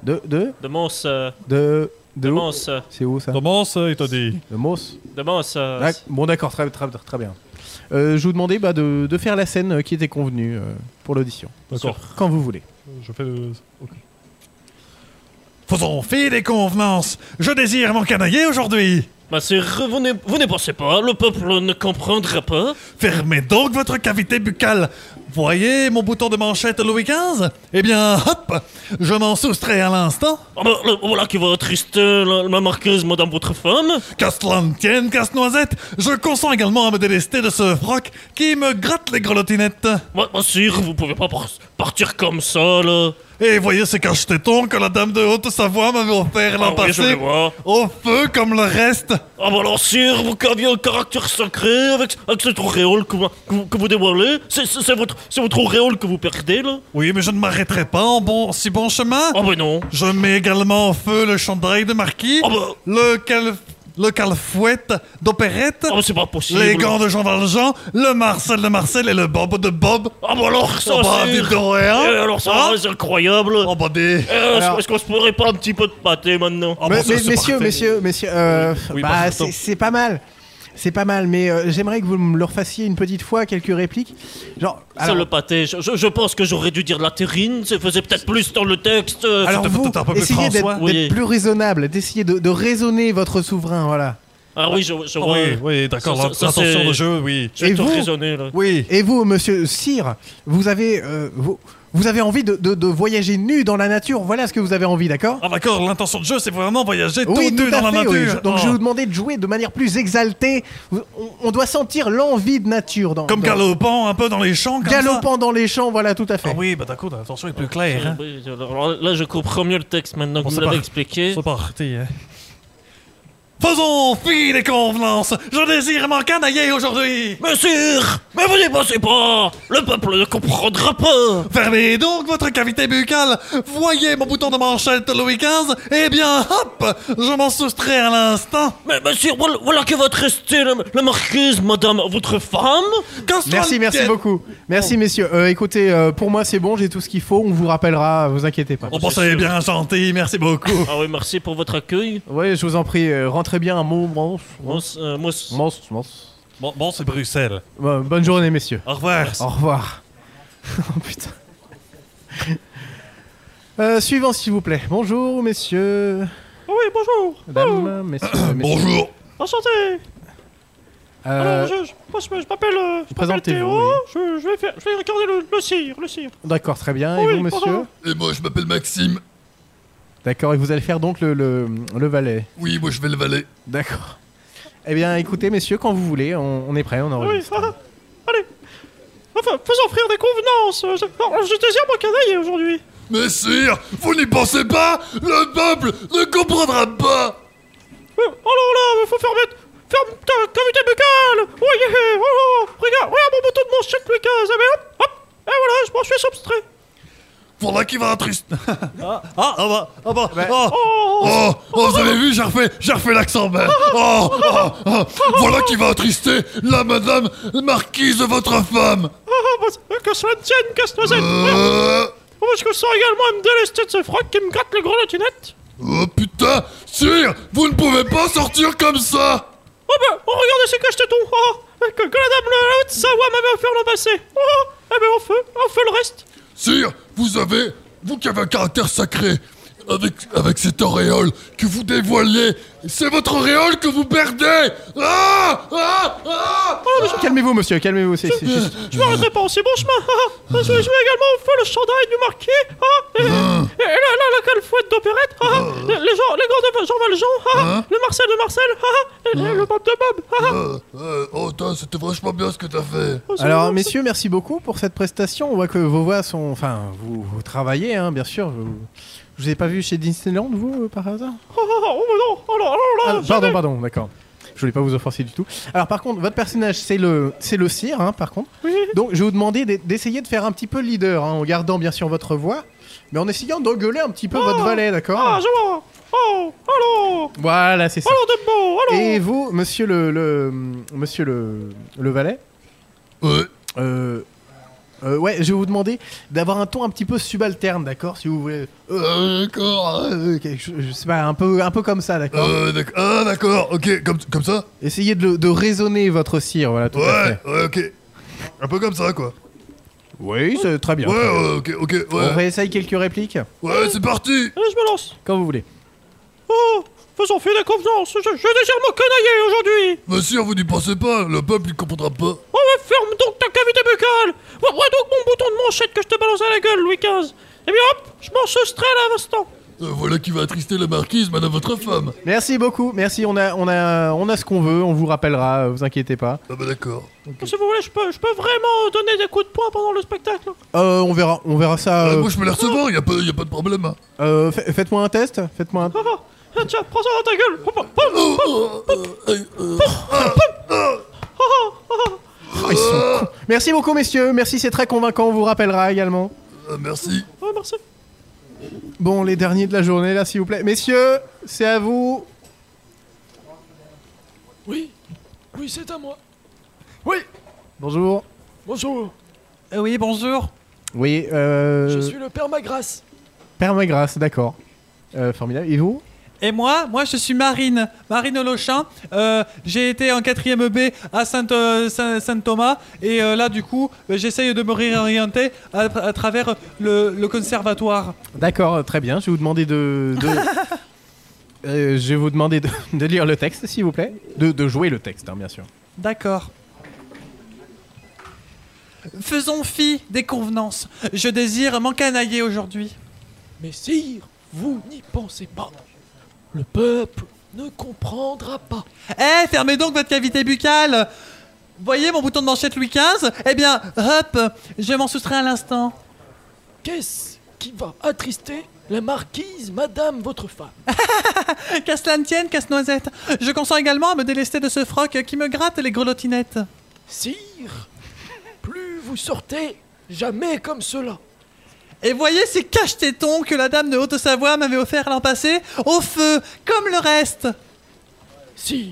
[SPEAKER 3] De, de,
[SPEAKER 4] De Mons. euh,
[SPEAKER 3] de, de
[SPEAKER 4] De
[SPEAKER 3] où
[SPEAKER 4] Mons. euh,
[SPEAKER 3] C'est où ça
[SPEAKER 5] Commence, il t'a dit.
[SPEAKER 3] De Mons.
[SPEAKER 4] De Mons. euh,
[SPEAKER 3] D'ac- Bon d'accord, très, très, très bien. Euh, je vous demandais bah, de, de faire la scène euh, qui était convenue euh, pour l'audition.
[SPEAKER 5] D'accord.
[SPEAKER 3] Quand vous voulez.
[SPEAKER 5] Je fais le. ok.
[SPEAKER 7] Faisons fi des convenances. Je désire m'encanailler aujourd'hui.
[SPEAKER 4] Bah, c'est. re- Vous ne vous ne pensez pas, le peuple ne comprendra pas.
[SPEAKER 7] Fermez donc votre cavité buccale. Voyez mon bouton de manchette Louis XV Eh bien, hop, je m'en soustrais à l'instant.
[SPEAKER 4] Ah, bah, le- voilà qui va attrister la, la marquise, madame, votre femme.
[SPEAKER 7] Qu'à cela ne tienne, casse-noisette, je consens également à me délester de ce froc qui me gratte les grelottinettes.
[SPEAKER 4] Bah, bah, sire, vous pouvez pas par- partir comme ça, là.
[SPEAKER 7] Et voyez ces cache-tétons que la dame de Haute-Savoie m'avait offert l'an
[SPEAKER 4] Ah, oui, je les
[SPEAKER 7] passé.
[SPEAKER 4] vois.
[SPEAKER 7] Au feu comme le reste.
[SPEAKER 4] Ah, bah, alors, sire, vous qui aviez un caractère sacré avec, avec cette auréole que, vous- que vous- que vous dévoilez. C'est c'est- c'est votre, c'est votre auréole que vous perdez, là.
[SPEAKER 7] Oui, mais je ne m'arrêterai pas en bon, si bon chemin.
[SPEAKER 4] Ah, bah, non.
[SPEAKER 7] Je mets également au feu le chandail de marquis,
[SPEAKER 4] Ah, bah,
[SPEAKER 7] le, cal- le calfouette d'opérette,
[SPEAKER 4] ah, bah, c'est pas possible.
[SPEAKER 7] les gants de Jean Valjean, le Marcel de Marcel et le Bob de Bob.
[SPEAKER 4] Ah, bah, alors, ça,
[SPEAKER 7] Oh bah,
[SPEAKER 4] sire.
[SPEAKER 7] dis donc, hein.
[SPEAKER 4] Eh, alors, ça,
[SPEAKER 7] Hein
[SPEAKER 4] c'est incroyable.
[SPEAKER 7] Oh bah des...
[SPEAKER 4] Eh, est-ce- Est-ce qu'on se pourrait pas un petit peu de pâté maintenant
[SPEAKER 5] Ah,
[SPEAKER 7] Oh,
[SPEAKER 3] Mais-
[SPEAKER 7] bon, ça,
[SPEAKER 3] mais-
[SPEAKER 7] c'est
[SPEAKER 3] messieurs,
[SPEAKER 7] parfait.
[SPEAKER 3] messieurs, messieurs, euh,
[SPEAKER 5] Oui,
[SPEAKER 3] bah,
[SPEAKER 5] pardon.
[SPEAKER 3] c'est c'est pas mal. C'est pas mal, mais euh, j'aimerais que vous me leur fassiez une petite fois quelques répliques. Genre,
[SPEAKER 4] C'est
[SPEAKER 3] alors,
[SPEAKER 4] le pâté. Je, je- je pense que j'aurais dû dire la terrine. Ça faisait peut-être plus dans le texte. euh,
[SPEAKER 3] alors
[SPEAKER 7] C'était
[SPEAKER 3] vous,
[SPEAKER 7] peut-être un peu plus
[SPEAKER 3] essayez d'être
[SPEAKER 7] François.
[SPEAKER 3] d'être
[SPEAKER 4] Oui.
[SPEAKER 3] plus raisonnable, d'essayer de, de raisonner votre souverain, voilà.
[SPEAKER 4] Ah oui, je, je
[SPEAKER 5] Ah
[SPEAKER 4] vois.
[SPEAKER 5] oui, oui, d'accord,
[SPEAKER 4] Ça,
[SPEAKER 5] l'in-
[SPEAKER 4] ça, ça,
[SPEAKER 5] l'intention
[SPEAKER 4] c'est-
[SPEAKER 5] de jeu, oui.
[SPEAKER 4] Je vais
[SPEAKER 3] Et
[SPEAKER 4] te
[SPEAKER 3] vous
[SPEAKER 4] raisonner là.
[SPEAKER 5] Oui.
[SPEAKER 3] Et vous, monsieur Sire, vous avez, euh, vous, vous avez envie de, de- de voyager nu dans la nature, voilà ce que vous avez envie, d'accord
[SPEAKER 7] Ah d'accord, l'intention de jeu c'est vraiment voyager tout nu
[SPEAKER 3] à
[SPEAKER 7] dans la
[SPEAKER 3] fait,
[SPEAKER 7] nature.
[SPEAKER 3] oui. Je- Donc je
[SPEAKER 7] Oh.
[SPEAKER 3] vais vous demander de jouer de manière plus exaltée. Vous- On, on doit sentir l'envie de nature dans.
[SPEAKER 7] Comme
[SPEAKER 3] dans-
[SPEAKER 7] galopant un peu dans les champs comme ça.
[SPEAKER 3] Galopant dans les champs, voilà, tout à fait.
[SPEAKER 7] Ah oui, bah d'accord, l'intention est plus claire. hein.
[SPEAKER 4] Oui, alors là, je comprends mieux le texte maintenant que
[SPEAKER 7] Bon,
[SPEAKER 4] vous
[SPEAKER 7] c'est
[SPEAKER 4] me l'avez
[SPEAKER 7] pas-
[SPEAKER 4] expliqué.
[SPEAKER 7] C'est parti, hein. Faisons fi des convenances. Je désire m'encanailler aujourd'hui.
[SPEAKER 4] Monsieur, mais vous n'y pensez pas Le peuple ne comprendra pas
[SPEAKER 7] Fermez donc votre cavité buccale. Voyez mon bouton de manchette Louis XV. Eh bien, hop, je m'en soustrais à l'instant.
[SPEAKER 4] Mais monsieur, voilà, voilà que va te rester la, la marquise, madame, votre femme
[SPEAKER 7] Quand cela
[SPEAKER 3] Merci,
[SPEAKER 7] ne
[SPEAKER 3] merci
[SPEAKER 7] tienne-
[SPEAKER 3] beaucoup. Merci, messieurs. Euh, écoutez, euh, pour moi, c'est bon, j'ai tout ce qu'il faut. On vous rappellera, vous inquiétez pas.
[SPEAKER 5] Oh,
[SPEAKER 7] On
[SPEAKER 5] bah,
[SPEAKER 4] C'est
[SPEAKER 7] pensait
[SPEAKER 4] sûr.
[SPEAKER 7] bien chanter, merci beaucoup.
[SPEAKER 4] Ah oui, merci pour votre accueil.
[SPEAKER 3] Oui, je vous en prie, euh, rentrez bien un mot. mons-
[SPEAKER 4] Mons, euh, mousse.
[SPEAKER 3] mons- mons.
[SPEAKER 5] Bon, bon c'est Bruxelles.
[SPEAKER 3] Bon, bonne journée, messieurs.
[SPEAKER 7] Au revoir.
[SPEAKER 3] Au revoir. oh putain. Euh, suivant, s'il vous plaît. Bonjour, messieurs.
[SPEAKER 6] Oui, bonjour.
[SPEAKER 3] Madame, messieurs, messieurs.
[SPEAKER 9] Bonjour.
[SPEAKER 6] Oh, enchanté.
[SPEAKER 3] Euh,
[SPEAKER 6] Alors, je, je, moi, je, je m'appelle euh, je m'appelle
[SPEAKER 3] Présentez-vous,
[SPEAKER 6] Théo.
[SPEAKER 3] oui.
[SPEAKER 6] Je, je vais faire, je vais regarder le, le cire, le cire.
[SPEAKER 3] D'accord, très bien. Et
[SPEAKER 6] Oui,
[SPEAKER 3] vous, monsieur
[SPEAKER 6] pardon.
[SPEAKER 9] Et moi, je m'appelle Maxime.
[SPEAKER 3] D'accord, et vous allez faire donc le, le, le valet.
[SPEAKER 9] Oui, moi, je vais le valet.
[SPEAKER 3] D'accord. Eh bien, écoutez, messieurs, quand vous voulez, on, on est prêt,
[SPEAKER 9] Oh,
[SPEAKER 3] on
[SPEAKER 6] Oui,
[SPEAKER 3] enregistre.
[SPEAKER 6] ah, allez. Enfin, faisons frire des convenances. Je, non, je désire mon canaille aujourd'hui.
[SPEAKER 9] Mais sire, vous n'y pensez pas Le peuple ne comprendra pas
[SPEAKER 6] Euh, Oh là là, faut faire mettre. Ferme ta cavité buccale Oh yeah Oh là Regarde, regarde mon bouton de mon chèque Lucas Ah mais hop Hop Et voilà, je m'en suis substrait
[SPEAKER 9] Faudra qu'il va triste.
[SPEAKER 7] Ah, ah bah, ah bah, ah.
[SPEAKER 9] Oh, oh, vous avez vu, j'ai refait, j'ai refait l'accent belge. Oh, oh, oh. Voilà qui va attrister la madame marquise, votre femme.
[SPEAKER 6] Ah ah, bah, que cela ne tienne, casse-noisette Merde.
[SPEAKER 9] Euh,
[SPEAKER 6] Oh, Parce que ça également à me délester de ce froc qui me gratte les grelotinettes
[SPEAKER 9] oh putain, sire, vous ne pouvez pas sortir comme ça.
[SPEAKER 6] Oh bah, oh regardez ces cachetetons Oh que, que la dame de la haute Savoie m'avait offert l'an passé Oh Eh ben on fait, on fait le reste
[SPEAKER 9] Sire, vous avez, vous qui avez un caractère sacré, avec, avec cette auréole que vous dévoilez, c'est votre auréole que vous perdez. Ah, ah, ah.
[SPEAKER 3] Calmez-vous, monsieur, calmez-vous. c'est- c'est juste-
[SPEAKER 6] Eh, Je m'arrêterai pas en si bon chemin ah, ah. Je, je vais également faire le chandail du marquis ah, et, et là, là, la calfouette d'opérette ah, ah. les, les gens, les grands de Jean Valjean ah, ah. Le Marcel de Marcel ah, ah. et le- le Bob de Bob ah, ah.
[SPEAKER 9] Euh, euh, oh, tain, c'était vachement bien ce que t'as fait.
[SPEAKER 6] Oh, c'est
[SPEAKER 3] Alors,
[SPEAKER 6] bon,
[SPEAKER 3] messieurs, merci beaucoup pour cette prestation. On voit que vos voix sont. Enfin, vous, vous travaillez, hein, bien sûr. Vous... Je vous ai pas vu chez Disneyland, vous, euh, par hasard
[SPEAKER 6] c'est- Oh, oh, oh, oh, non Oh là, oh là
[SPEAKER 3] Ah, Pardon,
[SPEAKER 6] jamais.
[SPEAKER 3] pardon, d'accord. Je voulais pas vous offenser du tout. Alors, par contre, votre personnage, c'est le, c'est le cire, hein, par contre.
[SPEAKER 6] Oui.
[SPEAKER 3] Donc, je vais vous demander d'e- d'essayer de faire un petit peu leader, hein, en gardant bien sûr votre voix, mais en essayant d'engueuler un petit peu Oh, votre valet, d'accord
[SPEAKER 6] Oh. Ah, je vois Oh Allô
[SPEAKER 3] Voilà, c'est ça.
[SPEAKER 6] Allô, Dumbo Allô
[SPEAKER 3] Et vous, monsieur le, le- monsieur le, le valet,
[SPEAKER 9] Ouais.
[SPEAKER 3] euh, euh, ouais, je vais vous demander d'avoir un ton un petit peu subalterne, d'accord Si vous voulez,
[SPEAKER 9] Euh, d'accord. euh,
[SPEAKER 3] euh, quelque chose- je sais pas, un peu, un peu comme ça, d'accord
[SPEAKER 9] Euh, d'ac- ah, d'accord, ok, comme, comme ça
[SPEAKER 3] Essayez de, le- de raisonner votre cire, voilà, tout à
[SPEAKER 9] Ouais,
[SPEAKER 3] fait.
[SPEAKER 9] ouais, ok. Un peu comme ça, quoi.
[SPEAKER 3] Oui, c'est très bien.
[SPEAKER 9] Ouais,
[SPEAKER 3] très bien.
[SPEAKER 9] ouais, ok, ok,
[SPEAKER 3] On
[SPEAKER 9] ouais.
[SPEAKER 3] réessaye quelques répliques
[SPEAKER 9] Ouais, c'est parti
[SPEAKER 6] Allez, je me lance
[SPEAKER 3] quand vous voulez.
[SPEAKER 6] Oh Faisons fi des convenances Je, je désire mon canailler aujourd'hui
[SPEAKER 9] Monsieur, vous n'y pensez pas, le peuple, il comprendra pas.
[SPEAKER 6] Oh, ouais, ferme donc ta cavité buccale Vois vois donc mon bouton de manchette que je te balance à la gueule, Louis XV Eh bien hop, je m'en soustrais là à l'instant
[SPEAKER 9] Euh, voilà qui va attrister la marquise, madame votre femme.
[SPEAKER 3] Merci beaucoup, merci. On a, on a, on a ce qu'on veut. On vous rappellera. euh, Vous inquiétez pas.
[SPEAKER 9] Ah bah d'accord.
[SPEAKER 6] Si vous voulez, je peux, je peux vraiment donner des coups de poing pendant le spectacle
[SPEAKER 3] Euh, on verra, on verra ça.
[SPEAKER 9] Ah,
[SPEAKER 3] euh,
[SPEAKER 9] moi, je peux la recevoir, y a pas, y a pas de problème. hein.
[SPEAKER 3] euh, fa- Faites-moi un test. Faites-moi un.
[SPEAKER 6] Ah, ah, ah, Tiens, prends ça dans ta gueule Poum, poum, poum.
[SPEAKER 9] Oh, oh, ah, euh, euh, euh,
[SPEAKER 3] Oh, ils sont cons. Merci beaucoup, messieurs. Merci, c'est très convaincant. On vous rappellera également.
[SPEAKER 9] euh, merci.
[SPEAKER 6] Ouais, merci
[SPEAKER 3] Bon, les derniers de la journée, là, s'il vous plaît. Messieurs, c'est à vous.
[SPEAKER 4] Oui, oui, c'est à moi.
[SPEAKER 3] Bonjour.
[SPEAKER 4] Bonjour,
[SPEAKER 2] Euh, oui, bonjour.
[SPEAKER 3] Oui, euh.
[SPEAKER 4] le
[SPEAKER 6] Oh,
[SPEAKER 4] père Magrasse.
[SPEAKER 3] Père Magrasse, d'accord. Euh, formidable. Et vous
[SPEAKER 2] Et moi, moi je suis Marine, Marine Olochin. Euh, j'ai été en 4ème B à Saint, euh, Saint- Saint-Thomas et euh, là du coup euh, j'essaye de me réorienter à, à travers le, le conservatoire.
[SPEAKER 3] D'accord, euh, très bien. Je vais vous demander de. de- Euh, je vais vous demander de, de lire le texte, s'il vous plaît. De, de jouer le texte, hein, bien sûr.
[SPEAKER 2] D'accord. Faisons fi des convenances. Je désire m'encanailler aujourd'hui.
[SPEAKER 4] Mais sire, vous n'y pensez pas. Le peuple ne comprendra pas.
[SPEAKER 2] Eh, fermez donc votre cavité buccale Voyez mon bouton de manchette Louis XV Eh bien, hop, je m'en soustrais à l'instant.
[SPEAKER 4] Qu'est-ce qui va attrister la marquise, madame, votre femme
[SPEAKER 2] Qu'à cela ne tienne, casse-noisette. Je consens également à me délester de ce froc qui me gratte les grelottinettes.
[SPEAKER 4] Sire, plus vous sortez, jamais comme cela.
[SPEAKER 2] Et voyez ces cache-tétons que la dame de Haute-Savoie m'avait offert l'an passé au feu, comme le reste.
[SPEAKER 4] Sire,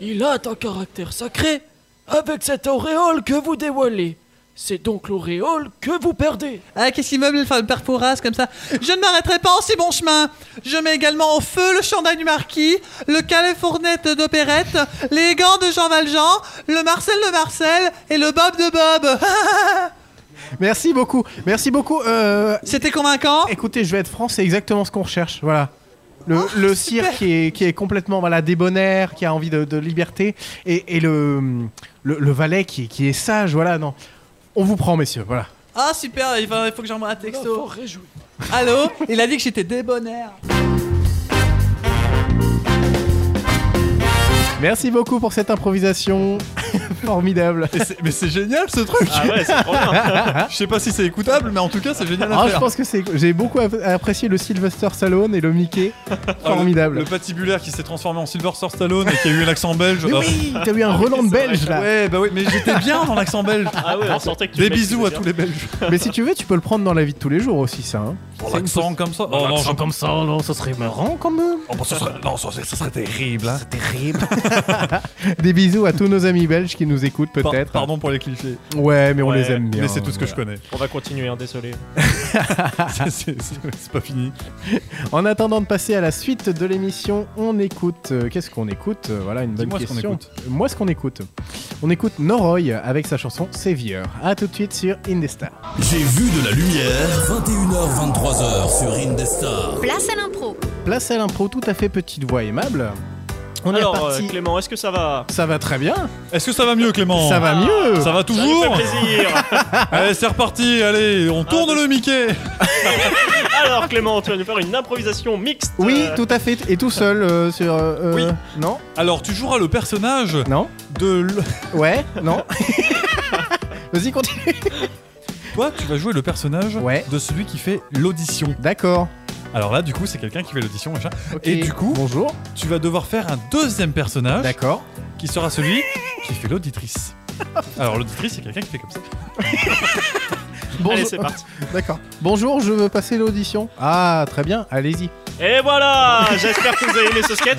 [SPEAKER 4] il a un caractère sacré avec cette auréole que vous dévoilez. C'est donc l'auréole que vous perdez.
[SPEAKER 2] Ah, qu'est-ce qu'il meuble, enfin, le père Fouras, comme ça Je ne m'arrêterai pas en si bon chemin. Je mets également au feu le chandail du marquis, le califournette d'opérette, les gants de Jean Valjean, le Marcel de Marcel et le Bob de Bob.
[SPEAKER 3] Merci beaucoup. Merci beaucoup. Euh,
[SPEAKER 2] C'était convaincant Oh,
[SPEAKER 3] écoutez, je vais être franc, c'est exactement ce qu'on recherche. Voilà. Le, le cirque qui est, qui est complètement voilà, débonnaire, qui a envie de, de liberté, et, et le, le, le valet qui, qui est sage. Voilà, non. On vous prend, messieurs. Voilà.
[SPEAKER 2] Ah super, il va- il faut que j'envoie un texto. Allô Il a dit que j'étais débonnaire.
[SPEAKER 3] Merci beaucoup pour cette improvisation formidable.
[SPEAKER 5] Et c'est- Mais c'est génial ce truc
[SPEAKER 4] Ah ouais, c'est trop bien.
[SPEAKER 5] Je sais pas si c'est écoutable, mais en tout cas, c'est génial à
[SPEAKER 3] Ah, je
[SPEAKER 5] faire.
[SPEAKER 3] pense que c'est. J'ai beaucoup app- apprécié le Sylvester Stallone et le Mickey.
[SPEAKER 5] Ah, le-
[SPEAKER 3] Formidable.
[SPEAKER 5] Le, patibulaire qui s'est transformé en Sylvester Stallone et qui a eu l'accent belge.
[SPEAKER 3] Mais
[SPEAKER 5] Ah,
[SPEAKER 3] oui, t'as eu un Roland belge là.
[SPEAKER 5] Ouais, bah oui, mais j'étais bien dans l'accent belge.
[SPEAKER 4] Ah ouais, on sentait que tu
[SPEAKER 5] Des
[SPEAKER 4] maîtrisais
[SPEAKER 5] bisous à
[SPEAKER 4] bien.
[SPEAKER 5] tous les Belges.
[SPEAKER 3] Mais si tu veux, tu peux le prendre dans la vie de tous les jours aussi, ça. hein.
[SPEAKER 7] Pour l'accent comme ça. Oh, non, je-
[SPEAKER 3] comme ça, non, ça serait marrant quand même.
[SPEAKER 7] oh, bah, ça serait, non, ça, ça serait terrible. hein.
[SPEAKER 3] Des bisous à tous nos amis belges qui nous écoutent
[SPEAKER 5] Par-
[SPEAKER 3] peut-être.
[SPEAKER 5] Pardon pour les clichés.
[SPEAKER 3] Ouais, mais on
[SPEAKER 4] Ouais,
[SPEAKER 3] les aime bien.
[SPEAKER 5] Mais c'est tout ce que je connais.
[SPEAKER 4] On va continuer, hein, désolé.
[SPEAKER 5] C'est- c'est- C'est c'est pas fini.
[SPEAKER 3] En attendant de passer à la suite de l'émission, on écoute. euh, Qu'est-ce qu'on écoute Euh, Voilà une bonne
[SPEAKER 7] Dis-moi ce qu'on
[SPEAKER 3] question.
[SPEAKER 7] écoute.
[SPEAKER 3] Moi, ce qu'on écoute. On écoute Noroy avec sa chanson Savior. A tout de suite sur Indestar.
[SPEAKER 1] J'ai vu de la lumière. 21h23h sur Indestar.
[SPEAKER 9] Place à l'impro.
[SPEAKER 3] Place à l'impro, tout à fait petite voix aimable. On est
[SPEAKER 4] Alors, euh,
[SPEAKER 3] reparti.
[SPEAKER 4] Clément, est-ce que ça va
[SPEAKER 3] Ça va très bien.
[SPEAKER 5] Est-ce que ça va mieux, Clément
[SPEAKER 3] ça va mieux.
[SPEAKER 5] Ça va
[SPEAKER 4] Ça nous fait
[SPEAKER 5] toujours
[SPEAKER 4] plaisir Ah,
[SPEAKER 5] Allez, c'est reparti, allez, on tourne le Mickey
[SPEAKER 4] Alors, Clément, tu vas nous faire une improvisation mixte
[SPEAKER 3] Oui,
[SPEAKER 4] euh,
[SPEAKER 3] tout à fait. Et tout seul euh, sur. euh,
[SPEAKER 5] Oui.
[SPEAKER 3] euh, Non
[SPEAKER 5] Alors, tu joueras le personnage
[SPEAKER 3] Non
[SPEAKER 5] de... l-
[SPEAKER 3] Ouais Non Vas-y, continue.
[SPEAKER 5] Toi, tu vas jouer le personnage
[SPEAKER 3] Ouais.
[SPEAKER 5] de celui qui fait l'audition.
[SPEAKER 3] D'accord.
[SPEAKER 5] Alors là, du coup, c'est quelqu'un qui fait l'audition, machin.
[SPEAKER 3] Ok.
[SPEAKER 5] Et du coup,
[SPEAKER 3] Bonjour.
[SPEAKER 5] tu vas devoir faire un deuxième personnage
[SPEAKER 3] D'accord.
[SPEAKER 5] qui sera celui qui fait l'auditrice. Alors, l'auditrice, c'est quelqu'un qui fait comme ça.
[SPEAKER 4] Allez,
[SPEAKER 3] Bonjour.
[SPEAKER 4] c'est parti.
[SPEAKER 3] D'accord. Bonjour, je veux passer l'audition. Ah, très bien. Allez-y.
[SPEAKER 4] Et voilà J'espère que vous avez aimé ce sketch.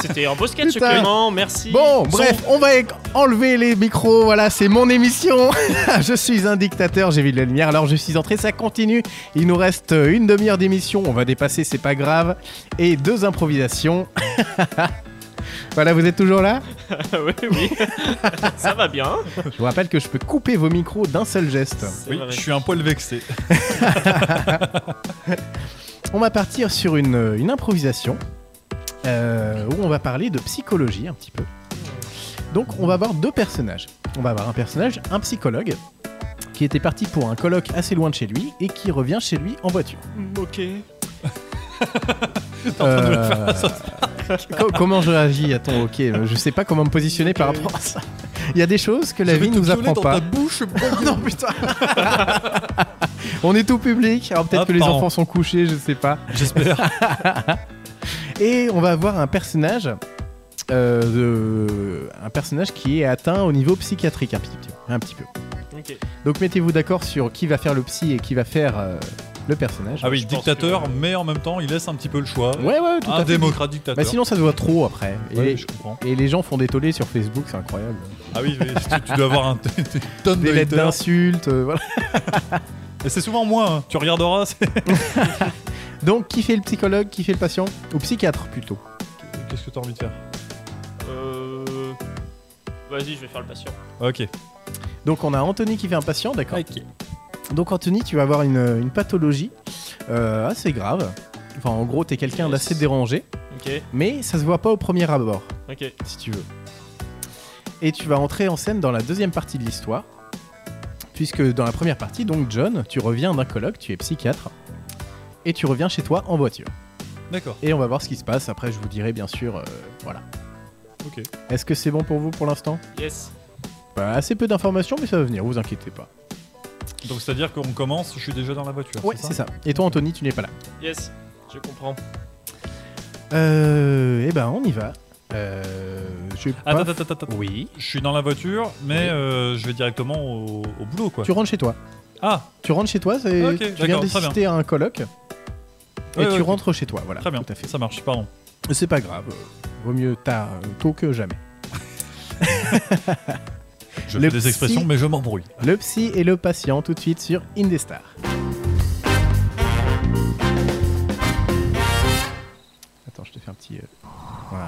[SPEAKER 4] C'était un beau sketch,
[SPEAKER 3] Putain.
[SPEAKER 4] Clément, merci.
[SPEAKER 3] Bon,
[SPEAKER 4] Son-
[SPEAKER 3] bref, on va éc- enlever les micros. Voilà, c'est mon émission. je suis un dictateur, j'ai vu de la lumière, alors je suis entré. Ça continue. Il nous reste euh, une demi-heure d'émission. On va dépasser, c'est pas grave. Et deux improvisations. voilà, vous êtes toujours là
[SPEAKER 4] oui, oui. ça va bien.
[SPEAKER 3] Je vous rappelle que je peux couper vos micros d'un seul geste.
[SPEAKER 4] C'est
[SPEAKER 5] Oui,
[SPEAKER 4] vrai.
[SPEAKER 5] je suis un poil vexé.
[SPEAKER 3] On va partir sur une, euh, une improvisation euh, où on va parler de psychologie un petit peu. Donc on va avoir deux personnages. On va avoir un personnage, un psychologue, qui était parti pour un colloque assez loin de chez lui et qui revient chez lui en voiture.
[SPEAKER 5] Mm,
[SPEAKER 4] Ok.
[SPEAKER 3] Euh, co- comment je réagis à ton ok Je sais pas comment me positionner par rapport à ça. Il y a des choses que la
[SPEAKER 5] Je vais
[SPEAKER 3] vie
[SPEAKER 5] te
[SPEAKER 3] nous
[SPEAKER 5] violer
[SPEAKER 3] apprend
[SPEAKER 5] dans
[SPEAKER 3] pas.
[SPEAKER 5] ta bouche.
[SPEAKER 3] non putain On est tout public, alors peut-être
[SPEAKER 5] Ah,
[SPEAKER 3] que les
[SPEAKER 5] pardon.
[SPEAKER 3] enfants sont couchés, je sais pas.
[SPEAKER 5] J'espère.
[SPEAKER 3] Et on va avoir un personnage, euh, de- un personnage qui est atteint au niveau psychiatrique un petit peu. Un petit peu.
[SPEAKER 4] Ok.
[SPEAKER 3] Donc mettez-vous d'accord sur qui va faire le psy et qui va faire euh, le personnage.
[SPEAKER 5] Ah oui,
[SPEAKER 4] Je pense
[SPEAKER 5] dictateur,
[SPEAKER 4] que-
[SPEAKER 5] mais en même temps, il laisse un petit peu le choix.
[SPEAKER 3] Ouais, ouais, tout
[SPEAKER 5] un
[SPEAKER 3] à fait.
[SPEAKER 5] démocrate dictateur.
[SPEAKER 3] Bah, sinon ça se voit trop après. Et,
[SPEAKER 5] Ouais, je comprends.
[SPEAKER 3] et les gens font des tollés sur Facebook, c'est incroyable.
[SPEAKER 5] Ah oui, mais tu, tu dois avoir un t- une tonne de
[SPEAKER 3] Des lettres
[SPEAKER 5] haters.
[SPEAKER 3] d'insultes, euh, voilà.
[SPEAKER 5] Et c'est souvent moi, hein. tu
[SPEAKER 4] Oh,
[SPEAKER 5] regarderas. c'est-
[SPEAKER 3] Donc qui fait le psychologue, qui fait le patient Ou psychiatre plutôt.
[SPEAKER 5] Qu'est-ce que t'as envie de faire
[SPEAKER 4] Euh... Vas-y, je vais faire le patient.
[SPEAKER 5] Ok.
[SPEAKER 3] Donc on a Anthony qui fait un patient, d'accord Donc Anthony, tu vas avoir une, une pathologie euh, assez grave. Enfin, en gros, t'es quelqu'un
[SPEAKER 4] Yes.
[SPEAKER 3] d'assez dérangé,
[SPEAKER 4] Ok,
[SPEAKER 3] mais ça se voit pas au premier abord,
[SPEAKER 4] ok.
[SPEAKER 3] si tu veux. Et tu vas entrer en scène dans la deuxième partie de l'histoire, puisque dans la première partie, donc John, tu reviens d'un colloque, tu es psychiatre, et tu reviens chez toi en voiture.
[SPEAKER 5] D'accord.
[SPEAKER 3] Et on va voir ce qui se passe. Après, je vous dirai bien sûr, euh, voilà.
[SPEAKER 5] Ok.
[SPEAKER 3] Est-ce que c'est bon pour vous pour l'instant
[SPEAKER 4] Yes.
[SPEAKER 3] Bah, Assez peu d'informations, mais ça va venir. Vous inquiétez pas.
[SPEAKER 5] Donc c'est-à-dire qu'on commence, je suis déjà dans la voiture.
[SPEAKER 3] Ouais, c'est ça. Et toi, Anthony, tu n'es pas là.
[SPEAKER 4] Yes. Je comprends.
[SPEAKER 3] Euh, eh ben, on y va. Euh, je sais
[SPEAKER 5] Attends,
[SPEAKER 3] pas.
[SPEAKER 5] attends, attends, attends.
[SPEAKER 3] Oui.
[SPEAKER 5] Je suis dans la voiture, mais
[SPEAKER 3] Oui.
[SPEAKER 5] euh, je vais directement au, au boulot, quoi.
[SPEAKER 3] Tu rentres chez toi.
[SPEAKER 5] Ah,
[SPEAKER 3] Tu rentres chez toi, c'est-
[SPEAKER 5] Ok,
[SPEAKER 3] tu viens
[SPEAKER 5] d'accord, très
[SPEAKER 3] d'assister à un colloque. Et
[SPEAKER 5] Ouais,
[SPEAKER 3] tu
[SPEAKER 5] ouais, ok.
[SPEAKER 3] rentres chez toi, voilà.
[SPEAKER 5] très bien,
[SPEAKER 3] Tout à fait.
[SPEAKER 5] ça marche, pardon.
[SPEAKER 3] C'est pas grave. Vaut mieux tard, euh, tôt que jamais.
[SPEAKER 5] Je
[SPEAKER 3] Le
[SPEAKER 5] fais des expressions,
[SPEAKER 3] psy-
[SPEAKER 5] mais je m'embrouille.
[SPEAKER 3] Le psy et le patient, tout de suite sur Indestar. Attends, je te fais un petit. euh, voilà.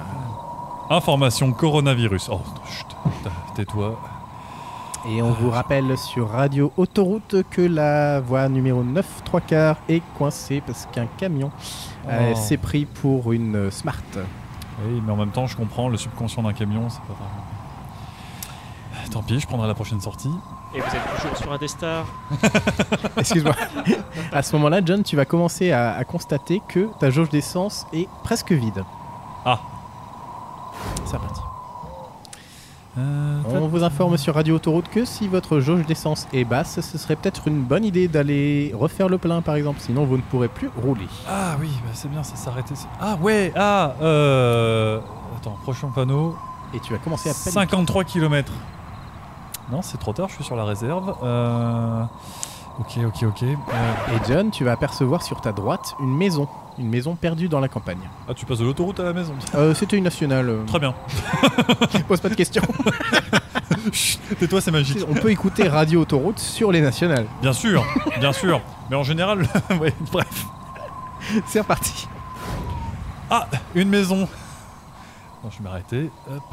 [SPEAKER 5] Information coronavirus. Oh, chut, tais-toi.
[SPEAKER 3] Et on vous rappelle sur Radio Autoroute que la voie numéro 9 3 quarts est coincée parce qu'un camion euh,
[SPEAKER 5] Oh.
[SPEAKER 3] s'est pris pour une euh, Smart.
[SPEAKER 5] Oui, mais en même temps, je comprends, le subconscient d'un camion, c'est pas vraiment... Tant pis, je prendrai la prochaine sortie.
[SPEAKER 4] Et vous êtes toujours sur un des stars.
[SPEAKER 3] Excuse-moi. à ce moment-là, John, tu vas commencer à, à constater que ta jauge d'essence est presque vide.
[SPEAKER 5] Ah.
[SPEAKER 3] C'est parti.
[SPEAKER 5] Euh, tac.
[SPEAKER 3] On vous informe sur Radio Autoroute que si votre jauge d'essence est basse, ce serait peut-être une bonne idée d'aller refaire le plein par exemple, sinon vous ne pourrez plus rouler.
[SPEAKER 5] Ah oui, bah c'est bien, ça s'arrêtait. c'est- Ah ouais, ah, euh... Attends, prochain panneau,
[SPEAKER 3] Et tu vas commencer à paniquer.
[SPEAKER 5] 53 km. Non, c'est trop tard, je suis sur la réserve. Euh... Ok, ok, ok. Euh,
[SPEAKER 3] Et John, tu vas apercevoir sur ta droite une maison, une maison perdue dans la campagne.
[SPEAKER 5] Ah, tu passes de l'autoroute à la maison.
[SPEAKER 3] Euh, C'était une nationale, euh,
[SPEAKER 5] Très bien.
[SPEAKER 3] pose pas de questions.
[SPEAKER 5] Tais-toi, c'est magique.
[SPEAKER 3] On peut écouter Radio Autoroute sur les nationales.
[SPEAKER 5] Bien sûr, bien sûr. Mais en général, ouais, bref.
[SPEAKER 3] C'est reparti.
[SPEAKER 5] Ah, une maison. Non, je vais m'arrêter. Hop.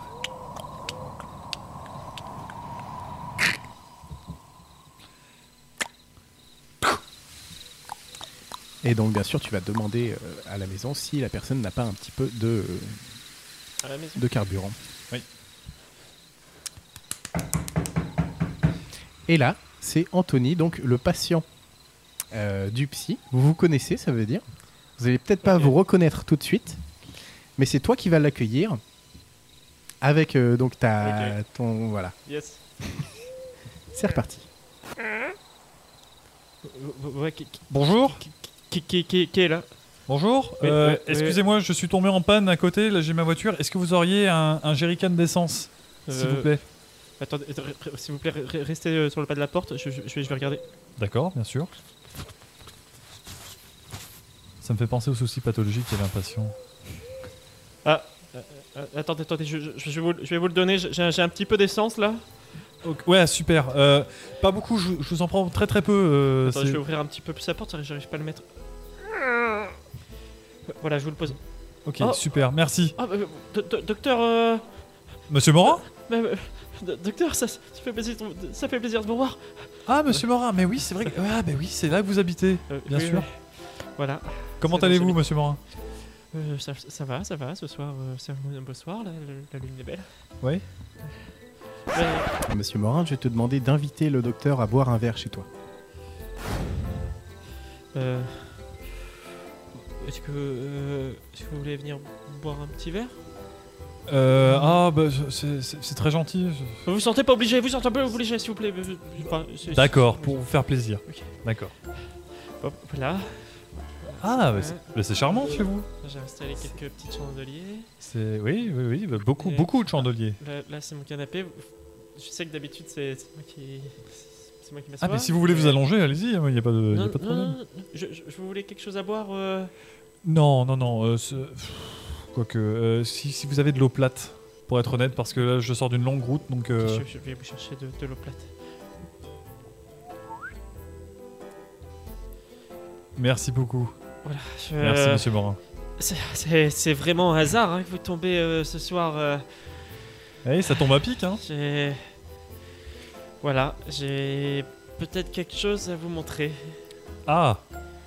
[SPEAKER 3] Et donc bien sûr, tu vas demander euh, à la maison si la personne n'a pas un petit peu de,
[SPEAKER 4] À la maison.
[SPEAKER 3] de carburant.
[SPEAKER 5] Oui.
[SPEAKER 3] Et là, c'est Anthony, donc le patient euh, du psy. Vous vous connaissez, ça veut dire. Vous allez peut-être pas vous reconnaître tout de suite, mais c'est toi qui vas l'accueillir avec euh, donc ta ton voilà.
[SPEAKER 4] Yes.
[SPEAKER 3] C'est reparti.
[SPEAKER 4] Euh, Ouais, qui, qui-
[SPEAKER 5] Bonjour.
[SPEAKER 4] qui, qui, qui- qui est là
[SPEAKER 5] Bonjour.
[SPEAKER 4] Oui,
[SPEAKER 5] Euh,
[SPEAKER 4] oui, oui.
[SPEAKER 5] Excusez-moi, je suis tombé en panne à côté. Là, j'ai ma voiture. Est-ce que vous auriez un, un jerrycan d'essence, s'il
[SPEAKER 4] Euh,
[SPEAKER 5] vous plaît
[SPEAKER 4] Attendez, attendez, re- re- s'il vous plaît, re- re- restez euh, sur le pas de la porte, je, je- je vais, je vais regarder.
[SPEAKER 5] D'accord, bien sûr. Ça me fait penser aux soucis pathologiques et l'impatient.
[SPEAKER 4] Euh, attendez, attendez, je, je- je vais vous, le- je vais vous le donner, j'ai un- j'ai un petit peu d'essence là.
[SPEAKER 5] Ok, Ouais, super. Euh, pas beaucoup, je, je vous en prends très très peu. euh,
[SPEAKER 4] Attends,
[SPEAKER 5] c'est-
[SPEAKER 4] je vais ouvrir un petit peu plus la porte, ça, j'arrive pas à le mettre. Voilà, je vous le pose.
[SPEAKER 5] Ok,
[SPEAKER 4] Oh.
[SPEAKER 5] super, merci.
[SPEAKER 4] Ah, bah, euh, do- do- docteur, euh,
[SPEAKER 5] Monsieur Morin
[SPEAKER 4] bah, euh, do- docteur, ça, ça fait plaisir, de- ça fait plaisir de vous voir.
[SPEAKER 5] Ah, monsieur Morin, mais oui, c'est vrai. que- Ah, mais oui, c'est là que vous habitez.
[SPEAKER 4] Euh,
[SPEAKER 5] Bien sûr.
[SPEAKER 4] Voilà,
[SPEAKER 5] Comment
[SPEAKER 4] C'est bon,
[SPEAKER 5] allez-vous,
[SPEAKER 4] c'est bon.
[SPEAKER 5] monsieur Morin
[SPEAKER 4] Euh, ça, ça va, ça va, ce soir, euh, c'est un beau soir, là, le- la lune est belle.
[SPEAKER 5] Oui.
[SPEAKER 4] Euh,
[SPEAKER 3] Monsieur Morin, je vais te demander d'inviter le docteur à boire un verre chez toi.
[SPEAKER 4] Euh, Est-ce que, euh, est-ce que vous voulez venir boire un petit verre
[SPEAKER 5] Euh, ah, bah, c'est- c'est c'est très gentil.
[SPEAKER 4] Vous vous sentez pas obligé, vous sentez pas obligé s'il vous plaît. euh, euh, enfin, c'est-
[SPEAKER 5] D'accord, pour vous faire plaisir.
[SPEAKER 4] Ok.
[SPEAKER 5] D'accord.
[SPEAKER 4] Hop, Voilà,
[SPEAKER 5] Ah, bah, c'est- bah, c'est charmant chez vous.
[SPEAKER 4] j'ai installé quelques petits chandeliers.
[SPEAKER 5] C'est oui, oui, oui, bah, beaucoup,
[SPEAKER 4] Et-
[SPEAKER 5] beaucoup de chandeliers.
[SPEAKER 4] Là, là, c'est mon canapé. Je sais que d'habitude c'est c'est moi qui, c'est moi qui
[SPEAKER 5] Ah,
[SPEAKER 4] m'assois.
[SPEAKER 5] mais si vous voulez vous
[SPEAKER 4] Euh,
[SPEAKER 5] allonger, allez-y. Il n'y a pas de, Ah Euh, y
[SPEAKER 4] Non,
[SPEAKER 5] a pas de
[SPEAKER 4] non,
[SPEAKER 5] problème.
[SPEAKER 4] non, non, je, je- je voulais quelque chose à boire. euh,
[SPEAKER 5] Non, non, non. euh, ce- pff, Quoique, euh, si, si vous avez de l'eau plate, pour être honnête, parce que là, je sors d'une longue route, donc. euh,
[SPEAKER 4] je, je vais vous chercher de, de l'eau plate.
[SPEAKER 5] Merci beaucoup.
[SPEAKER 4] Voilà. je-
[SPEAKER 5] Merci, monsieur Morin.
[SPEAKER 4] Euh, c'est- c'est- C'est vraiment un hasard hein, que vous tombez euh, ce soir. euh,
[SPEAKER 5] Eh, ça tombe à pic, hein
[SPEAKER 4] J'ai. Voilà, j'ai peut-être quelque chose à vous montrer.
[SPEAKER 5] Ah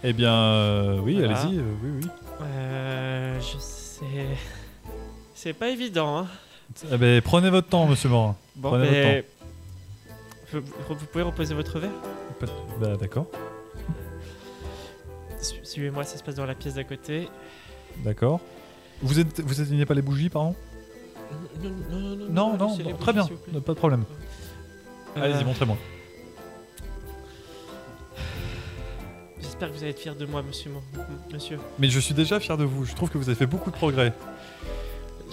[SPEAKER 5] Eh bien, euh, oui,
[SPEAKER 4] Voilà.
[SPEAKER 5] allez-y, euh, oui, oui.
[SPEAKER 4] Euh. Je sais. C'est pas évident, hein.
[SPEAKER 5] Eh ben, prenez votre temps, monsieur Morin.
[SPEAKER 4] Bon,
[SPEAKER 5] Prenez votre
[SPEAKER 4] mais. Vous, vous pouvez reposer votre verre
[SPEAKER 5] Pas- Bah, d'accord,
[SPEAKER 4] Su- Suivez-moi, ça se passe dans la pièce d'à côté.
[SPEAKER 5] d'accord. Vous, êtes, vous éteignez pas les bougies, pardon
[SPEAKER 4] Non, non, non, non,
[SPEAKER 5] Non, non,
[SPEAKER 4] c'est
[SPEAKER 5] bon,
[SPEAKER 4] les bougies,
[SPEAKER 5] très bien,
[SPEAKER 4] s'il vous plaît.
[SPEAKER 5] pas de problème.
[SPEAKER 4] Euh,
[SPEAKER 5] Allez-y, montrez-moi.
[SPEAKER 4] J'espère que vous allez être fier de moi, monsieur. mon- Monsieur.
[SPEAKER 5] Mais je suis déjà fier de vous, je trouve que vous avez fait beaucoup de progrès.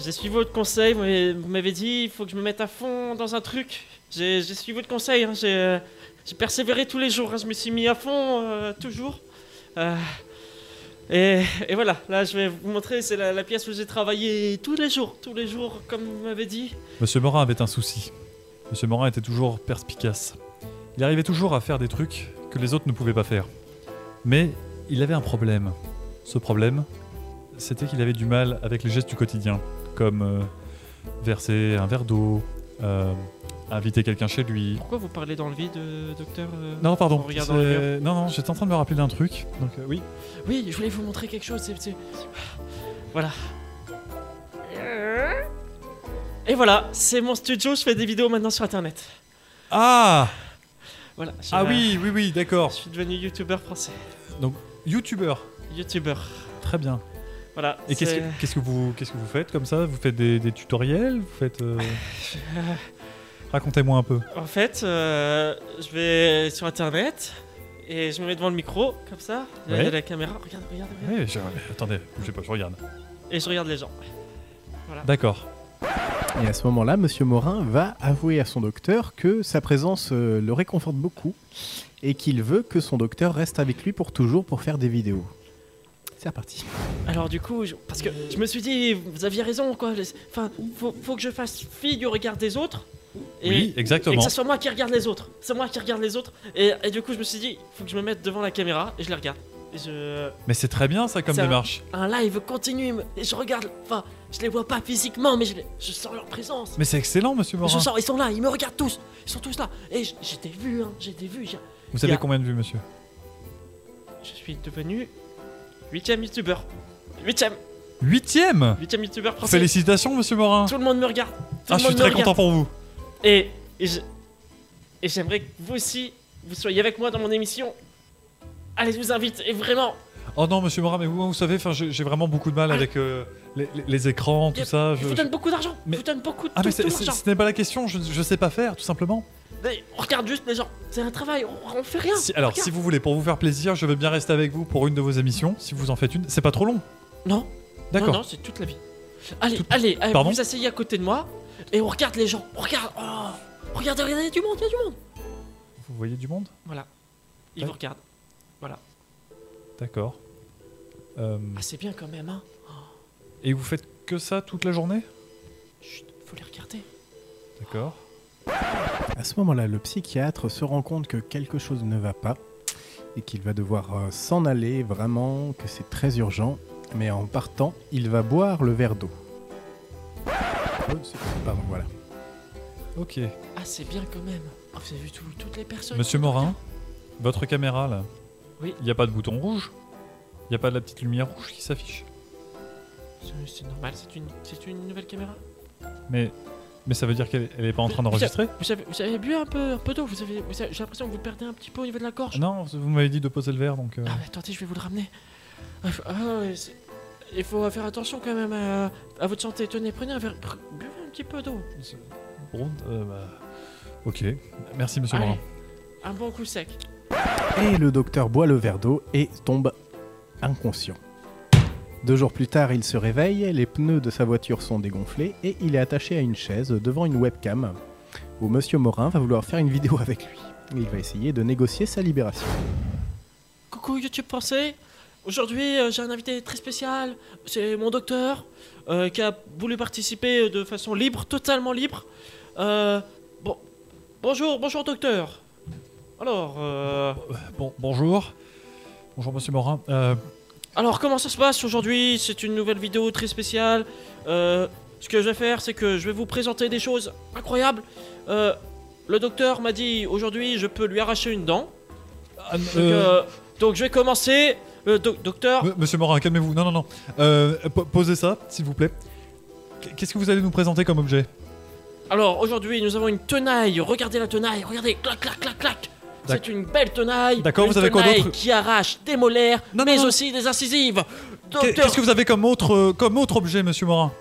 [SPEAKER 4] J'ai suivi votre conseil, vous m'avez- vous m'avez dit il faut que je me mette à fond dans un truc. J'ai j'ai suivi votre conseil, hein, j'ai euh, j'ai persévéré tous les jours, hein, je me suis mis à fond, euh, toujours. Euh, et, et voilà, là je vais vous montrer, c'est la, la pièce où j'ai travaillé tous les jours, tous les jours, comme vous m'avez dit.
[SPEAKER 5] Monsieur Morin avait un souci. Monsieur Morin était toujours perspicace. Il arrivait toujours à faire des trucs que les autres ne pouvaient pas faire. Mais il avait un problème. Ce problème, c'était qu'il avait du mal avec les gestes du quotidien, comme euh, verser un verre d'eau, euh, inviter quelqu'un chez lui.
[SPEAKER 4] Pourquoi vous parlez dans le vide, euh, docteur euh,
[SPEAKER 5] Non,
[SPEAKER 4] en
[SPEAKER 5] pardon.
[SPEAKER 4] regardant le
[SPEAKER 5] c'est-
[SPEAKER 4] mur
[SPEAKER 5] Non, non, j'étais en train de me rappeler d'un truc. Donc, euh, oui.
[SPEAKER 4] Oui, je voulais vous montrer quelque chose. c'est- c'est- Voilà. Et voilà, c'est mon studio. Je fais des vidéos maintenant sur Internet.
[SPEAKER 16] Ah
[SPEAKER 4] Voilà. je-
[SPEAKER 16] Ah oui, oui, oui,
[SPEAKER 4] Je
[SPEAKER 16] d'accord.
[SPEAKER 4] suis devenu youtubeur français.
[SPEAKER 16] Youtubeur.
[SPEAKER 4] Youtubeur.
[SPEAKER 5] Très bien.
[SPEAKER 4] Voilà.
[SPEAKER 5] Et qu'est-ce
[SPEAKER 4] c'est-
[SPEAKER 5] que, qu'est-ce que vous qu'est-ce que vous faites comme ça Vous faites des, des tutoriels Vous faites euh, Racontez-moi un peu.
[SPEAKER 4] En fait, euh, je vais sur Internet et je me mets devant le micro, comme ça. Il y a
[SPEAKER 5] Ouais.
[SPEAKER 4] la caméra. Regarde, regarde, regarde.
[SPEAKER 5] Ouais, je- Attendez, bougez pas, je regarde.
[SPEAKER 4] Et je regarde les gens.
[SPEAKER 5] D'accord.
[SPEAKER 3] Et à ce moment-là, Monsieur Morin va avouer à son docteur que sa présence euh, le réconforte beaucoup et qu'il veut que son docteur reste avec lui pour toujours pour faire des vidéos. C'est reparti.
[SPEAKER 4] Alors du coup, je- parce que je me suis dit, vous aviez raison, quoi. les- Enfin, faut, faut que je fasse fi du regard des autres. Et,
[SPEAKER 5] Oui,
[SPEAKER 4] Et que
[SPEAKER 5] exactement.
[SPEAKER 4] ce soit moi qui regarde les autres. C'est moi qui regarde les autres. Et, et du coup, je me suis dit, faut que je me mette devant la caméra et je les regarde. Et je...
[SPEAKER 5] Mais c'est très bien ça comme
[SPEAKER 4] Ça va.
[SPEAKER 5] démarche.
[SPEAKER 4] Un live continue me- et je regarde. Enfin, je les vois pas physiquement, mais je, les- je sens leur présence.
[SPEAKER 5] Mais c'est excellent, monsieur
[SPEAKER 4] Je
[SPEAKER 5] Morin.
[SPEAKER 4] sens, ils sont là, ils me regardent tous. Ils sont tous là. Et j- j'ai des vues, hein, j'ai des vues. j'ai-
[SPEAKER 5] Vous savez
[SPEAKER 4] Yeah.
[SPEAKER 5] combien de vues, monsieur
[SPEAKER 4] Je suis devenu 8ème youtubeur. 8ème,
[SPEAKER 5] Huitième
[SPEAKER 4] 8ème youtubeur français.
[SPEAKER 5] Félicitations, monsieur Morin.
[SPEAKER 4] Tout le monde me regarde. Tout
[SPEAKER 5] Ah,
[SPEAKER 4] le
[SPEAKER 5] je
[SPEAKER 4] monde
[SPEAKER 5] suis
[SPEAKER 4] me
[SPEAKER 5] très
[SPEAKER 4] regarde.
[SPEAKER 5] content pour vous.
[SPEAKER 4] Et, et je- et j'aimerais que vous aussi, vous soyez avec moi dans mon émission. Allez, je vous invite, et vraiment,
[SPEAKER 5] Oh non, monsieur Morin, mais vous, vous savez, enfin, j'ai j'ai vraiment beaucoup de mal
[SPEAKER 4] Ah.
[SPEAKER 5] avec euh, les, les- les écrans, tout
[SPEAKER 4] Je-
[SPEAKER 5] ça.
[SPEAKER 4] je
[SPEAKER 5] je-
[SPEAKER 4] vous
[SPEAKER 5] Euh, je-
[SPEAKER 4] donne beaucoup d'argent.
[SPEAKER 5] Mais-
[SPEAKER 4] Je vous donne beaucoup de
[SPEAKER 5] Ah, mais
[SPEAKER 4] tout,
[SPEAKER 5] c'est-
[SPEAKER 4] tout
[SPEAKER 5] c'est-
[SPEAKER 4] l'argent.
[SPEAKER 5] ce n'est pas la question, je, je sais pas faire, tout simplement.
[SPEAKER 4] Mais on regarde juste les gens. C'est un travail, on, on fait rien.
[SPEAKER 5] Si- alors,
[SPEAKER 4] Regarde.
[SPEAKER 5] si vous voulez, pour vous faire plaisir, je veux bien rester avec vous pour une de vos émissions, si vous en faites une. C'est pas trop long.
[SPEAKER 4] Non, non, non,
[SPEAKER 5] D'accord.
[SPEAKER 4] c'est toute la vie. Allez,
[SPEAKER 5] Toute-
[SPEAKER 4] allez, allez,
[SPEAKER 5] Pardon
[SPEAKER 4] vous vous asseyez à côté de moi, et on regarde les gens. On regarde, oh, regardez, regardez, il y a du monde, il y a du monde.
[SPEAKER 5] Vous voyez du monde
[SPEAKER 4] Voilà, ils
[SPEAKER 5] Ouais.
[SPEAKER 4] vous regardent.
[SPEAKER 5] D'accord. Euh,
[SPEAKER 4] Ah, c'est bien quand même, hein.
[SPEAKER 5] et vous faites que ça toute la journée
[SPEAKER 4] Chut, faut les regarder.
[SPEAKER 5] D'accord.
[SPEAKER 3] À ce moment-là, le psychiatre se rend compte que quelque chose ne va pas et qu'il va devoir euh, s'en aller vraiment, que c'est très urgent. Mais en partant, il va boire le verre d'eau. Oh, c'est- Pardon, voilà.
[SPEAKER 5] Ok.
[SPEAKER 4] Ah, c'est bien quand même. Ah, vous avez vu tout- toutes les personnes.
[SPEAKER 5] Monsieur Morin, votre caméra là.
[SPEAKER 4] Oui.
[SPEAKER 5] Il n'y a pas de bouton rouge Il n'y a pas de la petite lumière rouge qui s'affiche
[SPEAKER 4] C'est- C'est normal, c'est une, c'est une nouvelle caméra.
[SPEAKER 5] Mais, mais ça veut dire qu'elle n'est pas en train
[SPEAKER 4] Vous-
[SPEAKER 5] d'enregistrer
[SPEAKER 4] Vous avez, vous avez bu un peu, un peu d'eau, vous avez, vous avez- j'ai l'impression que vous perdez un petit peu au niveau de la gorge.
[SPEAKER 5] Non, vous m'avez dit de poser le verre donc. euh,
[SPEAKER 4] Ah, mais attendez, je vais vous le ramener. Ah, faut- ah, mais c'est- il faut faire attention quand même à, à votre santé. Tenez, prenez un verre, pre- buvez un petit peu d'eau.
[SPEAKER 5] bon, euh, bah, Ok. Merci monsieur
[SPEAKER 4] Allez,
[SPEAKER 5] Morin.
[SPEAKER 4] Un bon coup sec.
[SPEAKER 3] Et le docteur boit le verre d'eau et tombe inconscient. Deux jours plus tard, il se réveille, les pneus de sa voiture sont dégonflés et il est attaché à une chaise devant une webcam où Monsieur Morin va vouloir faire une vidéo avec lui. Il va essayer de négocier sa libération.
[SPEAKER 4] Coucou YouTube français. Aujourd'hui, euh, j'ai un invité très spécial. C'est mon docteur euh, qui a voulu participer de façon libre, totalement libre. Euh, bon, bonjour, bonjour docteur. Alors, euh,
[SPEAKER 5] Bon, bonjour. Bonjour monsieur Morin. Euh,
[SPEAKER 4] alors comment ça se passe aujourd'hui C'est une nouvelle vidéo très spéciale. Euh, ce que je vais faire, c'est que je vais vous présenter des choses incroyables. Euh, le docteur m'a dit aujourd'hui, je peux lui arracher une dent.
[SPEAKER 5] ah,
[SPEAKER 4] Donc,
[SPEAKER 5] euh,
[SPEAKER 4] euh, donc je vais commencer. Le doc- docteur,
[SPEAKER 5] m- monsieur Morin, calmez-vous. Non, non, non. Euh, po- posez ça, s'il vous plaît. Qu- Qu'est-ce que vous allez nous présenter comme objet
[SPEAKER 4] Alors aujourd'hui, nous avons une tenaille. Regardez la tenaille. Regardez, clac, clac, clac, clac.
[SPEAKER 5] D'ac-
[SPEAKER 4] C'est une belle tenaille.
[SPEAKER 5] D'accord,
[SPEAKER 4] une
[SPEAKER 5] vous avez quoi
[SPEAKER 4] tenaille
[SPEAKER 5] d'autre
[SPEAKER 4] Qui arrache des molaires,
[SPEAKER 5] Non, non,
[SPEAKER 4] mais
[SPEAKER 5] non.
[SPEAKER 4] aussi des incisives.
[SPEAKER 5] Qu'est-
[SPEAKER 4] Docteur.
[SPEAKER 5] Qu'est-ce que vous avez comme autre, euh, comme autre objet monsieur Morin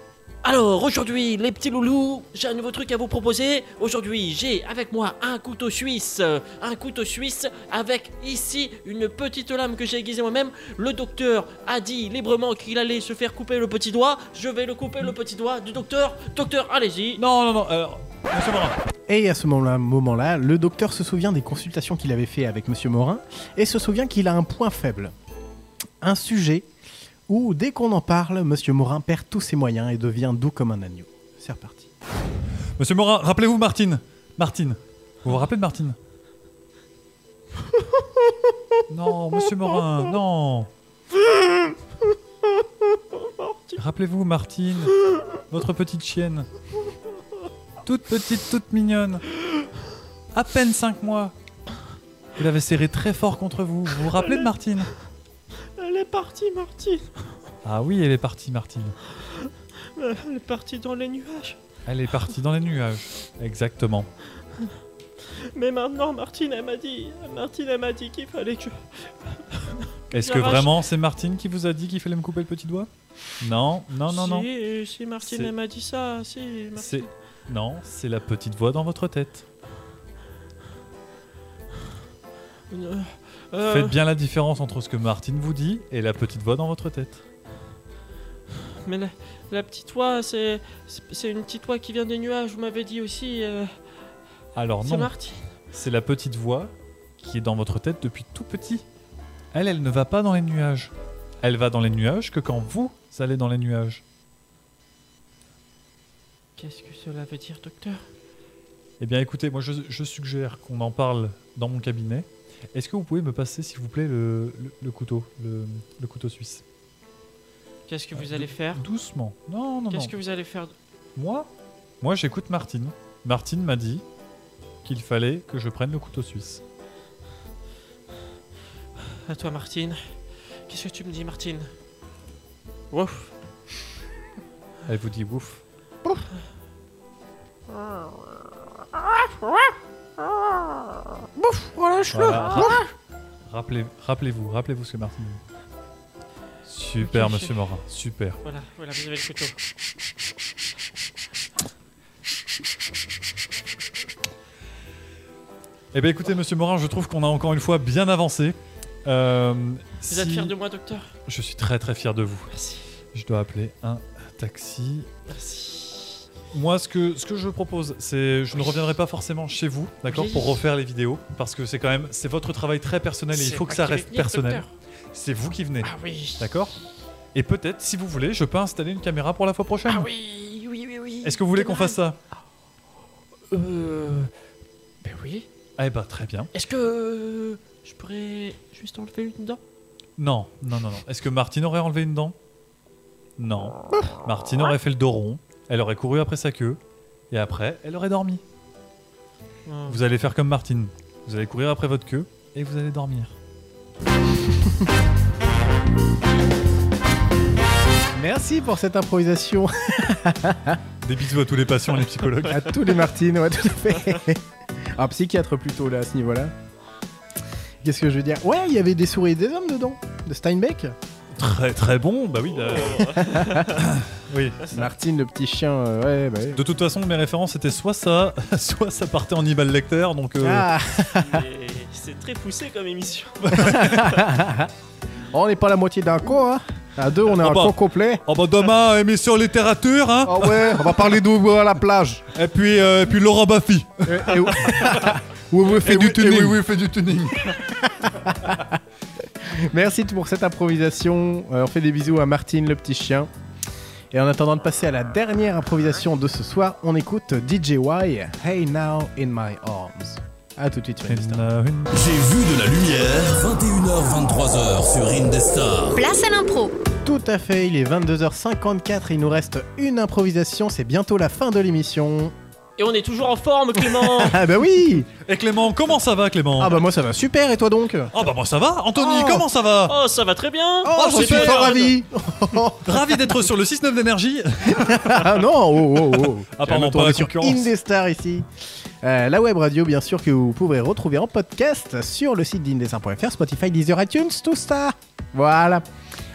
[SPEAKER 4] Alors aujourd'hui, les petits loulous, j'ai un nouveau truc à vous proposer. Aujourd'hui, j'ai avec moi un couteau suisse, euh, un couteau suisse avec ici une petite lame que j'ai aiguisée moi-même. Le docteur a dit librement qu'il allait se faire couper le petit doigt. Je vais le couper le petit doigt du docteur. Docteur, allez-y.
[SPEAKER 5] Non, non, non. alors, monsieur Morin.
[SPEAKER 3] Et à ce moment-là, moment-là, le docteur se souvient des consultations qu'il avait fait avec Monsieur Morin et se souvient qu'il a un point faible. Un sujet où, dès qu'on en parle, Monsieur Morin perd tous ses moyens et devient doux comme un agneau. C'est reparti.
[SPEAKER 5] Monsieur Morin, rappelez-vous Martine. Martine. Vous vous rappelez de Martine Non, monsieur Morin, non. Rappelez-vous Martine, votre petite chienne.
[SPEAKER 2] Toute petite, toute mignonne. À peine 5 mois. Vous l'avez serré très fort contre vous. Vous vous rappelez de Martine
[SPEAKER 4] Elle est partie, Martine.
[SPEAKER 2] Ah oui, elle est partie, Martine.
[SPEAKER 4] Elle est partie dans les nuages.
[SPEAKER 2] Elle est partie dans les nuages. Exactement.
[SPEAKER 4] Mais maintenant, Martine, elle m'a dit. Martine, elle m'a dit qu'il fallait que.
[SPEAKER 5] Est-ce que
[SPEAKER 4] J'arrache.
[SPEAKER 5] vraiment c'est Martine qui vous a dit qu'il fallait me couper le petit doigt Non, non, non, non.
[SPEAKER 4] Si, euh, si Martine,
[SPEAKER 5] C'est-
[SPEAKER 4] elle m'a dit ça. Si,
[SPEAKER 5] C'est
[SPEAKER 4] Martine.
[SPEAKER 5] non, c'est la petite voix dans votre tête.
[SPEAKER 4] Euh, euh,
[SPEAKER 5] Faites bien la différence entre ce que Martine vous dit et la petite voix dans votre tête.
[SPEAKER 4] Mais la, la petite oie, c'est c'est- c'est une petite oie qui vient des nuages, vous m'avez dit aussi. euh,
[SPEAKER 5] Alors
[SPEAKER 4] c'est
[SPEAKER 5] non,
[SPEAKER 4] Martine.
[SPEAKER 5] c'est la petite voix qui est dans votre tête depuis tout petit. Elle, elle ne va pas dans les nuages. Elle va dans les nuages que quand vous allez dans les nuages.
[SPEAKER 4] Qu'est-ce que cela veut dire, docteur
[SPEAKER 5] Eh bien, écoutez, moi, je, je suggère qu'on en parle dans mon cabinet. Est-ce que vous pouvez me passer, s'il vous plaît, le, le- le couteau, le, le couteau suisse
[SPEAKER 4] Qu'est-ce que vous allez faire
[SPEAKER 5] Euh, Doucement. Non, non, non.
[SPEAKER 4] Qu'est-ce que vous allez faire
[SPEAKER 5] Moi, moi, j'écoute Martine. Martine m'a dit qu'il fallait que je prenne le couteau suisse.
[SPEAKER 4] À toi, Martine. Qu'est-ce que tu me dis, Martine Ouf
[SPEAKER 5] Elle vous dit ouf. Voilà, ra- rappelez- Rappelez-vous, rappelez-vous ce que Martine dit. Super,
[SPEAKER 4] Ok,
[SPEAKER 5] monsieur
[SPEAKER 4] chef.
[SPEAKER 5] Morin, super.
[SPEAKER 4] Voilà, voilà, vous avez le couteau.
[SPEAKER 5] Eh bien, écoutez, monsieur Morin, je trouve qu'on a encore une fois bien avancé. Euh,
[SPEAKER 4] Vous êtes
[SPEAKER 5] si-
[SPEAKER 4] fier de moi, docteur
[SPEAKER 5] Je suis très très fier de vous.
[SPEAKER 4] Merci,
[SPEAKER 5] Je dois appeler un taxi.
[SPEAKER 4] merci.
[SPEAKER 5] Moi, ce que, ce que je propose, c'est je ne reviendrai pas forcément chez vous, d'accord,
[SPEAKER 4] Oui.
[SPEAKER 5] pour refaire les vidéos, parce que c'est quand même c'est votre travail très personnel et il
[SPEAKER 4] C'est
[SPEAKER 5] faut
[SPEAKER 4] moi
[SPEAKER 5] que ça
[SPEAKER 4] qui vais
[SPEAKER 5] reste
[SPEAKER 4] venir,
[SPEAKER 5] personnel.
[SPEAKER 4] docteur.
[SPEAKER 5] C'est vous qui venez,
[SPEAKER 4] Ah oui.
[SPEAKER 5] d'accord Et peut-être, si vous voulez, je peux installer une caméra pour la fois prochaine.
[SPEAKER 4] Ah oui, oui, oui, oui.
[SPEAKER 5] Est-ce que vous voulez qu'on fasse ça
[SPEAKER 4] Euh. Ben oui.
[SPEAKER 5] Eh ben, très bien.
[SPEAKER 4] Est-ce que. euh, Je pourrais juste enlever une dent
[SPEAKER 5] Non, non, non, non. Est-ce que Martine aurait enlevé une dent Non. Martine aurait fait le dos rond, elle aurait couru après sa queue, et après, elle aurait dormi.
[SPEAKER 4] Oh.
[SPEAKER 5] Vous allez faire comme Martine. Vous allez courir après votre queue et vous allez dormir.
[SPEAKER 3] Merci pour cette improvisation
[SPEAKER 5] Des bisous à tous les patients et les psychologues.
[SPEAKER 3] à tous les Martines, ouais, tout à fait. Un psychiatre plutôt là à ce niveau-là. Qu'est-ce que je veux dire Ouais, il y avait des souris et des hommes dedans, de Steinbeck.
[SPEAKER 5] Très très bon, bah oui. euh, oui.
[SPEAKER 3] Martine, le petit chien, euh, ouais, bah ouais.
[SPEAKER 5] De toute façon, mes références c'était soit ça, soit ça partait en Ibal Lecter, donc euh,
[SPEAKER 3] Ah,
[SPEAKER 4] Et C'est très poussé comme émission.
[SPEAKER 3] on n'est pas la moitié d'un con, hein. À deux, on est
[SPEAKER 5] Oh
[SPEAKER 3] un
[SPEAKER 5] bah.
[SPEAKER 3] con complet.
[SPEAKER 5] Oh bah demain, émission littérature, hein
[SPEAKER 3] Ah ouais, on va parler d'où à la plage.
[SPEAKER 5] Et puis, euh, et puis Laurent Baffy
[SPEAKER 3] Et- et où- où vous faites du tuning.
[SPEAKER 17] Eh oui, oui, fais du tuning.
[SPEAKER 3] Merci pour cette improvisation. Euh, on fait des bisous à Martine, le petit chien. Et en attendant de passer à la dernière improvisation de ce soir, on écoute DJY, Hey Now in My Arms. A tout de suite sur Insta.
[SPEAKER 1] J'ai vu de la lumière, 21h23h sur Indestar.
[SPEAKER 18] Place à l'impro.
[SPEAKER 3] Tout à fait, il est 22h54 et il nous reste une improvisation, c'est bientôt la fin de l'émission.
[SPEAKER 4] Et on est toujours en forme, Clément
[SPEAKER 3] Ah bah oui
[SPEAKER 5] Oh. Et Clément, comment ça va Clément
[SPEAKER 3] Ah bah moi ça va super et toi donc
[SPEAKER 5] Ah bah moi ça va Anthony,
[SPEAKER 3] Oh.
[SPEAKER 5] comment ça va
[SPEAKER 4] Oh, ça va très bien
[SPEAKER 3] Oh, je suis
[SPEAKER 4] super.
[SPEAKER 3] fort ravi
[SPEAKER 5] Ravi d'être sur le 6-9 d'énergie
[SPEAKER 3] Ah non oh, oh, oh.
[SPEAKER 5] Apparemment
[SPEAKER 3] Tourner
[SPEAKER 5] pas la
[SPEAKER 3] sur
[SPEAKER 5] concurrence.
[SPEAKER 3] Indestar ici. Euh, la web radio, bien sûr, que vous pourrez retrouver en podcast sur le site d'indestar.fr, Spotify, Deezer, iTunes, tout ça. Voilà.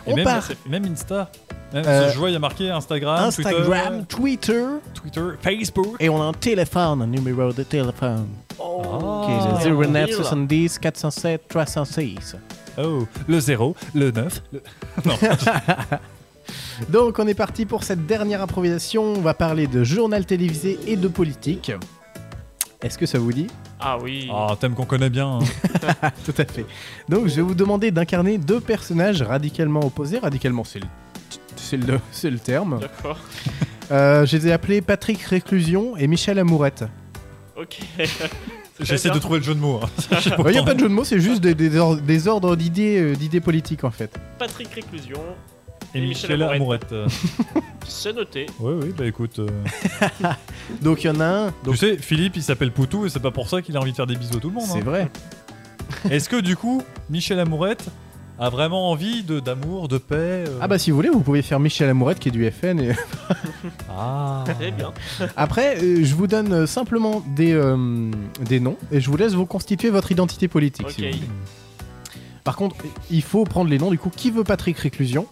[SPEAKER 5] Et
[SPEAKER 3] On
[SPEAKER 5] même,
[SPEAKER 3] part.
[SPEAKER 5] même Insta. Même,
[SPEAKER 3] Euh,
[SPEAKER 5] je vois, il y a marqué Instagram,
[SPEAKER 3] Instagram, Twitter,
[SPEAKER 5] Twitter, Twitter, Facebook.
[SPEAKER 3] et on a un téléphone, un numéro de téléphone.
[SPEAKER 4] Oh,
[SPEAKER 3] qui est le
[SPEAKER 4] mobile.
[SPEAKER 3] 09 70 407 306.
[SPEAKER 5] Oh, le 0, le 9. le- Non.
[SPEAKER 3] Donc, on est parti pour cette dernière improvisation. On va parler de journal télévisé et de politique. Est-ce que ça vous dit
[SPEAKER 4] Ah oui.
[SPEAKER 5] Ah, thème qu'on connaît bien. hein.
[SPEAKER 3] Tout à fait. Donc je vais vous demander d'incarner deux personnages radicalement opposés. Radicalement, c'est le, c'est le, c'est le terme.
[SPEAKER 4] D'accord.
[SPEAKER 3] Euh, je les ai appelés Patrick Réclusion et Michel Amourette.
[SPEAKER 4] Ok.
[SPEAKER 5] J'essaie de trouver le jeu de mots. hein. J'ai
[SPEAKER 3] Il n'y a
[SPEAKER 5] autant-
[SPEAKER 3] pas de jeu de mots, c'est juste des, des or- des ordres d'idées, euh, d'idées politiques en fait.
[SPEAKER 4] Patrick Réclusion
[SPEAKER 5] et Michel Amourette. euh.
[SPEAKER 4] C'est noté.
[SPEAKER 5] Oui, oui, bah écoute. euh,
[SPEAKER 3] Donc il y en a un.
[SPEAKER 5] tu sais, Philippe, il s'appelle Poutou et c'est pas pour ça qu'il a envie de faire des bisous à tout le monde.
[SPEAKER 3] C'est
[SPEAKER 5] hein.
[SPEAKER 3] vrai.
[SPEAKER 5] Est-ce que du coup, Michel Amourette a vraiment envie de d'amour, de paix euh,
[SPEAKER 3] Ah bah si vous voulez, vous pouvez faire Michel Amourette qui est du FN. et-
[SPEAKER 5] Ah.
[SPEAKER 4] Très bien.
[SPEAKER 3] Après, euh, je vous donne euh, simplement des, euh, des noms et je vous laisse vous constituer votre identité politique. si
[SPEAKER 4] Ok.
[SPEAKER 3] vous voulez. Par contre, il faut prendre les noms du coup. Qui veut Patrick Réclusion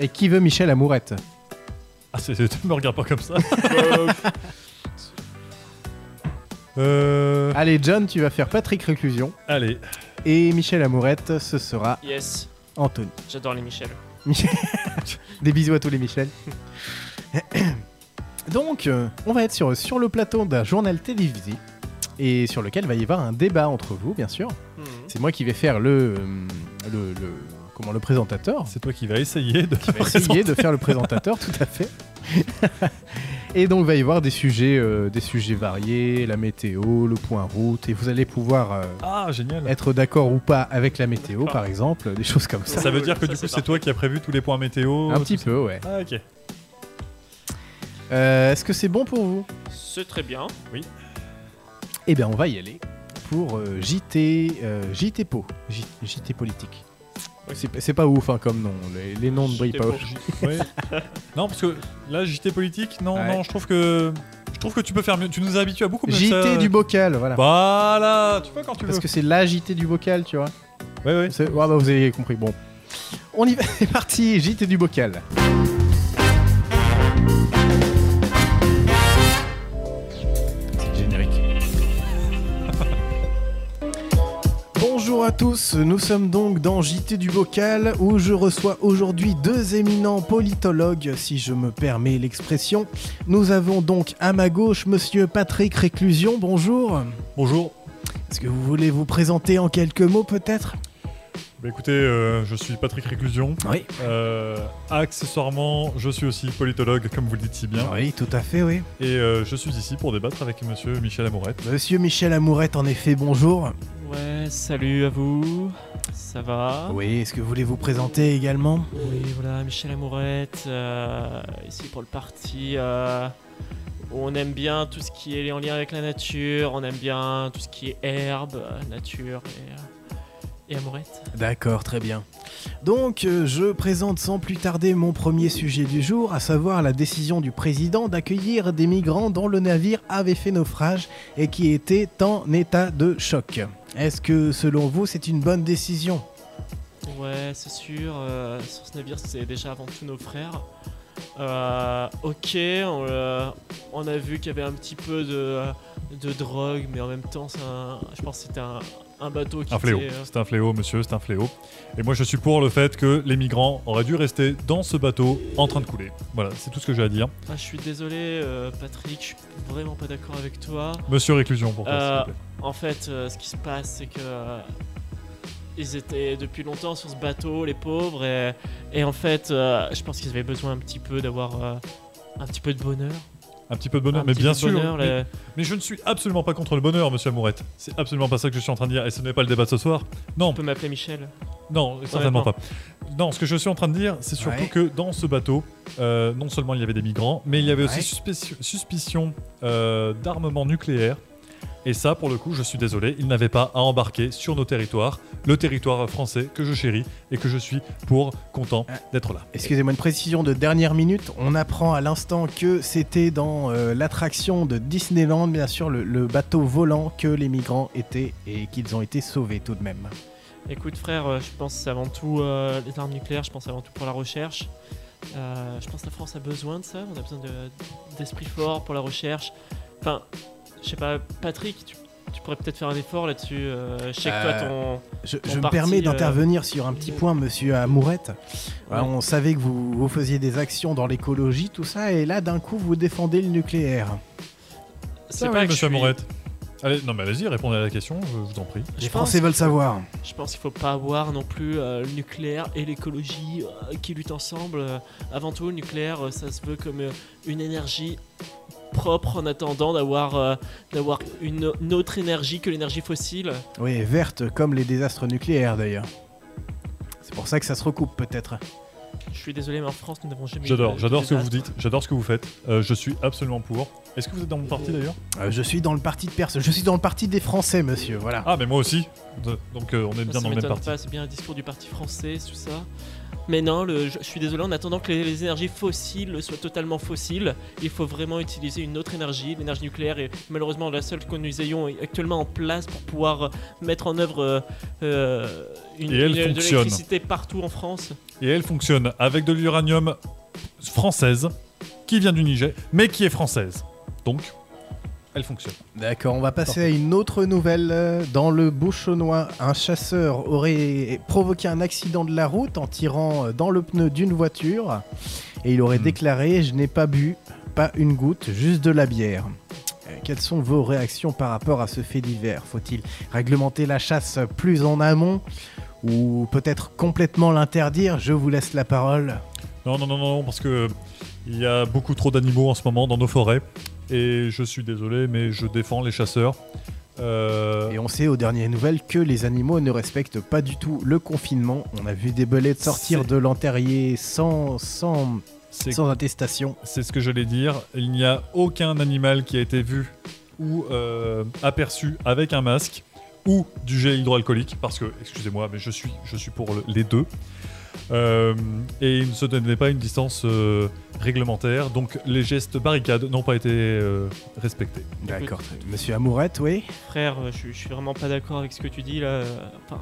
[SPEAKER 3] et qui veut Michel Amourette
[SPEAKER 5] Ah, c'est, c'est- tu me regardes pas comme
[SPEAKER 3] Bah,
[SPEAKER 5] ça. euh...
[SPEAKER 3] Allez, John, tu vas faire Patrick Réclusion
[SPEAKER 5] Allez,
[SPEAKER 3] et Michel Amourette, ce sera
[SPEAKER 4] Yes.
[SPEAKER 3] Anthony.
[SPEAKER 4] J'adore les Michel.
[SPEAKER 3] Des bisous à tous les Michel. Donc, euh, on va être sur, sur le plateau d'un journal télévisé et sur lequel va y avoir un débat entre vous, bien sûr.
[SPEAKER 4] Hmm.
[SPEAKER 3] C'est moi qui vais faire le, euh, le, le- comment le présentateur.
[SPEAKER 5] c'est toi qui vas essayer de.
[SPEAKER 3] Je vais essayer de faire le présentateur, tout à fait. et donc, il va y avoir des sujets, euh, des sujets variés, la météo, le point route, et vous allez pouvoir euh,
[SPEAKER 5] Ah, génial.
[SPEAKER 3] être d'accord ou pas avec la météo,
[SPEAKER 4] D'accord.
[SPEAKER 3] par exemple, des choses comme ça.
[SPEAKER 5] Ça veut dire que
[SPEAKER 4] Ça,
[SPEAKER 5] du coup,
[SPEAKER 4] c'est
[SPEAKER 5] c'est toi qui as prévu tous les points météo.
[SPEAKER 3] Un
[SPEAKER 5] tout
[SPEAKER 3] petit
[SPEAKER 5] ça.
[SPEAKER 3] peu, ouais.
[SPEAKER 5] Ah, ok.
[SPEAKER 3] Euh, Est-ce que c'est bon pour vous
[SPEAKER 4] C'est très bien.
[SPEAKER 3] Eh bien, on va y aller pour euh, JT, euh, JT Po, J- JT politique. C'est pas- C'est pas ouf hein, comme nom, les, les noms ne brillent
[SPEAKER 4] JT
[SPEAKER 3] pas.
[SPEAKER 4] Po.
[SPEAKER 3] ouf.
[SPEAKER 5] Ouais. non, parce que là, JT politique, non,
[SPEAKER 3] Ouais.
[SPEAKER 5] non, je trouve que. Je trouve que tu peux faire mieux. Tu nous as habitués à beaucoup plus.
[SPEAKER 3] JT
[SPEAKER 5] ça-
[SPEAKER 3] du bocal, voilà.
[SPEAKER 5] Voilà, tu vois quand tu veux.
[SPEAKER 3] Parce que c'est la JT du bocal, tu vois.
[SPEAKER 5] Ouais, ouais.
[SPEAKER 3] C'est- ouais, bah, vous avez compris, bon. On y va, c'est parti, JT du bocal. C'est générique. Bonjour à tous, nous sommes donc dans JT du Bocal où je reçois aujourd'hui deux éminents politologues, si je me permets l'expression. Nous avons donc à ma gauche monsieur Patrick Réclusion, bonjour.
[SPEAKER 5] Bonjour.
[SPEAKER 3] Est-ce que vous voulez vous présenter en quelques mots peut-être
[SPEAKER 5] Bah écoutez, euh, je suis Patrick Réclusion.
[SPEAKER 3] Oui.
[SPEAKER 5] Euh, accessoirement, je suis aussi politologue, comme vous le dites si bien.
[SPEAKER 3] Oui, tout à fait, oui.
[SPEAKER 5] Et euh, je suis ici pour débattre avec monsieur Michel Amourette.
[SPEAKER 3] Monsieur Michel Amourette, en effet, bonjour.
[SPEAKER 4] Ouais, salut à vous. Ça va
[SPEAKER 3] Oui, est-ce que vous voulez vous présenter également
[SPEAKER 4] Oui, voilà, Michel Amourette, euh, ici pour le parti. euh, où on aime bien tout ce qui est en lien avec la nature, on aime bien tout ce qui est herbe, euh, nature et, euh, et Amourette.
[SPEAKER 3] D'accord, très bien. Donc, euh, je présente sans plus tarder mon premier sujet du jour, à savoir la décision du président d'accueillir des migrants dont le navire avait fait naufrage et qui était en état de choc. Est-ce que, selon vous, c'est une bonne décision
[SPEAKER 4] Ouais, c'est sûr, euh, sur ce navire, c'est déjà avant tout nos frères. Euh, ok, on, euh, on a vu qu'il y avait un petit peu de, de drogue, mais en même temps, c'est un- je pense que c'était un, un bateau qui
[SPEAKER 5] Un fléau.
[SPEAKER 4] était, euh,
[SPEAKER 5] C'est un fléau, monsieur, c'est un fléau. Et moi, je suis pour le fait que les migrants auraient dû rester dans ce bateau en train de couler. Voilà, c'est tout ce que j'ai à dire.
[SPEAKER 4] Ah, je suis désolé, euh, Patrick, je suis vraiment pas d'accord avec toi.
[SPEAKER 5] Monsieur Réclusion, pour toi,
[SPEAKER 4] Euh,
[SPEAKER 5] s'il te plaît.
[SPEAKER 4] En fait, euh, ce qui se passe, c'est que. euh, ils étaient depuis longtemps sur ce bateau, les pauvres, et, et en fait, euh, je pense qu'ils avaient besoin un petit peu d'avoir euh, un petit peu de bonheur.
[SPEAKER 5] Un petit peu de bonheur,
[SPEAKER 4] un
[SPEAKER 5] mais
[SPEAKER 4] petit
[SPEAKER 5] bien
[SPEAKER 4] peu de
[SPEAKER 5] sûr.
[SPEAKER 4] bonheur, euh,
[SPEAKER 5] mais,
[SPEAKER 4] là.
[SPEAKER 5] mais je ne suis absolument pas contre le bonheur, monsieur Amourette. C'est absolument pas ça que je suis en train de dire, et ce n'est pas le débat de ce soir. Non,
[SPEAKER 4] On peut m'appeler Michel.
[SPEAKER 5] Non, certainement
[SPEAKER 4] non.
[SPEAKER 5] pas. Non, ce que je suis en train de dire, c'est surtout
[SPEAKER 3] Ouais.
[SPEAKER 5] que dans ce bateau, euh, non seulement il y avait des migrants, mais il y avait aussi
[SPEAKER 3] Ouais.
[SPEAKER 5] suspé- suspicion euh, d'armement nucléaire. Et ça, pour le coup, je suis désolé, ils n'avaient pas à embarquer sur nos territoires, le territoire français que je chéris et que je suis pour content
[SPEAKER 3] Ah.
[SPEAKER 5] d'être là.
[SPEAKER 3] Excusez-moi, une précision de dernière minute. On apprend à l'instant que c'était dans euh, l'attraction de Disneyland, bien sûr, le, le bateau volant que les migrants étaient et qu'ils ont été sauvés tout de même.
[SPEAKER 4] Écoute, frère, euh, je pense avant tout euh, les armes nucléaires, je pense avant tout pour la recherche. Euh, je pense que la France a besoin de ça, on a besoin de- d'esprit fort pour la recherche. Enfin, je sais pas, Patrick, tu, tu pourrais peut-être faire un effort là-dessus. euh, je sais que toi,
[SPEAKER 3] Euh,
[SPEAKER 4] ton.
[SPEAKER 3] Je,
[SPEAKER 4] En
[SPEAKER 3] je me
[SPEAKER 4] partie,
[SPEAKER 3] permets
[SPEAKER 4] euh,
[SPEAKER 3] d'intervenir sur un petit point, monsieur Amourette. Voilà, On savait que vous, vous faisiez des actions dans l'écologie, tout ça, et là, d'un coup, vous défendez le nucléaire.
[SPEAKER 4] C'est
[SPEAKER 5] Ah
[SPEAKER 4] pas
[SPEAKER 5] oui,
[SPEAKER 4] que je suis-
[SPEAKER 5] monsieur Amourette. Allez, non, mais allez-y, répondez à la question, je vous en prie.
[SPEAKER 4] Je
[SPEAKER 3] Les
[SPEAKER 4] pense-
[SPEAKER 3] Français veulent savoir.
[SPEAKER 4] Je pense qu'il faut pas avoir non plus euh, le nucléaire et l'écologie euh, qui luttent ensemble. Euh, avant tout, le nucléaire, euh, ça se veut comme euh, une énergie propre en attendant d'avoir euh, d'avoir une, une autre énergie que l'énergie fossile.
[SPEAKER 3] Oui, verte comme les désastres nucléaires, d'ailleurs. C'est pour ça que ça se recoupe, peut-être.
[SPEAKER 4] Je suis désolé, mais en France, nous n'avons jamais. eu
[SPEAKER 5] J'adore,
[SPEAKER 4] de-
[SPEAKER 5] j'adore
[SPEAKER 4] de
[SPEAKER 5] ce que vous
[SPEAKER 4] désastre.
[SPEAKER 5] dites, j'adore ce que vous faites. Euh, je suis absolument pour. Est-ce que vous êtes dans mon parti d'ailleurs
[SPEAKER 3] Euh, je suis dans le parti de personne. Je suis dans le parti des Français, monsieur. Voilà.
[SPEAKER 5] Ah, mais moi aussi. De- Donc euh, on est
[SPEAKER 4] Ça, ça
[SPEAKER 5] bien dans le même
[SPEAKER 4] m'étonne
[SPEAKER 5] parti.
[SPEAKER 4] pas, C'est bien le discours du parti français, tout ça. Mais non, le- je, je suis désolé, en attendant que les, les énergies fossiles soient totalement fossiles, il faut vraiment utiliser une autre énergie. L'énergie nucléaire est malheureusement la seule que nous ayons actuellement en place pour pouvoir mettre en œuvre euh, euh, une,
[SPEAKER 5] Et elle
[SPEAKER 4] une- de
[SPEAKER 5] fonctionne.
[SPEAKER 4] l'électricité partout en France.
[SPEAKER 5] Et elle fonctionne avec de l'uranium française, qui vient du Niger, mais qui est française. Donc, elle fonctionne.
[SPEAKER 3] D'accord, on va passer à une autre nouvelle. Euh, Dans le Beauchonnois, un chasseur aurait provoqué un accident de la route en tirant euh, dans le pneu d'une voiture et il aurait
[SPEAKER 5] Hmm.
[SPEAKER 3] déclaré Je n'ai pas bu, pas une goutte, juste de la bière. Euh, Quelles sont vos réactions par rapport à ce fait divers Faut-il réglementer la chasse plus en amont ou peut-être complètement l'interdire Je vous laisse la parole.
[SPEAKER 5] Non, non, non, non, parce que euh, il y a beaucoup trop d'animaux en ce moment dans nos forêts. Et je suis désolé, mais je défends les chasseurs. Euh,
[SPEAKER 3] Et on sait aux dernières nouvelles que les animaux ne respectent pas du tout le confinement. On a vu des belettes sortir
[SPEAKER 5] C'est-
[SPEAKER 3] de l'enterrier sans, sans,
[SPEAKER 5] c'est-
[SPEAKER 3] sans attestation.
[SPEAKER 5] C'est ce que j'allais dire. Il n'y a aucun animal qui a été vu ou euh, aperçu avec un masque ou du gel hydroalcoolique, parce que, excusez-moi, mais je suis, je suis pour le- les deux. Euh, et il ne se donnait pas une distance euh, réglementaire, donc les gestes barricades n'ont pas été euh, respectés.
[SPEAKER 3] D'accord. Monsieur Amourette, oui
[SPEAKER 4] Frère, euh, je, suis- je suis vraiment pas d'accord avec ce que tu dis là. euh, Enfin,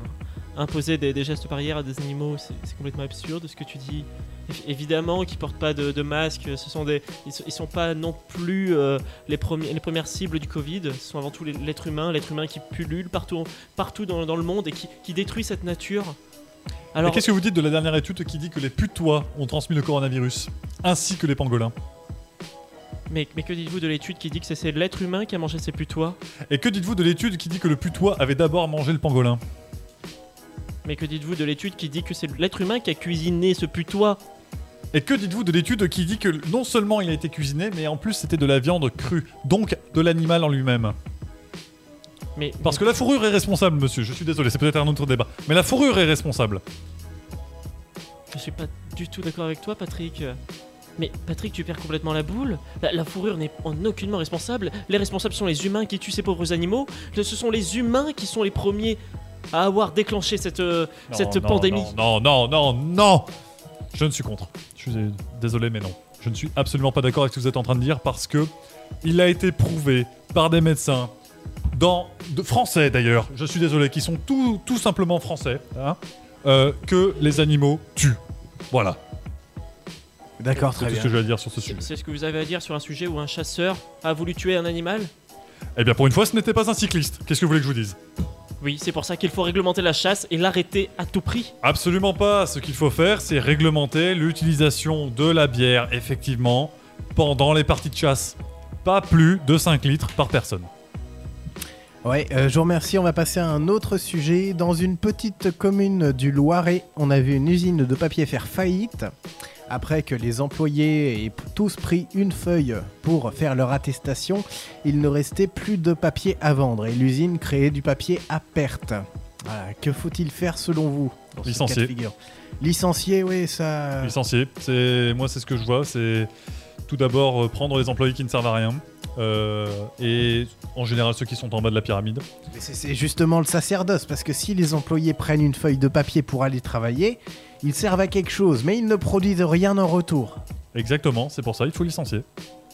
[SPEAKER 4] imposer des, des gestes barrières à des animaux, c'est c'est complètement absurde ce que tu dis. Évi- Évidemment qu'ils portent pas de, de masque, ce sont des, ils, sont- ils sont pas non plus euh, les, premi- les premières cibles du Covid. Ce sont avant tout les- l'être humain, l'être humain qui pullule partout, partout dans, dans le monde et qui, qui détruit cette nature.
[SPEAKER 5] et qu'est-ce que vous dites de la dernière étude qui dit que les putois ont transmis le coronavirus, ainsi que les pangolins
[SPEAKER 4] mais, mais que dites-vous de l'étude qui dit que c'est- c'est l'être humain qui a mangé ses putois
[SPEAKER 5] Et que dites-vous de l'étude qui dit que le putois avait d'abord mangé le pangolin
[SPEAKER 4] Mais que dites-vous de l'étude qui dit que c'est l'être humain qui a cuisiné ce putois
[SPEAKER 5] Et que dites-vous de l'étude qui dit que non seulement il a été cuisiné, mais en plus c'était de la viande crue, donc de l'animal en lui-même
[SPEAKER 4] mais,
[SPEAKER 5] Parce que la fourrure est responsable, monsieur, je suis désolé, c'est peut-être un autre débat. Mais la fourrure est responsable.
[SPEAKER 4] Je suis pas du tout d'accord avec toi, Patrick. Mais Patrick, tu perds complètement la boule. La, la fourrure n'est en aucunement responsable. Les responsables sont les humains qui tuent ces pauvres animaux. Ce sont les humains qui sont les premiers à avoir déclenché cette, euh,
[SPEAKER 5] Non,
[SPEAKER 4] cette
[SPEAKER 5] non,
[SPEAKER 4] pandémie.
[SPEAKER 5] Non, non, non, non, non Je ne suis contre. Je suis désolé, mais non. Je ne suis absolument pas d'accord avec ce que vous êtes en train de dire parce que il a été prouvé par des médecins, dans, de, français d'ailleurs, je suis désolé, qui sont tout, tout simplement français, hein, euh, que les animaux tuent. Voilà,
[SPEAKER 3] D'accord,
[SPEAKER 5] c'est
[SPEAKER 3] très
[SPEAKER 5] tout ce
[SPEAKER 3] bien.
[SPEAKER 5] que j'ai à dire sur ce sujet.
[SPEAKER 4] C'est- C'est ce que vous avez à dire sur un sujet où un chasseur a voulu tuer un animal
[SPEAKER 5] Eh bien, pour une fois, ce n'était pas un cycliste. Qu'est-ce que vous voulez que je vous dise
[SPEAKER 4] Oui, c'est pour ça qu'il faut réglementer la chasse et l'arrêter à tout prix.
[SPEAKER 5] Absolument pas. Ce qu'il faut faire, c'est réglementer l'utilisation de la bière, effectivement, pendant les parties de chasse. Pas plus de 5 litres par personne.
[SPEAKER 3] Ouais, euh, je vous remercie. On va passer à un autre sujet. Dans une petite commune du Loiret, on a vu une usine de papier faire faillite après que les employés aient p- tous pris une feuille pour faire leur attestation. Il ne restait plus de papier à vendre et l'usine créait du papier à perte. Voilà, que faut-il faire selon vous dans ce
[SPEAKER 5] Licencier.
[SPEAKER 3] cas de figure Licencier, oui, ça.
[SPEAKER 5] Licencié, c'est moi, c'est ce que je vois. C'est tout d'abord euh, prendre les employés qui ne servent à rien. euh, et en général ceux qui sont en bas de la pyramide.
[SPEAKER 3] Mais c'est- C'est justement le sacerdoce, parce que si les employés prennent une feuille de papier pour aller travailler, ils servent à quelque chose, mais ils ne produisent rien en retour.
[SPEAKER 5] Exactement, c'est pour ça, il faut licencier.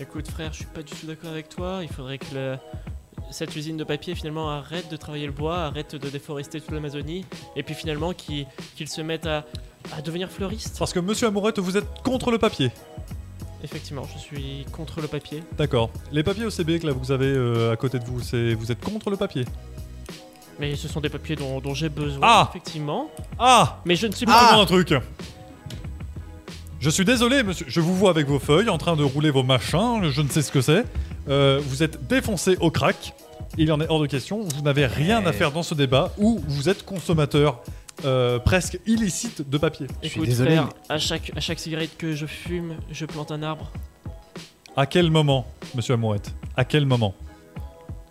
[SPEAKER 4] Écoute frère, je suis pas du tout d'accord avec toi. Il faudrait que le- cette usine de papier finalement arrête de travailler le bois, arrête de déforester toute l'Amazonie, et puis finalement qu'ils qu'ils se mettent à, à devenir fleuristes.
[SPEAKER 5] Parce que monsieur Amourette, vous êtes contre le papier.
[SPEAKER 4] Effectivement, je suis contre le papier.
[SPEAKER 5] D'accord. Les papiers OCB que là vous avez euh, à côté de vous, c'est vous êtes contre le papier.
[SPEAKER 4] Mais ce sont des papiers dont, dont j'ai besoin,
[SPEAKER 5] Ah
[SPEAKER 4] effectivement.
[SPEAKER 5] Ah
[SPEAKER 4] Mais je ne suis
[SPEAKER 5] Ah
[SPEAKER 4] pas...
[SPEAKER 5] un truc. Je suis désolé, monsieur. Je vous vois avec vos feuilles en train de rouler vos machins. Je ne sais ce que c'est. Euh, vous êtes défoncé au crack. Il en est hors de question. Vous n'avez rien à faire dans ce débat où vous êtes consommateur euh, presque illicite de papier.
[SPEAKER 3] Je suis
[SPEAKER 4] Écoute
[SPEAKER 3] désolé,
[SPEAKER 4] frère, à chaque, à chaque cigarette que je fume, je plante un arbre.
[SPEAKER 5] À quel moment, monsieur Amourette À quel moment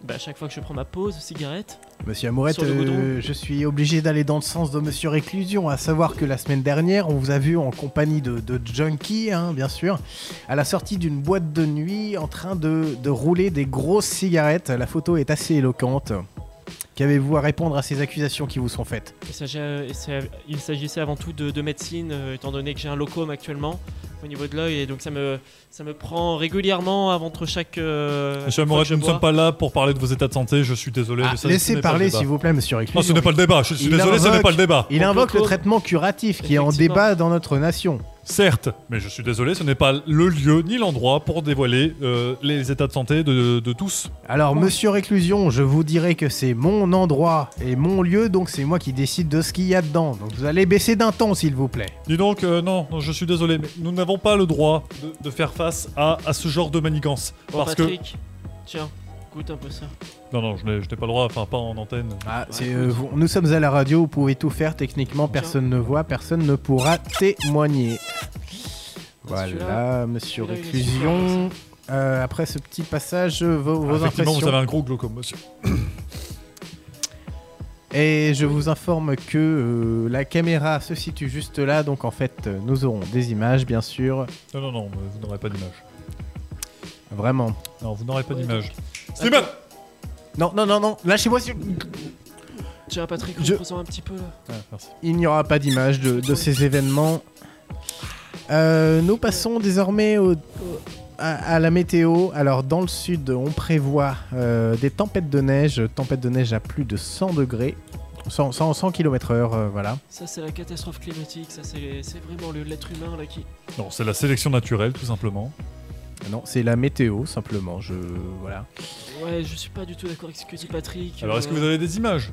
[SPEAKER 4] Bah, à chaque fois que je prends ma pause, cigarette.
[SPEAKER 3] Monsieur Amourette,
[SPEAKER 4] Sur le
[SPEAKER 3] euh,
[SPEAKER 4] goudron.
[SPEAKER 3] je suis obligé d'aller dans le sens de Monsieur Réclusion, à savoir que la semaine dernière, on vous a vu en compagnie de, de junkies, hein, bien sûr, à la sortie d'une boîte de nuit en train de, de rouler des grosses cigarettes. La photo est assez éloquente. Qu'avez-vous à répondre à ces accusations qui vous sont faites
[SPEAKER 4] Il s'agit- il s'agit- il s'agissait avant tout de, de médecine, euh, étant donné que j'ai un locome actuellement au niveau de l'œil, et donc ça me, ça me prend régulièrement avant entre chaque. euh,
[SPEAKER 5] Monsieur
[SPEAKER 4] chaque fois
[SPEAKER 5] Amoret,
[SPEAKER 4] que
[SPEAKER 5] nous ne
[SPEAKER 4] bois.
[SPEAKER 5] sommes pas là pour parler de vos états de santé, je suis désolé.
[SPEAKER 3] Ah,
[SPEAKER 5] mais ça, ce n'est
[SPEAKER 3] Laissez
[SPEAKER 5] pas le
[SPEAKER 3] parler,
[SPEAKER 5] débat.
[SPEAKER 3] s'il vous plaît, Monsieur
[SPEAKER 5] Non, ce
[SPEAKER 3] Réclusion.
[SPEAKER 5] n'est pas le débat, je suis
[SPEAKER 3] Il
[SPEAKER 5] désolé, ce n'est
[SPEAKER 3] invoque-
[SPEAKER 5] pas le débat.
[SPEAKER 3] Il
[SPEAKER 4] On
[SPEAKER 3] invoque le
[SPEAKER 4] clôt.
[SPEAKER 3] traitement curatif qui est en
[SPEAKER 4] Effectivement.
[SPEAKER 3] débat dans notre nation.
[SPEAKER 5] Certes, mais je suis désolé, ce n'est pas le lieu ni l'endroit pour dévoiler euh, les états de santé de, de tous.
[SPEAKER 3] Alors, monsieur Réclusion, je vous dirais que c'est mon endroit et mon lieu, donc c'est moi qui décide de ce qu'il y a dedans. Donc vous allez baisser d'un ton, s'il vous plaît.
[SPEAKER 5] Dis donc, euh, non, non, je suis désolé, mais nous n'avons pas le droit de, de faire face à, à ce genre de manigance.
[SPEAKER 4] Bon,
[SPEAKER 5] parce que.
[SPEAKER 4] Patrick, tiens, goûte un peu ça.
[SPEAKER 5] Non, non, je n'ai je n'ai pas le droit, enfin, pas en antenne.
[SPEAKER 3] Ah, c'est, euh, vous- nous sommes à la radio, vous pouvez tout faire techniquement, personne ne voit, personne ne pourra témoigner. Voilà, monsieur
[SPEAKER 4] celui-là, il est
[SPEAKER 3] Réclusion. Euh, après ce petit passage, vos, vos
[SPEAKER 5] Effectivement, vous
[SPEAKER 3] impressions.
[SPEAKER 5] avez un gros glaucome, monsieur.
[SPEAKER 3] Et je vous informe que euh, la caméra se situe juste là, donc en fait, euh, nous aurons des images, bien sûr.
[SPEAKER 5] Non, non, non, vous n'aurez pas d'image.
[SPEAKER 3] Vraiment.
[SPEAKER 5] Non, vous n'aurez pas d'image. Steven
[SPEAKER 3] Non, non, non, non, lâchez-moi, s'il-
[SPEAKER 4] Tiens, Patrick,
[SPEAKER 3] Je-
[SPEAKER 4] représente un petit peu là.
[SPEAKER 5] Ah, merci.
[SPEAKER 3] il n'y aura pas d'image de, de ces événements. Euh, nous passons désormais au- au- à, à la météo. Alors dans le sud, on prévoit euh, des tempêtes de neige, tempêtes de neige à plus de 100 degrés, 100, 100, 100 km/h, euh, voilà.
[SPEAKER 4] Ça, c'est la catastrophe climatique, ça, c'est c'est vraiment le- l'être humain là qui.
[SPEAKER 5] Non, c'est la sélection naturelle, tout simplement.
[SPEAKER 3] Ah Non, c'est la météo simplement. Je voilà.
[SPEAKER 4] Ouais, je suis pas du tout d'accord avec ce que dit Patrick.
[SPEAKER 5] Alors, est-ce que
[SPEAKER 4] euh,
[SPEAKER 5] vous avez des images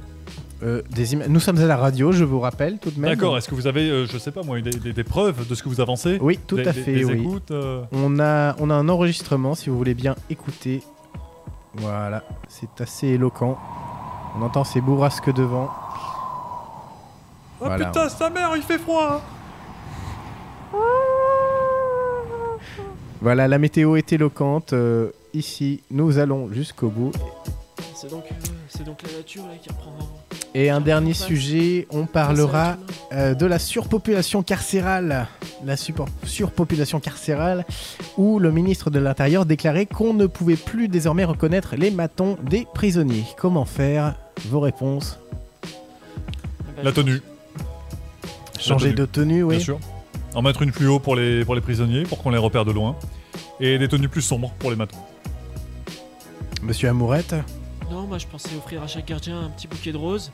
[SPEAKER 3] Euh, des ima- Nous sommes à la radio, je vous rappelle tout de même.
[SPEAKER 5] D'accord, est-ce que vous avez, euh, je sais pas moi, des, des- des preuves de ce que vous avancez
[SPEAKER 3] Oui, tout
[SPEAKER 5] Des-
[SPEAKER 3] à
[SPEAKER 5] des-
[SPEAKER 3] fait.
[SPEAKER 5] des
[SPEAKER 3] oui.
[SPEAKER 5] écoutes, euh,
[SPEAKER 3] On a, on a un enregistrement si vous voulez bien écouter. Voilà, c'est assez éloquent. On entend ces bourrasques de vent.
[SPEAKER 19] Oh
[SPEAKER 3] Voilà.
[SPEAKER 19] putain, sa mère, il fait froid. hein.
[SPEAKER 3] Voilà, la météo est éloquente. euh, ici, nous allons jusqu'au bout.
[SPEAKER 4] C'est donc, euh, c'est donc la nature là qui reprend.
[SPEAKER 3] Et un dernier sujet, on parlera euh, de la surpopulation carcérale. La supor- surpopulation carcérale, où le ministre de l'Intérieur déclarait qu'on ne pouvait plus désormais reconnaître les matons des prisonniers. Comment faire Vos réponses
[SPEAKER 5] La tenue,
[SPEAKER 3] Changer
[SPEAKER 5] tenue,
[SPEAKER 3] de tenue, oui.
[SPEAKER 5] bien sûr. En mettre une plus haut pour les, pour les prisonniers, pour qu'on les repère de loin. Et des tenues plus sombres pour les matons.
[SPEAKER 3] Monsieur Amourette
[SPEAKER 4] Non, moi je pensais offrir à chaque gardien un petit bouquet de roses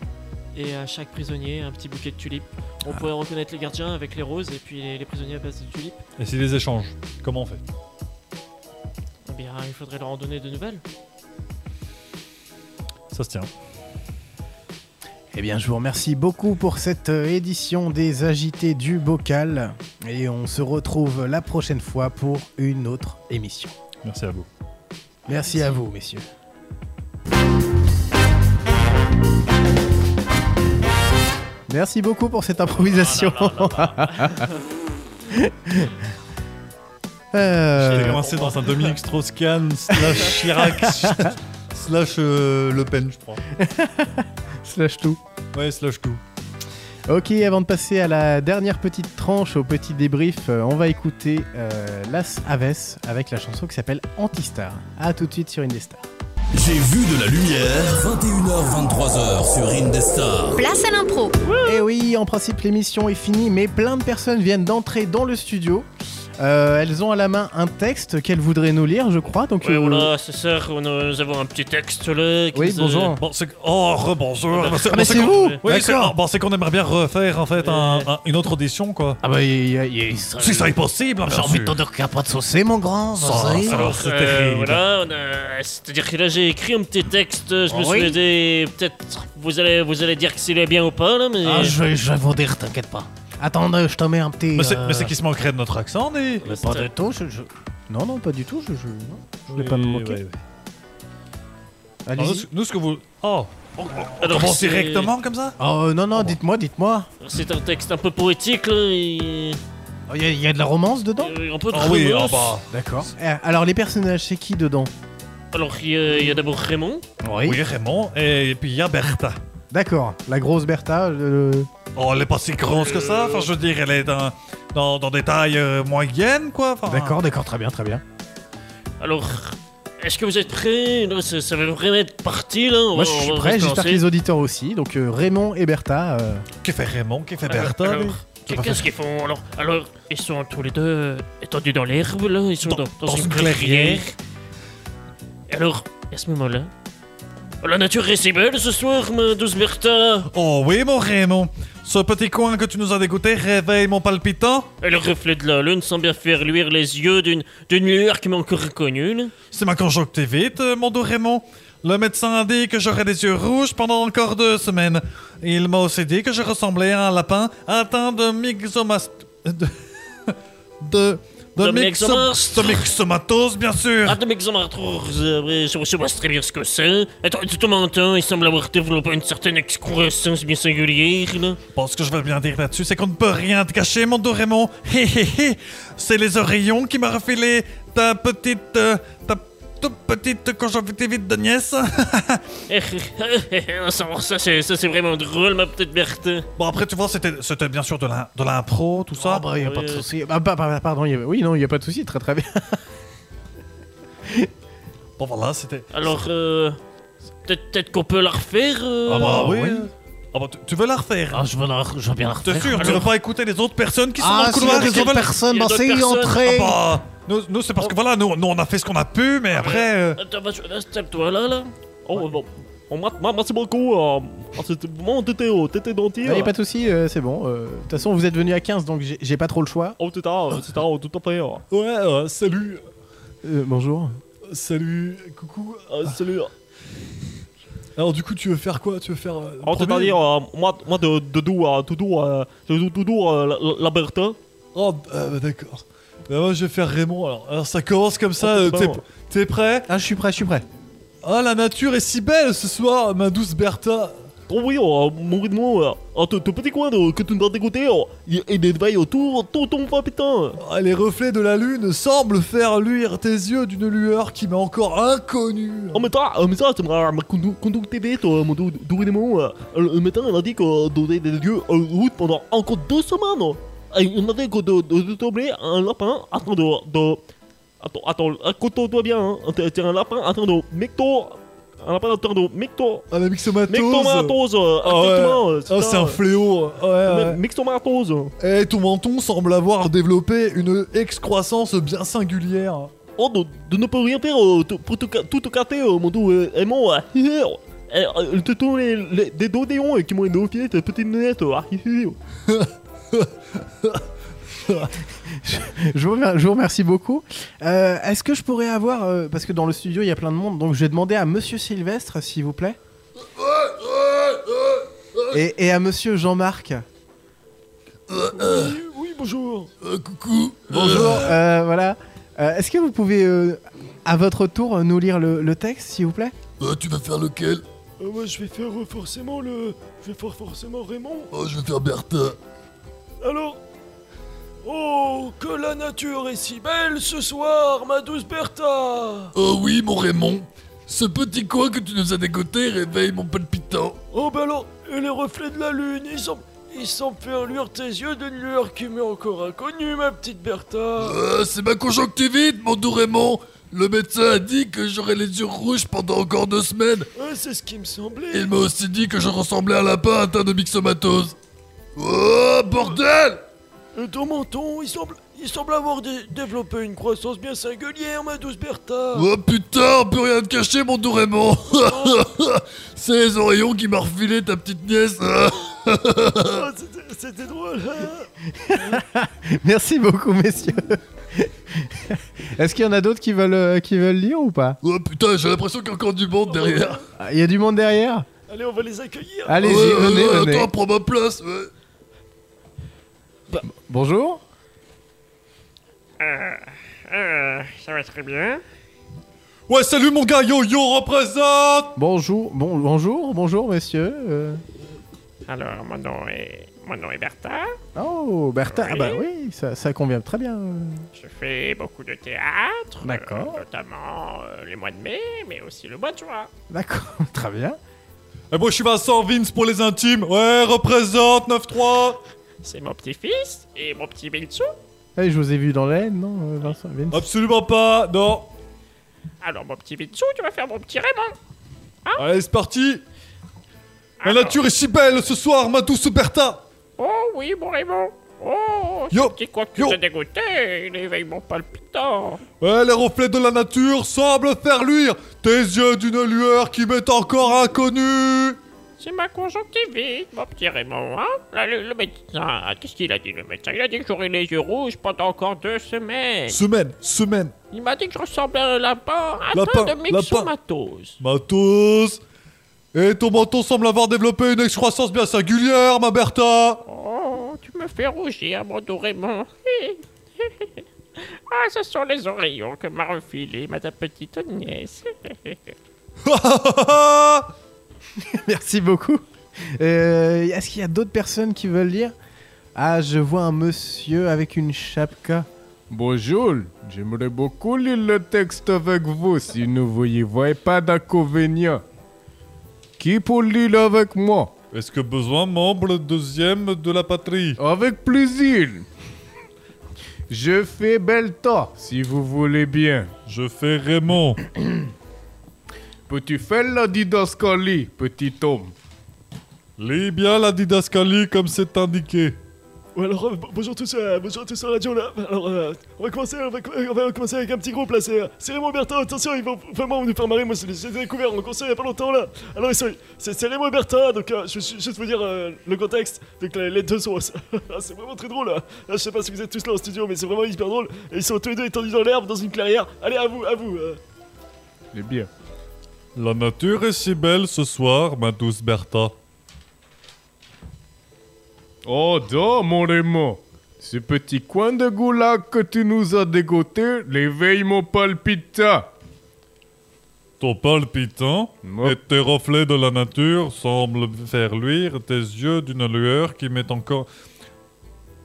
[SPEAKER 4] et à chaque prisonnier un petit bouquet de tulipes. On
[SPEAKER 12] Ah.
[SPEAKER 4] pourrait reconnaître les gardiens avec les roses et puis les, les prisonniers à base de tulipes.
[SPEAKER 5] Et c'est des échanges. Comment on fait
[SPEAKER 4] Eh bien, il faudrait leur en donner de nouvelles.
[SPEAKER 5] Ça se tient.
[SPEAKER 3] Eh bien, je vous remercie beaucoup pour cette euh, édition des Agités du Bocal. Et on se retrouve la prochaine fois pour une autre émission.
[SPEAKER 5] Merci à vous.
[SPEAKER 3] Merci à vous, messieurs. Merci beaucoup pour cette improvisation.
[SPEAKER 5] Oh
[SPEAKER 3] Euh,
[SPEAKER 5] J'ai commencé dans un Dominique Strauss-Kahn slash Chirac slash euh, Le Pen, je crois.
[SPEAKER 3] slash tout.
[SPEAKER 5] Ouais, slash tout.
[SPEAKER 3] Ok, avant de passer à la dernière petite tranche, au petit débrief, euh, on va écouter euh, Las Aves avec la chanson qui s'appelle Antistar. A tout de suite sur Indestar.
[SPEAKER 1] J'ai vu de la lumière, 21h23h sur Indestar.
[SPEAKER 20] Place à l'impro.
[SPEAKER 3] Et Eh oui, en principe l'émission est finie, mais plein de personnes viennent d'entrer dans le studio. Euh, elles ont à la main un texte qu'elles voudraient nous lire, je crois. Donc, euh,
[SPEAKER 4] c'est ça, nous avons un petit texte là.
[SPEAKER 3] oui, bonjour.
[SPEAKER 5] Bon, c'est... Oh, rebonjour. Bon, c'est-
[SPEAKER 3] Ah,
[SPEAKER 5] bon,
[SPEAKER 3] mais
[SPEAKER 5] c'est
[SPEAKER 3] c'est
[SPEAKER 5] qu'on-
[SPEAKER 3] vous
[SPEAKER 5] Oui, c'est...
[SPEAKER 3] D'accord. Euh.
[SPEAKER 5] ah, bon, c'est qu'on aimerait bien refaire en fait un- un- une autre audition, quoi.
[SPEAKER 3] Ah bah, il y a- il y a-
[SPEAKER 5] Si ça est possible,
[SPEAKER 7] hein,
[SPEAKER 5] bien sûr.
[SPEAKER 3] a pas de saucé, mon grand.
[SPEAKER 5] Ça,
[SPEAKER 3] vas-y.
[SPEAKER 5] alors, c'est terrible.
[SPEAKER 4] euh, voilà, on a- c'est-à-dire que là j'ai écrit un petit texte, je
[SPEAKER 3] Ah
[SPEAKER 4] me suis aidé, peut-être vous allez, vous allez dire que s'il est bien ou pas là, mais...
[SPEAKER 3] Ah, je, vais- je vais vous dire, t'inquiète pas. Attends, euh, je te mets un petit.
[SPEAKER 5] Mais c'est,
[SPEAKER 3] euh,
[SPEAKER 5] mais c'est qui se manquerait de notre accent, mais...
[SPEAKER 4] Mais
[SPEAKER 3] Pas
[SPEAKER 4] c'est-
[SPEAKER 3] de tout, je, je- Non, non, pas du tout, je. Je, non, je voulais pas me moquer.
[SPEAKER 5] Ouais, ouais.
[SPEAKER 3] Allez-y.
[SPEAKER 5] Alors, nous, ce- nous, ce que vous. Oh
[SPEAKER 4] Alors,
[SPEAKER 5] Comment
[SPEAKER 4] c'est-
[SPEAKER 5] directement comme ça
[SPEAKER 3] Oh, euh, non, non, dites-moi, dites-moi.
[SPEAKER 4] C'est un texte un peu poétique là, et...
[SPEAKER 3] Il y, a- y a de la romance dedans
[SPEAKER 4] Euh, un peu de
[SPEAKER 5] Ah oui, ah
[SPEAKER 4] romance.
[SPEAKER 5] bah.
[SPEAKER 3] D'accord. Eh, Alors, les personnages, c'est qui dedans
[SPEAKER 12] Alors, il y a- il y a d'abord Raymond.
[SPEAKER 21] Oui.
[SPEAKER 7] Oui, Raymond. Et puis il y a Bertha.
[SPEAKER 3] D'accord, la grosse Bertha. euh,
[SPEAKER 7] Oh, elle est pas si grosse que ça. Enfin, je veux dire, elle est dans, dans, dans des tailles euh, moyennes, quoi. Enfin,
[SPEAKER 3] D'accord, d'accord, très bien, très bien.
[SPEAKER 12] Alors, est-ce que vous êtes prêts Là, ça, ça va vraiment être parti là On
[SPEAKER 3] Moi
[SPEAKER 12] va-
[SPEAKER 3] je
[SPEAKER 12] on
[SPEAKER 3] suis
[SPEAKER 12] va
[SPEAKER 3] prêt,
[SPEAKER 12] se
[SPEAKER 3] j'espère que
[SPEAKER 12] lancer.
[SPEAKER 3] les auditeurs aussi. Donc euh, Raymond et Bertha. euh,
[SPEAKER 7] Qu'est-ce que fait Raymond Qu'est-ce que fait
[SPEAKER 12] Alors,
[SPEAKER 7] Bertha lui
[SPEAKER 12] alors, Qu'est-ce qu'ils font alors, alors, ils sont tous les deux euh, étendus dans l'herbe, là, ils sont dans, dans une, clairière. Et alors, à ce moment-là, oh, la nature est si belle ce soir, ma douce Bertha
[SPEAKER 7] Oh oui, mon Raymond. Ce petit coin que tu nous as dégoûté réveille mon palpitant.
[SPEAKER 12] Et le reflet de la lune semble bien faire luire les yeux d'une d'une lueur qui m'a encore connue, là.
[SPEAKER 7] C'est ma conjonctivite, euh, mon doux Raymond. Le médecin a dit que j'aurais des yeux rouges pendant encore deux semaines. Il m'a aussi dit que je ressemblais à un lapin atteint de myxomast... De... De...
[SPEAKER 12] De
[SPEAKER 7] myxo-
[SPEAKER 12] myxomastre.
[SPEAKER 7] de myxomatose, bien sûr.
[SPEAKER 12] Ah, de m'examartrose, je sais pas très bien ce que c'est. Attends, tout mon temps, il semble avoir développé une certaine excroissance bien singulière, là.
[SPEAKER 7] Bon, ce que je veux bien dire là-dessus, c'est qu'on ne peut rien te cacher, mon Dorémon. Hé hé hé C'est les oreillons qui m'a refilé ta petite. euh, ta toute petite conjonctivite de nièce.
[SPEAKER 12] Eh, eh, eh, ça, ça, c'est ça, c'est vraiment drôle, ma petite Berthe.
[SPEAKER 7] bon, après, tu vois, c'était c'était bien sûr de la- de Ben, l'impro, tout ça.
[SPEAKER 3] Ah bah, y a pas de
[SPEAKER 12] euh,
[SPEAKER 3] souci. Ah, bah, bah, pardon, y a- oui, non, il n'y a pas de souci, très très bien.
[SPEAKER 7] Bon, voilà, c'était.
[SPEAKER 12] Alors, euh, peut-être peut-être qu'on peut la refaire. euh,
[SPEAKER 7] Ah bah oui. Ah bah, tu, tu veux la refaire
[SPEAKER 12] Ah, je veux, la, je veux bien la
[SPEAKER 7] T'es
[SPEAKER 12] refaire.
[SPEAKER 7] sûr Tu veux
[SPEAKER 12] Alors,
[SPEAKER 7] pas écouter les autres personnes qui sont dans
[SPEAKER 3] Ah,
[SPEAKER 7] le
[SPEAKER 3] s'il y
[SPEAKER 7] couloir
[SPEAKER 3] a
[SPEAKER 7] qui
[SPEAKER 3] des
[SPEAKER 7] se
[SPEAKER 3] autres
[SPEAKER 7] veulent-
[SPEAKER 3] personnes,
[SPEAKER 12] il y a
[SPEAKER 3] bah, c'est
[SPEAKER 12] d'autres personnes.
[SPEAKER 3] entré.
[SPEAKER 7] Ah bah, nous, nous, c'est parce que voilà, nous, nous, on a fait ce qu'on a pu, mais après. euh,
[SPEAKER 12] Attends, vas-y, installe-toi là, là. Oh, bon. Oh, ma- ma- merci beaucoup. euh, ah, C'était mon TTO, TT
[SPEAKER 3] Il
[SPEAKER 12] dentier.
[SPEAKER 3] n'y a pas de souci, euh, c'est bon. euh, De toute façon, vous êtes venu à 15, donc j'ai- j'ai pas trop le choix.
[SPEAKER 12] Oh, t'es tard, c'est tard, tout à fait. euh.
[SPEAKER 7] Ouais, euh, salut.
[SPEAKER 3] Euh, bonjour.
[SPEAKER 7] Salut. Coucou.
[SPEAKER 12] Euh, salut.
[SPEAKER 7] Alors, du coup, tu veux faire quoi Tu veux faire. euh,
[SPEAKER 12] Alors,
[SPEAKER 7] premier
[SPEAKER 12] c'est-à-dire, euh, moi, moi, de, de doux à tout doux, euh, de doux, tout doux, euh, la, la- la Bertha.
[SPEAKER 7] Oh, bah, bah, d'accord. Bah, moi, je vais faire Raymond. Alors, Alors, ça commence comme ça.
[SPEAKER 12] Oh,
[SPEAKER 7] euh,
[SPEAKER 12] putain.
[SPEAKER 7] t'es- T'es prêt
[SPEAKER 3] Ah, je suis prêt, je suis prêt.
[SPEAKER 7] Ah, la nature est si belle ce soir, ma douce Bertha.
[SPEAKER 12] Oh oui, euh, mon rythme, euh, ah, ton ton petit coin de- que tu nous as dégoûté, euh, il il y a des veilles autour, tout ton pas, putain.
[SPEAKER 7] Ah, les reflets de la lune semblent faire luire tes yeux d'une lueur qui m'est encore inconnue.
[SPEAKER 12] En même temps, en même temps, oh, ça m'a m'a condu- conducté vite, euh, mon dou- dourément. euh, Le médecin, il a dit que euh, donner des lieux en route pendant encore deux semaines. oh. Et il m'a dit que de, de, de tomber un lapin, attends, de... de attends, attends, coton-toi bien, hein. T'es t'es un lapin, attends, de mecto... Un lapin, attends, de mecto...
[SPEAKER 7] Ah, la myxomatose.
[SPEAKER 12] Mectomatose, euh,
[SPEAKER 7] Ah ouais.
[SPEAKER 12] attends,
[SPEAKER 7] Ah, c'est un fléau.
[SPEAKER 12] euh,
[SPEAKER 7] Ah, Ouais, ouais.
[SPEAKER 12] Mectomatose.
[SPEAKER 7] Eh, ton menton semble avoir développé une excroissance bien singulière.
[SPEAKER 12] Oh, de, de ne pas rien faire euh, te- pour te, ca- tout te cater, euh, mon dos euh, aimant. euh, hi, hi, oh. Eh, euh, te tourne les, les- des dodéons euh, qui m'ont énoncé tes petites lunettes. euh, ah, hi, hi, oh.
[SPEAKER 3] Je vous, remer- je vous remercie beaucoup. Euh, Est-ce que je pourrais avoir. euh, parce que dans le studio, il y a plein de monde, donc je vais demander à monsieur Sylvestre, s'il vous plaît. Et, et à monsieur Jean-Marc.
[SPEAKER 12] Oui, bonjour.
[SPEAKER 9] Euh, coucou.
[SPEAKER 3] Bonjour. Euh, voilà. Euh, Est-ce que vous pouvez, euh, à votre tour, nous lire le, le texte, s'il vous plaît
[SPEAKER 9] Euh, tu vas faire lequel
[SPEAKER 7] Euh,
[SPEAKER 12] moi, je vais faire forcément le. Je vais faire forcément Raymond.
[SPEAKER 9] Oh, je vais faire Bertha.
[SPEAKER 12] Euh, Alors. Oh, que la nature est si belle ce soir, ma douce Bertha.
[SPEAKER 9] Oh oui, mon Raymond. Ce petit coin que tu nous as dégoté réveille mon palpitant.
[SPEAKER 12] Oh, bah alors, et les reflets de la lune, ils sont. Ils semblent faire luire tes yeux d'une lueur qui m'est encore inconnue, ma petite Bertha.
[SPEAKER 9] Euh, c'est ma conjonctivite, mon doux Raymond. Le médecin a dit que j'aurais les yeux rouges pendant encore deux semaines.
[SPEAKER 12] Ah, c'est ce qui me semblait.
[SPEAKER 9] Il m'a aussi dit que je ressemblais à un lapin atteint de myxomatose. Oh, bordel
[SPEAKER 12] Euh, Ton menton, il semble, il semble avoir dé- développé une croissance bien singulière, ma douce Bertha.
[SPEAKER 9] Oh putain, on peut rien te cacher, mon doux Raymond. c'est les oreillons qui m'a refilé ta petite nièce.
[SPEAKER 12] Ah, c'était- C'était drôle.
[SPEAKER 3] Merci beaucoup, messieurs. Est-ce qu'il y en a d'autres qui veulent, euh, qui veulent lire ou pas
[SPEAKER 9] Oh putain, j'ai l'impression qu'il y a encore du monde derrière.
[SPEAKER 3] Ah, Il y a du monde derrière
[SPEAKER 12] Allez, on va les accueillir.
[SPEAKER 3] Allez-y,
[SPEAKER 9] Ouais, ouais,
[SPEAKER 3] venez,
[SPEAKER 9] ouais,
[SPEAKER 3] venez.
[SPEAKER 9] Attends, prends ma place. ouais.
[SPEAKER 3] Bonjour.
[SPEAKER 13] Euh, ça va très bien.
[SPEAKER 22] Ouais, salut mon gars, yo yo représente
[SPEAKER 3] Bonjour, bon, bonjour, bonjour, messieurs. euh.
[SPEAKER 13] Alors, mon nom est, mon nom est Bertha.
[SPEAKER 3] Oh, Bertha, ah bah
[SPEAKER 13] Oui.
[SPEAKER 3] oui, ça, ça convient très bien.
[SPEAKER 13] Je fais beaucoup de théâtre. euh,
[SPEAKER 3] D'accord.
[SPEAKER 13] notamment euh, les mois de mai, mais aussi le mois de juin.
[SPEAKER 3] D'accord, très bien.
[SPEAKER 5] Et moi, Eh ben, je suis Vincent Vince pour les intimes. Ouais, représente 9-3.
[SPEAKER 13] C'est mon petit-fils et mon petit Bilsou.
[SPEAKER 3] Eh, je vous ai vu dans la haine, non, euh, Vincent Vince
[SPEAKER 5] Absolument pas, non.
[SPEAKER 13] Alors, mon petit Bilsou, tu vas faire mon petit Raymond. Ah.
[SPEAKER 5] Allez, c'est parti. La nature est si belle ce soir, ma douce Bertha.
[SPEAKER 13] Oh oui, mon Raymond. Oh, ce
[SPEAKER 5] Yo,
[SPEAKER 13] petit coin que tu
[SPEAKER 5] yo.
[SPEAKER 13] t'es dégoûté, il éveille mon palpitant.
[SPEAKER 5] Ouais, les reflets de la nature semblent faire luire tes yeux d'une lueur qui m'est encore inconnue.
[SPEAKER 13] C'est ma conjonctivite, mon petit Raymond, hein Là, le, le médecin, ah, qu'est-ce qu'il a dit, le médecin Il a dit que j'aurais les yeux rouges pendant encore deux semaines.
[SPEAKER 5] Semaine, semaine.
[SPEAKER 13] Il m'a dit que je ressemblais à un lapin
[SPEAKER 5] Lapin,
[SPEAKER 13] atteint de
[SPEAKER 5] lapin.
[SPEAKER 13] myxomatose.
[SPEAKER 5] Matos Et ton menton semble avoir développé une excroissance bien singulière, ma Bertha
[SPEAKER 13] Oh, tu me fais rougir, mon doux Raymond. ah, ce sont les oreillons que m'a refilé ma ta petite nièce.
[SPEAKER 5] Ah,
[SPEAKER 3] Merci beaucoup. Euh, Est-ce qu'il y a d'autres personnes qui veulent lire Ah, je vois un monsieur avec une chapka. Bonjour, j'aimerais beaucoup lire le texte avec vous si ne vous y voyez pas d'inconvénient. Qui pour lire avec moi
[SPEAKER 11] Est-ce que besoin, membre deuxième de la patrie
[SPEAKER 3] Avec plaisir. Je fais bel temps, si vous voulez bien.
[SPEAKER 11] Je fais Raymond.
[SPEAKER 3] Peux-tu faire la didascalie, petit homme
[SPEAKER 11] Lis bien la didascalie comme c'est indiqué.
[SPEAKER 12] Ouais, alors, euh, bo- bonjour tous, euh, bonjour à tous sur la radio là. Alors, euh, on va commencer, on va, co- euh, on va commencer avec un petit groupe là. C'est, euh, c'est Raymond et Bertin, attention, ils vont vraiment nous faire marrer. Moi, je les ai découverts en concert il y a pas longtemps là. Alors, ils sont- c'est, c'est Raymond et Bertin, donc euh, je vais ju- juste vous dire euh, le contexte. Donc, les, les deux sont. Ah, c'est vraiment très drôle là. Là, Je sais pas si vous êtes tous là en studio, mais c'est vraiment hyper drôle. Et ils sont tous les deux étendus dans l'herbe, dans une clairière. Allez, à vous, à vous. euh.
[SPEAKER 3] Eh bien.
[SPEAKER 11] La nature est si belle ce soir, ma douce Bertha.
[SPEAKER 3] Oh, da, mon Raymond. Ce petit coin de goulag que tu nous as dégoté, l'éveille mon palpita.
[SPEAKER 11] Ton palpitant
[SPEAKER 3] Moi.
[SPEAKER 11] hein? et tes reflets de la nature semblent faire luire tes yeux d'une lueur qui m'est encore...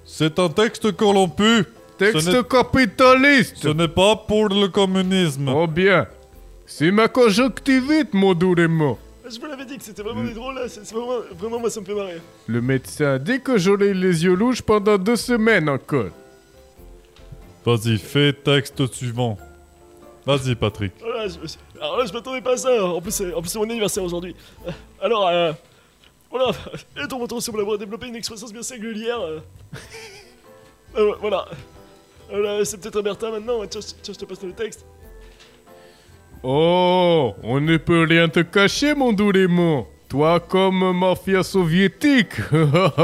[SPEAKER 11] C'est un texte corrompu.
[SPEAKER 3] Texte
[SPEAKER 11] n'est-
[SPEAKER 3] capitaliste.
[SPEAKER 11] Ce n'est pas pour le communisme.
[SPEAKER 3] Oh bien. C'est ma conjonctivite, mon doux Raymond.
[SPEAKER 12] Je vous l'avais dit que c'était vraiment des drôles là. C'est, c'est vraiment, vraiment, moi, ça me fait marrer.
[SPEAKER 3] Le médecin dit que j'aurai les yeux louches pendant deux semaines encore.
[SPEAKER 11] Vas-y, fais texte suivant. Vas-y, Patrick.
[SPEAKER 12] Oh là, je- je- alors là, je m'attendais pas à ça. En plus, c'est, en plus, c'est mon anniversaire aujourd'hui. Euh, Alors, euh, voilà. Et ton menton semble avoir développé une excroissance bien singulière. euh. Euh, voilà. Voilà, c'est peut-être un Bertha maintenant. Tiens, je- tiens, je te passe le texte.
[SPEAKER 3] Oh, on ne peut rien te cacher, mon doux Raymond. Toi comme mafia soviétique.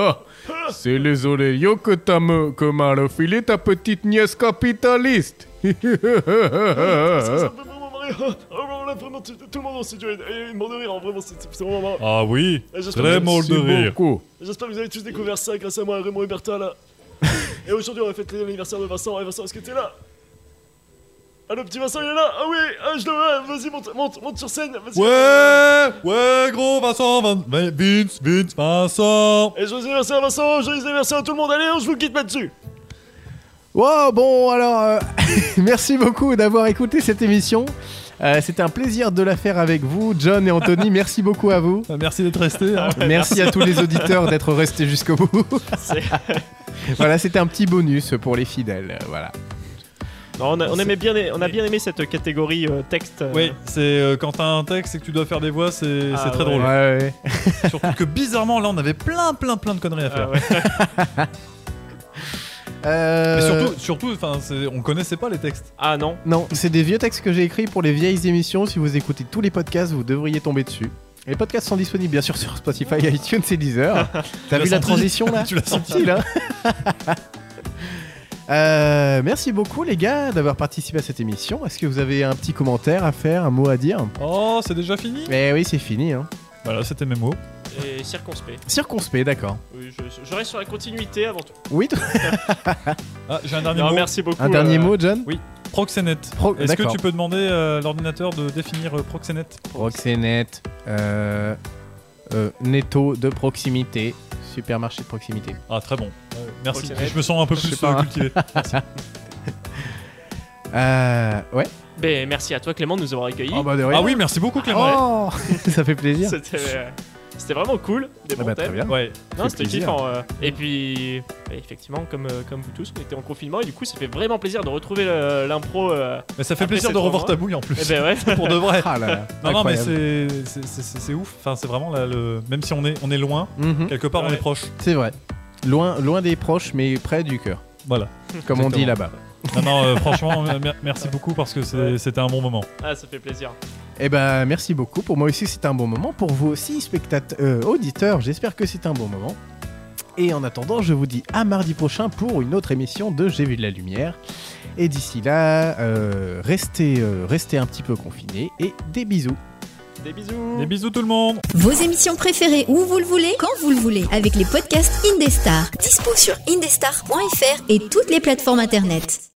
[SPEAKER 3] C'est les oreillons que t'as me- que m'a refilé ta petite nièce capitaliste.
[SPEAKER 12] Ça, ça me fait vraiment marrer. Oh, oh, là, vraiment, tout, tout le monde en studio est, est mort de rire. hein. Vraiment, c'est, c'est vraiment marrant.
[SPEAKER 11] Ah oui,
[SPEAKER 12] Ah, j'espère
[SPEAKER 11] très
[SPEAKER 12] que
[SPEAKER 11] mort de
[SPEAKER 3] Merci
[SPEAKER 11] rire.
[SPEAKER 3] beaucoup.
[SPEAKER 12] J'espère que vous avez tous découvert ça grâce à moi, Raymond et Bertha, là. et aujourd'hui, on va fêter l'anniversaire de Vincent. Et Vincent, est-ce que t'es là Ah, le petit Vincent, il est là Ah oui, ah, je le vois. Vas-y, monte, monte, monte sur scène. Vas-y.
[SPEAKER 5] Ouais Ouais, gros, Vincent, Vin- Vin- Vince, Vince, Vincent
[SPEAKER 12] Et joyeux anniversaire Vincent, joyeux anniversaire à tout le monde, allez, on je vous quitte là-dessus
[SPEAKER 3] Wow, bon, alors, euh, merci beaucoup d'avoir écouté cette émission. Euh, C'était un plaisir de la faire avec vous, John et Anthony. Merci beaucoup à vous.
[SPEAKER 11] Euh, Merci d'être resté. hein.
[SPEAKER 3] Merci à tous les auditeurs d'être restés jusqu'au bout. voilà, c'était un petit bonus pour les fidèles. euh, Voilà.
[SPEAKER 12] Non, on a, on aimait bien, on a bien aimé cette catégorie euh, texte. euh,
[SPEAKER 11] Oui, c'est euh, quand t'as un texte et que tu dois faire des voix, c'est
[SPEAKER 12] Ah
[SPEAKER 11] c'est très
[SPEAKER 12] ouais.
[SPEAKER 11] drôle.
[SPEAKER 3] Ouais, ouais.
[SPEAKER 11] Surtout que bizarrement, là, on avait plein, plein, plein de conneries à faire.
[SPEAKER 12] ah ouais.
[SPEAKER 3] Euh,
[SPEAKER 11] Mais surtout, surtout, enfin, c'est- on connaissait pas les textes.
[SPEAKER 12] Ah non,
[SPEAKER 3] Non, c'est des vieux textes que j'ai écrits pour les vieilles émissions. Si vous écoutez tous les podcasts, vous devriez tomber dessus. Les podcasts sont disponibles bien sûr sur Spotify, iTunes et Deezer. T'as
[SPEAKER 11] l'as
[SPEAKER 3] vu la
[SPEAKER 11] senti
[SPEAKER 3] transition là
[SPEAKER 11] Tu l'as senti
[SPEAKER 3] Si, là. Euh, merci beaucoup les gars d'avoir participé à cette émission. Est-ce que vous avez un petit commentaire à faire, un mot à dire
[SPEAKER 11] Oh, c'est déjà fini
[SPEAKER 3] Eh oui, c'est fini. Hein.
[SPEAKER 11] Voilà, c'était mes mots.
[SPEAKER 12] et circonspect.
[SPEAKER 3] Circonspect, d'accord.
[SPEAKER 12] Oui, je, je reste sur la continuité avant tout.
[SPEAKER 3] Oui, toi-
[SPEAKER 11] Ah, j'ai un dernier
[SPEAKER 12] Non,
[SPEAKER 11] mot.
[SPEAKER 12] merci beaucoup.
[SPEAKER 3] un
[SPEAKER 12] euh,
[SPEAKER 3] dernier mot, John
[SPEAKER 11] Proxénète.
[SPEAKER 3] Pro-
[SPEAKER 11] Est-ce que
[SPEAKER 3] d'accord.
[SPEAKER 11] tu peux demander euh, à l'ordinateur de définir euh, proxénète
[SPEAKER 3] Proxénète. Euh... euh, Netto de proximité, supermarché de proximité.
[SPEAKER 5] Ah, très bon. Euh, Merci.
[SPEAKER 4] Proxénète.
[SPEAKER 5] Je me sens un peu
[SPEAKER 3] Je sais
[SPEAKER 5] plus
[SPEAKER 3] pas,
[SPEAKER 5] euh,
[SPEAKER 3] hein.
[SPEAKER 5] cultivé.
[SPEAKER 3] Euh, ouais.
[SPEAKER 4] Ben, merci à toi, Clément, de nous avoir accueillis.
[SPEAKER 3] Oh, bah, de rien.
[SPEAKER 5] Ah oui, merci beaucoup,
[SPEAKER 3] Oh,
[SPEAKER 5] Clément.
[SPEAKER 3] ça fait plaisir.
[SPEAKER 4] C'était euh, c'était vraiment cool. Des
[SPEAKER 3] Ah
[SPEAKER 4] bons
[SPEAKER 3] bah, très
[SPEAKER 4] thèmes.
[SPEAKER 3] bien.
[SPEAKER 5] Ouais.
[SPEAKER 4] Non,
[SPEAKER 3] fait
[SPEAKER 4] c'était
[SPEAKER 3] plaisir.
[SPEAKER 4] kiffant. euh. Et puis, bah, effectivement, comme, euh, comme vous tous, on était en confinement et du coup, ça fait vraiment plaisir de retrouver euh, l'impro. euh.
[SPEAKER 5] Mais ça fait
[SPEAKER 4] Après
[SPEAKER 5] plaisir
[SPEAKER 4] ces
[SPEAKER 5] de
[SPEAKER 4] trois
[SPEAKER 5] revoir
[SPEAKER 4] mois.
[SPEAKER 5] ta bouille en plus.
[SPEAKER 4] Eh ben ouais.
[SPEAKER 5] Pour de vrai.
[SPEAKER 3] Ah là là,
[SPEAKER 5] Non, non, mais
[SPEAKER 3] incroyable.
[SPEAKER 5] c'est c'est- c'est- c'est- c'est ouf. Enfin, c'est vraiment là, le. Même si on est, on est loin,
[SPEAKER 3] Mhm,
[SPEAKER 5] quelque part on
[SPEAKER 4] Ouais.
[SPEAKER 5] est proche.
[SPEAKER 3] c'est vrai. Loin, loin des proches, mais près du cœur,
[SPEAKER 5] Voilà.
[SPEAKER 3] comme on dit
[SPEAKER 5] Exactement.
[SPEAKER 3] là-bas.
[SPEAKER 5] Non, non, euh, franchement, mer- merci beaucoup parce que c'est-
[SPEAKER 4] Ouais.
[SPEAKER 5] c'était un bon moment.
[SPEAKER 4] Ah, ça fait plaisir.
[SPEAKER 3] Eh ben, merci beaucoup. Pour moi aussi, c'était un bon moment. Pour vous aussi, spectateurs, auditeurs, j'espère que c'était un bon moment. Et en attendant, je vous dis à mardi prochain pour une autre émission de J'ai vu de la lumière. Et d'ici là, euh, restez, euh, restez un petit peu confinés et des bisous.
[SPEAKER 4] Des bisous.
[SPEAKER 5] Des bisous tout le monde.
[SPEAKER 10] Vos émissions préférées où vous le voulez, quand vous le voulez, avec les podcasts Indestar. Dispo sur indestar.fr et toutes les plateformes internet.